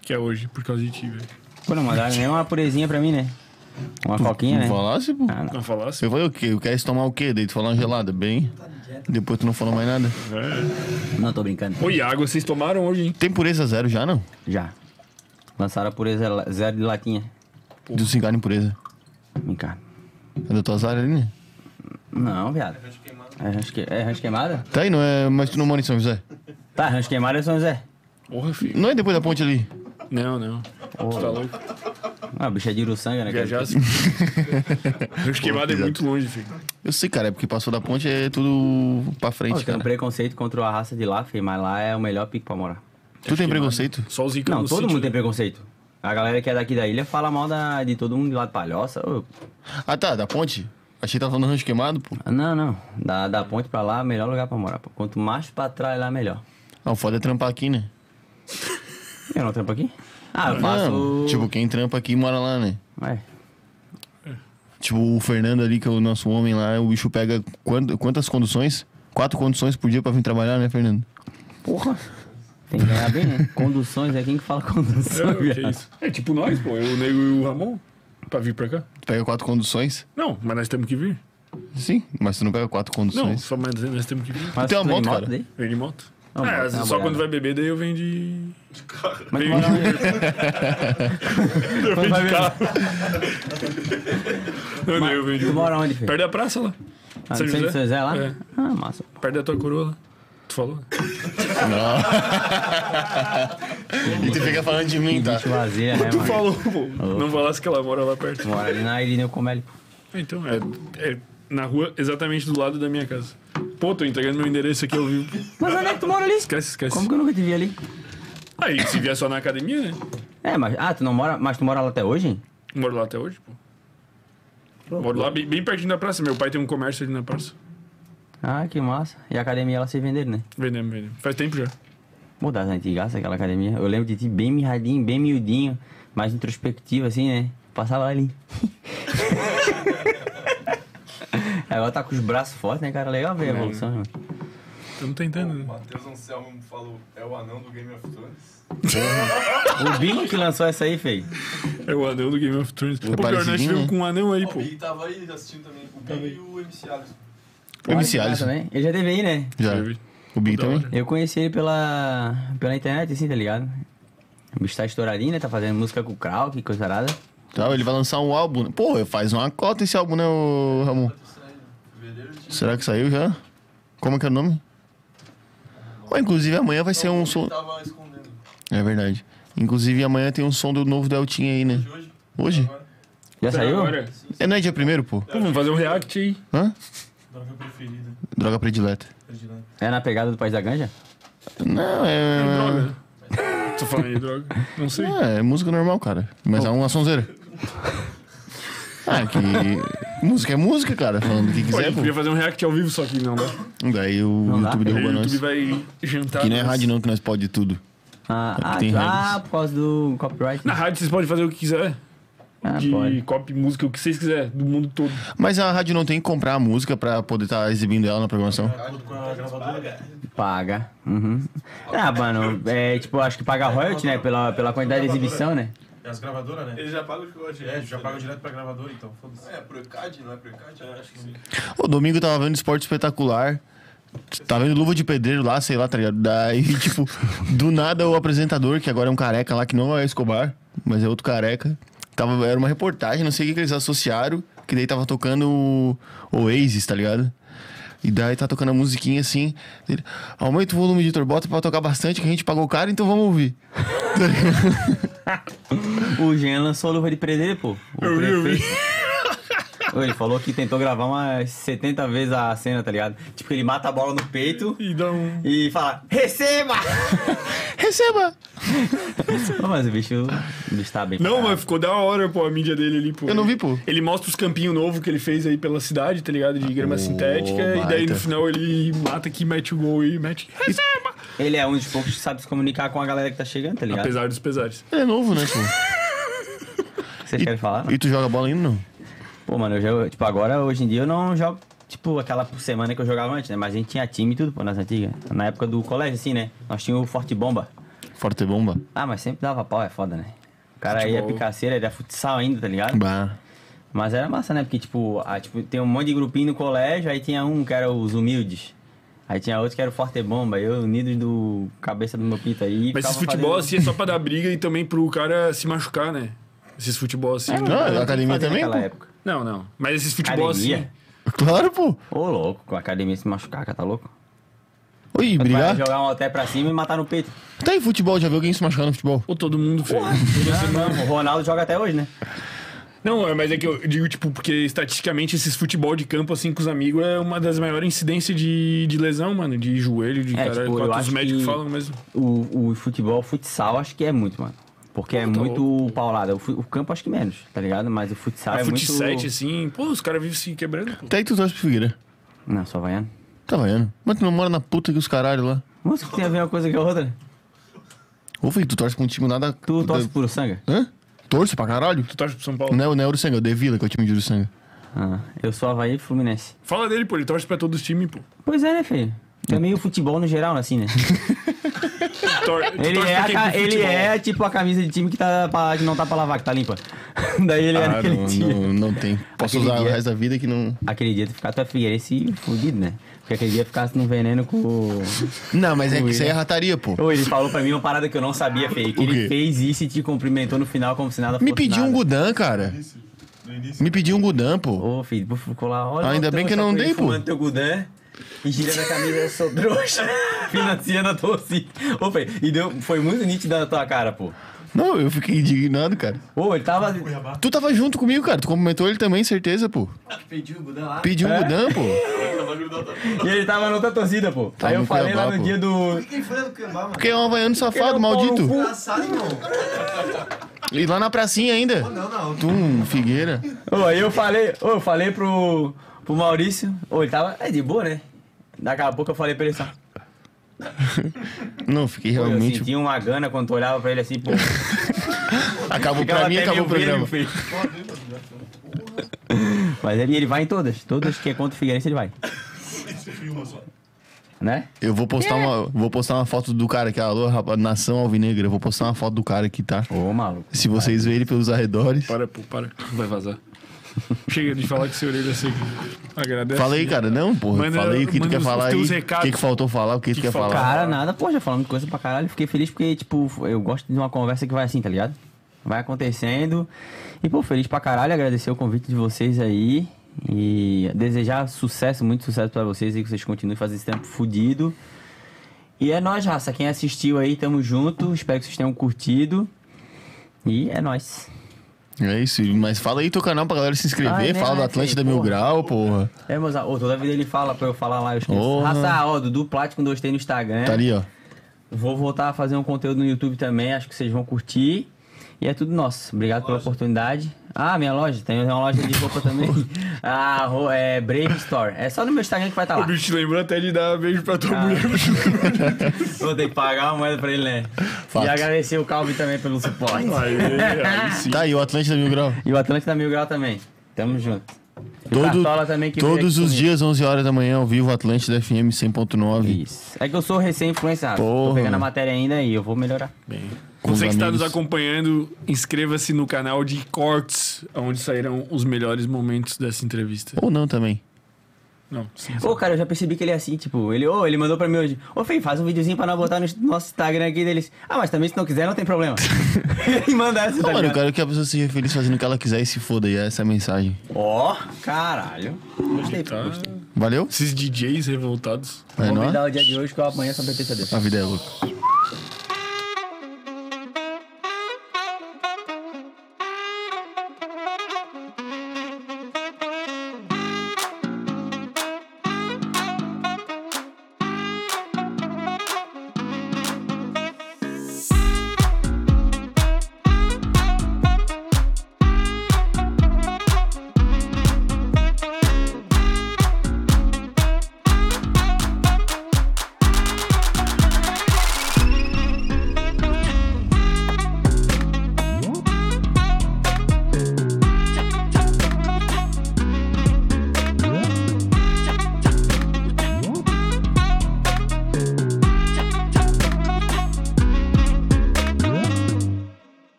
Speaker 2: que é hoje, por causa de ti, velho.
Speaker 3: Pô, não mandaram nem uma purezinha pra mim, né? Uma coquinha, né?
Speaker 1: Não falasse, pô.
Speaker 3: Ah, não.
Speaker 2: Não falasse?
Speaker 1: Eu falei o quê? Eu quero tomar o quê? Daí tu falou uma gelada, bem. Depois tu não falou mais nada.
Speaker 2: É.
Speaker 3: Não, tô brincando.
Speaker 2: Oi, água vocês tomaram hoje, hein?
Speaker 1: Tem pureza zero já, não?
Speaker 3: Já. Lançaram a pureza la- zero de latinha.
Speaker 1: Do cigarro em pureza.
Speaker 3: Vem cá.
Speaker 1: É da tua área ali, né?
Speaker 3: Não, viado.
Speaker 5: Acho queimado.
Speaker 3: É rancho, que... é rancho queimada?
Speaker 1: Tá aí, não é? Mas tu não mora em São José?
Speaker 3: Tá, rancho queimada é São José.
Speaker 2: Porra, filho.
Speaker 1: Não é depois da ponte ali?
Speaker 2: Não, não. Tu tá louco?
Speaker 3: Ah, bicho é de Uruçanga, né? cara?
Speaker 2: Viajar (laughs) assim. Rancho queimado é muito longe, filho.
Speaker 1: Eu sei, cara, é porque passou da ponte é tudo pra
Speaker 3: Pô,
Speaker 1: frente,
Speaker 3: tem um
Speaker 1: cara.
Speaker 3: preconceito contra a raça de lá, filho, mas lá é o melhor pico pra morar.
Speaker 1: Tu tem preconceito?
Speaker 2: Só os ricos
Speaker 3: Não,
Speaker 2: no
Speaker 3: todo
Speaker 2: sítio,
Speaker 3: mundo tem
Speaker 2: né?
Speaker 3: preconceito. A galera que é daqui da ilha fala mal da- de todo mundo de lá de Palhoça. ô.
Speaker 1: Ah, tá, da ponte? Achei que tava falando rancho queimado, pô.
Speaker 3: Não, não. Da, da ponte pra lá, melhor lugar pra morar. pô. Quanto mais pra trás lá, melhor.
Speaker 1: Ah, o foda é trampar aqui, né?
Speaker 3: Eu não trampo aqui? Ah, eu faço...
Speaker 1: Não, tipo, quem trampa aqui mora lá, né?
Speaker 3: É.
Speaker 1: Tipo, o Fernando ali, que é o nosso homem lá, o bicho pega quant- quantas conduções? Quatro conduções por dia pra vir trabalhar, né, Fernando?
Speaker 3: Porra. Tem que ganhar bem, né? Conduções, é quem que fala
Speaker 2: (laughs)
Speaker 3: condução,
Speaker 2: É, que
Speaker 3: viado?
Speaker 2: isso. É tipo nós, pô. Eu, o Nego e o Ramon. Pra vir pra cá.
Speaker 1: Tu pega quatro conduções?
Speaker 2: Não, mas nós temos que vir.
Speaker 1: Sim, mas tu não pega quatro
Speaker 2: Não,
Speaker 1: conduções.
Speaker 2: só mas nós temos que vir.
Speaker 3: Mas
Speaker 1: Tem uma
Speaker 3: tu tem
Speaker 1: moto,
Speaker 3: moto
Speaker 1: cara.
Speaker 3: daí?
Speaker 2: Vem de moto.
Speaker 3: Não,
Speaker 2: é,
Speaker 3: moto é
Speaker 2: às vezes
Speaker 3: uma
Speaker 2: só
Speaker 3: boiada.
Speaker 2: quando vai beber, daí eu venho de.
Speaker 3: Mas tu mora onde?
Speaker 2: (laughs) Eu venho de
Speaker 3: (laughs)
Speaker 2: carro. Não, daí eu venho de
Speaker 3: Tu mora onde, filho?
Speaker 2: Perto da praça lá.
Speaker 3: Ah,
Speaker 2: São
Speaker 3: no
Speaker 2: José?
Speaker 3: centro de São José lá?
Speaker 2: É.
Speaker 3: Ah, massa.
Speaker 2: Perto da tua coroa lá. Tu falou?
Speaker 1: E tu fica falando de mim, tá?
Speaker 3: Gente vazia, né, mano?
Speaker 2: Falou, pô. Não falasse que ela mora lá perto.
Speaker 3: Mora ali na Irineu Comélico.
Speaker 2: Então, é, é na rua exatamente do lado da minha casa. Pô, tô entregando meu endereço aqui ao vivo.
Speaker 3: Mas onde é que tu mora ali?
Speaker 2: Esquece, esquece.
Speaker 3: Como que eu nunca te vi ali?
Speaker 2: Aí, se vier só na academia, né?
Speaker 3: É, mas. Ah, tu não mora. Mas tu mora lá até hoje? hein?
Speaker 2: Moro lá até hoje, pô. Moro lá bem, bem pertinho da praça. Meu pai tem um comércio ali na praça.
Speaker 3: Ah, que massa. E a academia ela se vender, né?
Speaker 2: Vendemos, vendemos. Faz tempo já.
Speaker 3: Pô, das antigas, aquela academia. Eu lembro de ti bem mirradinho, bem miudinho, mais introspectivo, assim, né? Passava ali. (laughs) Agora tá com os braços fortes, né, cara? Legal ver a evolução, né? mano?
Speaker 2: Estamos tentando, né?
Speaker 5: Matheus Anselmo falou, é o anão do Game of Thrones.
Speaker 3: O Binho que lançou essa aí, feio.
Speaker 2: É o anel do Game of Thrones. Pô, pior, nós
Speaker 1: parecidinho,
Speaker 2: tivemos
Speaker 1: né?
Speaker 2: com um anão aí,
Speaker 5: Ó,
Speaker 2: pô.
Speaker 5: O Big tava aí assistindo também. O Big e o MC Alisson.
Speaker 1: MC
Speaker 3: Olha que massa,
Speaker 1: Alisson.
Speaker 3: né? Ele já teve aí, né?
Speaker 1: É Já. O Big
Speaker 2: Da hora.
Speaker 1: também?
Speaker 3: Eu conheci ele pela, pela internet, assim, tá ligado? O bicho tá estouradinho, né? Tá fazendo música com o Krauk, coisa arada.
Speaker 1: Tá, ele vai lançar um álbum. né? Porra, faz uma cota esse álbum, né, ô Ramon?
Speaker 5: Fevereiro de.
Speaker 1: Será que saiu já? Como é que é o nome? Ó, inclusive amanhã vai ser um som.
Speaker 5: Ele tava escondendo.
Speaker 1: É verdade. Inclusive amanhã tem um som do novo do Eltinho aí, né?
Speaker 5: De hoje?
Speaker 1: Hoje?
Speaker 5: Agora?
Speaker 3: Já saiu?
Speaker 2: Agora,
Speaker 1: É, não é dia primeiro, pô?
Speaker 2: pô, vamos fazer um react aí.
Speaker 1: Hã?
Speaker 5: Droga preferida.
Speaker 1: Droga predileta.
Speaker 5: Preferida.
Speaker 3: É na pegada do País da Ganja?
Speaker 1: Não, é.
Speaker 2: Droga. Tô falando de droga. Não sei.
Speaker 1: É, é música normal, cara. Mas é uma
Speaker 2: (laughs)
Speaker 1: sonzeira. Ah, que. música é música, cara. Falando o que
Speaker 2: Pô, a
Speaker 1: quiser,
Speaker 2: gente
Speaker 1: pô.
Speaker 2: podia fazer um react ao vivo, só que não, né?
Speaker 1: Daí o
Speaker 3: dá?
Speaker 1: YouTube
Speaker 2: Aí
Speaker 1: derruba
Speaker 2: o
Speaker 1: nós.
Speaker 2: YouTube vai jantar.
Speaker 1: Que não é
Speaker 2: nós.
Speaker 1: rádio, não, que nós pode tudo.
Speaker 3: Ah,
Speaker 1: É
Speaker 3: ah,
Speaker 1: que tem
Speaker 3: tu-
Speaker 1: regras.
Speaker 3: ah, por causa do copyright.
Speaker 2: Na rádio vocês podem fazer o que quiser.
Speaker 3: Ah,
Speaker 2: de
Speaker 3: pode.
Speaker 2: copy, música, o que vocês quiserem, do mundo todo.
Speaker 1: Mas a rádio não tem que comprar a música pra poder estar exibindo ela na programação.
Speaker 5: Com a gravadora.
Speaker 3: Paga. Uhum. Ah, mano, é tipo, acho que paga royalty, né? Pela, pela quantidade de exibição, né?
Speaker 6: É as gravadoras, né?
Speaker 5: Ele já paga o que eu acho.
Speaker 6: É, já paga direto pra gravadora, então, foda-se.
Speaker 5: É, Procad, não é Procad? Eu acho que sim.
Speaker 1: O domingo eu tava vendo esporte espetacular. Tava vendo luva de pedreiro lá, sei lá, tá ligado? Daí, (laughs) tipo, do nada o apresentador, que agora é um careca lá, que não é Escobar, mas é outro careca. Tava, era uma reportagem, não sei o que, que eles associaram, que daí tava tocando o Oasis, tá ligado? E daí tá tocando a musiquinha assim. Ele, Aumenta o volume, editor, bota pra tocar bastante, que a gente pagou caro, então vamos ouvir.
Speaker 3: O Jean lançou a luva de prender, pô. O
Speaker 2: Eu vi, eu vi.
Speaker 3: prefeito- Ele falou que tentou gravar umas 70 vezes a cena, tá ligado? Tipo, ele mata a bola no peito
Speaker 2: E dá um.
Speaker 3: e fala, receba!
Speaker 1: Receba!
Speaker 3: Ô, mas o bicho, o bicho tá bem. pra
Speaker 2: Não,
Speaker 3: caralho.
Speaker 2: mas ficou da hora, pô, a mídia dele ali, pô.
Speaker 1: Eu não vi, pô.
Speaker 2: Ele mostra os campinhos novos que ele fez aí pela cidade, tá ligado?
Speaker 3: Ah,
Speaker 2: De grama sintética. E daí
Speaker 1: baita.
Speaker 2: no final ele mata aqui, mete o gol e
Speaker 3: (laughs)
Speaker 2: mete. Receba!
Speaker 3: Ele é um dos poucos que sabe se comunicar com a galera que tá chegando, tá ligado?
Speaker 2: Apesar dos pesares.
Speaker 1: Ele é novo, né, pô?
Speaker 3: Vocês querem falar?
Speaker 1: E tu joga bola ainda, não?
Speaker 3: Pô, mano, eu jogo, tipo, agora, hoje em dia, eu não jogo, tipo, aquela por semana que eu jogava antes, né? Mas a gente tinha time e tudo, pô, nas antigas. Na época do colégio, assim, né? Nós tínhamos o Forte Bomba.
Speaker 1: Forte bomba.
Speaker 3: Ah, mas sempre dava pau, é foda, né? O cara aí é
Speaker 2: Futebol.
Speaker 3: picaceira, ele é futsal ainda, tá ligado?
Speaker 1: Bah.
Speaker 3: Mas era massa, né? Porque, tipo, ah, tipo, tem um monte de grupinho no colégio, aí tinha um que era os humildes. Aí tinha outro que era o Forte Bomba, eu unidos do cabeça do meu pito aí.
Speaker 2: Mas esses
Speaker 3: ficava
Speaker 2: futebol
Speaker 3: fazendo-
Speaker 2: assim é só pra dar briga e também pro cara se machucar, né? Esses futebol assim.
Speaker 3: É, mano,
Speaker 1: Não,
Speaker 3: era o que
Speaker 1: Ah, academia
Speaker 3: fazia
Speaker 1: também,
Speaker 3: naquela
Speaker 1: pô.
Speaker 3: época.
Speaker 2: Não, não. Mas esses futebol
Speaker 3: Academia?
Speaker 2: assim.
Speaker 1: Claro, pô.
Speaker 3: Ô, louco, com a academia se machucar, cara, tá louco?
Speaker 1: Oi,
Speaker 3: Vai
Speaker 1: brigar.
Speaker 3: jogar um até pra cima e matar no peito.
Speaker 1: Tem Tá futebol, já viu alguém se machucar no futebol?
Speaker 2: Pô, todo mundo fez.
Speaker 3: O Ronaldo joga até hoje, né?
Speaker 2: Não, é, mas é que eu digo, tipo, porque estatisticamente esses futebol de campo, assim, com os amigos, é uma das maiores incidências de, de lesão, mano. De joelho, de
Speaker 3: É,
Speaker 2: caralho.
Speaker 3: tipo, eu
Speaker 2: quanto os
Speaker 3: acho
Speaker 2: médicos
Speaker 3: que-
Speaker 2: falam mesmo.
Speaker 3: O, o futebol, o futsal, acho que é muito, mano. Porque
Speaker 2: Tá
Speaker 3: é muito paulada. O, fu- o campo, acho que menos, tá ligado? Mas o futsal
Speaker 2: a
Speaker 3: é
Speaker 2: fut
Speaker 3: muito...
Speaker 2: 7, assim, pô, os caras vivem se quebrando, pô.
Speaker 1: Até Tá aí tu torce pro Figueira.
Speaker 3: Não, só vaiano.
Speaker 1: Tá vendo? Mas tu não mora na puta que os caralho lá.
Speaker 3: Mas que tem a ver uma coisa que a outra?
Speaker 1: Ô, filho, tu torce pra um time nada...
Speaker 3: Tu torce pro sangue?
Speaker 1: Hã? Torço pra caralho?
Speaker 2: Tu torce pro São Paulo.
Speaker 1: Não é, não é Uruçanga, é o De Vila, que é o time de Uruçanga.
Speaker 3: Ah, eu sou Havaí e Fluminense.
Speaker 2: Fala dele, pô, ele torce pra todos os times, pô.
Speaker 3: Pois é, né, filho? Também o futebol no geral, assim,
Speaker 2: (laughs)
Speaker 3: né?
Speaker 2: Tor- tu
Speaker 3: Ele,
Speaker 2: torce
Speaker 3: é,
Speaker 2: pra
Speaker 3: a
Speaker 2: quem
Speaker 3: ca-
Speaker 2: pro
Speaker 3: ele
Speaker 2: futebol.
Speaker 3: é tipo a camisa de time que, tá pra- que não tá pra lavar, que tá limpa. (laughs) Daí ele era aquele
Speaker 1: Ah, não,
Speaker 3: É dia.
Speaker 1: não, não tem. Posso
Speaker 3: Aquele
Speaker 1: usar o
Speaker 3: dia-
Speaker 1: resto da vida que não...
Speaker 3: Aquele dia tu ficava tu é Figueirense fudido, né? Porque aquele dia ficasse no veneno com o.
Speaker 1: Não, mas é que isso aí é
Speaker 3: né?
Speaker 1: rataria, pô.
Speaker 3: Ô, ele falou pra mim uma parada que eu não sabia, Fê. Que
Speaker 1: O
Speaker 3: ele
Speaker 1: quê?
Speaker 3: fez isso e te cumprimentou no final como se nada
Speaker 1: Me
Speaker 3: fosse
Speaker 1: pediu um
Speaker 3: nada.
Speaker 1: Gudan, cara.
Speaker 6: No início.
Speaker 1: Me pediu um Gudan, pô.
Speaker 3: Ô, filho, pô, ficou lá. Olha,
Speaker 1: Ainda
Speaker 3: o
Speaker 1: bem
Speaker 3: teu
Speaker 1: que eu não
Speaker 3: sacolinho
Speaker 1: dei, pô.
Speaker 3: fumando teu Gudan e girando a camisa, eu sou
Speaker 1: (laughs)
Speaker 3: trouxa. Financiando a torcida. Ô, Fê, e deu, foi muito nítido na tua cara, pô.
Speaker 1: Não, eu fiquei indignado, cara.
Speaker 3: Ô, ele tava.
Speaker 1: Tu tava junto comigo, cara. Tu cumprimentou ele também, certeza, pô.
Speaker 4: Pediu o Gudan lá.
Speaker 1: Pediu
Speaker 3: É?
Speaker 1: um Gudan, pô.
Speaker 3: E ele tava na outra torcida, pô.
Speaker 1: Tá
Speaker 3: Aí
Speaker 1: no
Speaker 3: eu falei
Speaker 1: Cuiabá,
Speaker 3: lá no
Speaker 1: pô.
Speaker 3: dia do.
Speaker 4: Quem foi lá do Cambá, mano?
Speaker 1: Porque é um havaiano safado, maldito.
Speaker 4: Engraçado, irmão.
Speaker 1: E lá na pracinha ainda.
Speaker 4: Não, não.
Speaker 1: Tu, um Figueira.
Speaker 3: Ô, aí eu falei, ô, eu falei pro, pro Maurício. Ô, ele tava. É de boa, né? Daqui a pouco eu falei pra ele assim. ó.
Speaker 1: Não, fiquei
Speaker 2: assim,
Speaker 3: Pô, eu
Speaker 1: realmente.
Speaker 2: tipo,
Speaker 3: senti uma gana quando tu olhava pra ele assim,
Speaker 1: (laughs)
Speaker 3: pô.
Speaker 1: Acabou
Speaker 3: ficava
Speaker 1: pra mim,
Speaker 3: até
Speaker 1: acabou o
Speaker 3: meio
Speaker 1: programa.
Speaker 3: velho, filho. Mas ele, ele vai em todas. Todas que é contra o Figueirense, ele vai. né?
Speaker 1: Eu vou postar
Speaker 2: É.
Speaker 1: uma, vou postar uma foto do cara que é alô, rapa- nação alvinegra. Eu vou postar uma foto do cara aqui, tá?
Speaker 3: Ô, maluco.
Speaker 1: Se vocês verem ele pelos arredores.
Speaker 2: Para, pô, para. Vai vazar. (laughs) Chega de falar que seu orelha seca. Agradece.
Speaker 1: Fala aí, cara. Não, porra.
Speaker 2: Manda-
Speaker 1: Fala aí o que tu
Speaker 2: manda
Speaker 1: quer
Speaker 2: os-
Speaker 1: falar
Speaker 2: os
Speaker 1: aí.
Speaker 2: teus
Speaker 1: O que,
Speaker 2: recados.
Speaker 1: que faltou falar, o que, tu
Speaker 2: Que
Speaker 1: quer
Speaker 2: que faltou?
Speaker 1: falar.
Speaker 3: Cara, nada, pô, já falando coisa pra caralho. Fiquei feliz porque, tipo, eu gosto de uma conversa que vai assim, tá ligado? Vai acontecendo. E, pô, feliz pra caralho, agradecer o convite de vocês aí. E desejar sucesso, muito sucesso pra vocês e que vocês continuem fazendo esse tempo fudido. E é nóis, raça. Quem assistiu aí, tamo junto. Espero que vocês tenham curtido. E é nóis.
Speaker 1: É isso. Mas fala aí teu canal pra galera se
Speaker 3: Ai,
Speaker 1: inscrever.
Speaker 3: né,
Speaker 1: fala do
Speaker 3: né,
Speaker 1: Atlântida
Speaker 3: filho,
Speaker 1: Mil
Speaker 3: porra.
Speaker 1: Grau, porra.
Speaker 3: É, meus amor, toda vida ele fala pra eu falar lá, eu esqueço.
Speaker 1: Porra.
Speaker 3: Raça, ó, Dudu Plat com 2T no Instagram.
Speaker 2: É.
Speaker 1: Tá ali, ó.
Speaker 3: Vou voltar a fazer um conteúdo no YouTube também, acho que vocês vão curtir. E é tudo nosso. Obrigado pela oportunidade. Ah, minha loja, tem uma loja de
Speaker 1: (laughs)
Speaker 3: roupa também. Ah, ro- é Brave Store. É só no meu Instagram que vai estar
Speaker 2: O
Speaker 3: lá.
Speaker 2: bicho te lembrou até de dar beijo pra tua
Speaker 3: Ah.
Speaker 2: mulher.
Speaker 3: Vou ter que pagar uma moeda pra ele, né?
Speaker 1: Fato.
Speaker 3: E agradecer o Calvin também pelo suporte.
Speaker 2: Aí, aí sim.
Speaker 1: Tá aí, o Atlântida Mil Grau.
Speaker 3: E o Atlântida Mil Grau também. Tamo junto. E o
Speaker 1: Todo-
Speaker 3: Cartola também que veio
Speaker 1: Todos
Speaker 3: aqui
Speaker 1: os
Speaker 3: comigo.
Speaker 1: dias, 11 horas da manhã, ao vivo, Atlântida FM 100.9.
Speaker 3: Isso. É que eu sou recém-influenciado. Tô
Speaker 1: Porra.
Speaker 3: pegando a matéria ainda e eu vou melhorar.
Speaker 1: com os
Speaker 2: Você que está
Speaker 1: amigos.
Speaker 2: nos acompanhando, inscreva-se no canal de cortes, onde sairão os melhores momentos dessa entrevista.
Speaker 1: Ou não também.
Speaker 2: Não, sim.
Speaker 3: Ô, cara, eu já percebi que ele é assim, tipo, ele, ô, ele mandou pra mim hoje, ô, Fê, faz um videozinho pra nós botar no nosso Instagram aqui deles. Ah, mas também se não quiser, não tem problema.
Speaker 1: (laughs)
Speaker 3: e manda essa,
Speaker 1: Não,
Speaker 3: tá
Speaker 1: Então, mano, eu
Speaker 3: ligado?
Speaker 1: quero que a pessoa seja feliz fazendo o que ela quiser e se foda. E essa é a mensagem.
Speaker 3: Ó, caralho. Gostei,
Speaker 2: Tá.
Speaker 3: gostei.
Speaker 1: Valeu?
Speaker 2: Esses DJs revoltados.
Speaker 1: É
Speaker 3: Vou me
Speaker 1: nóis?
Speaker 3: dar o dia de hoje que eu amanhã só pra ter certeza.
Speaker 1: A vida é louca.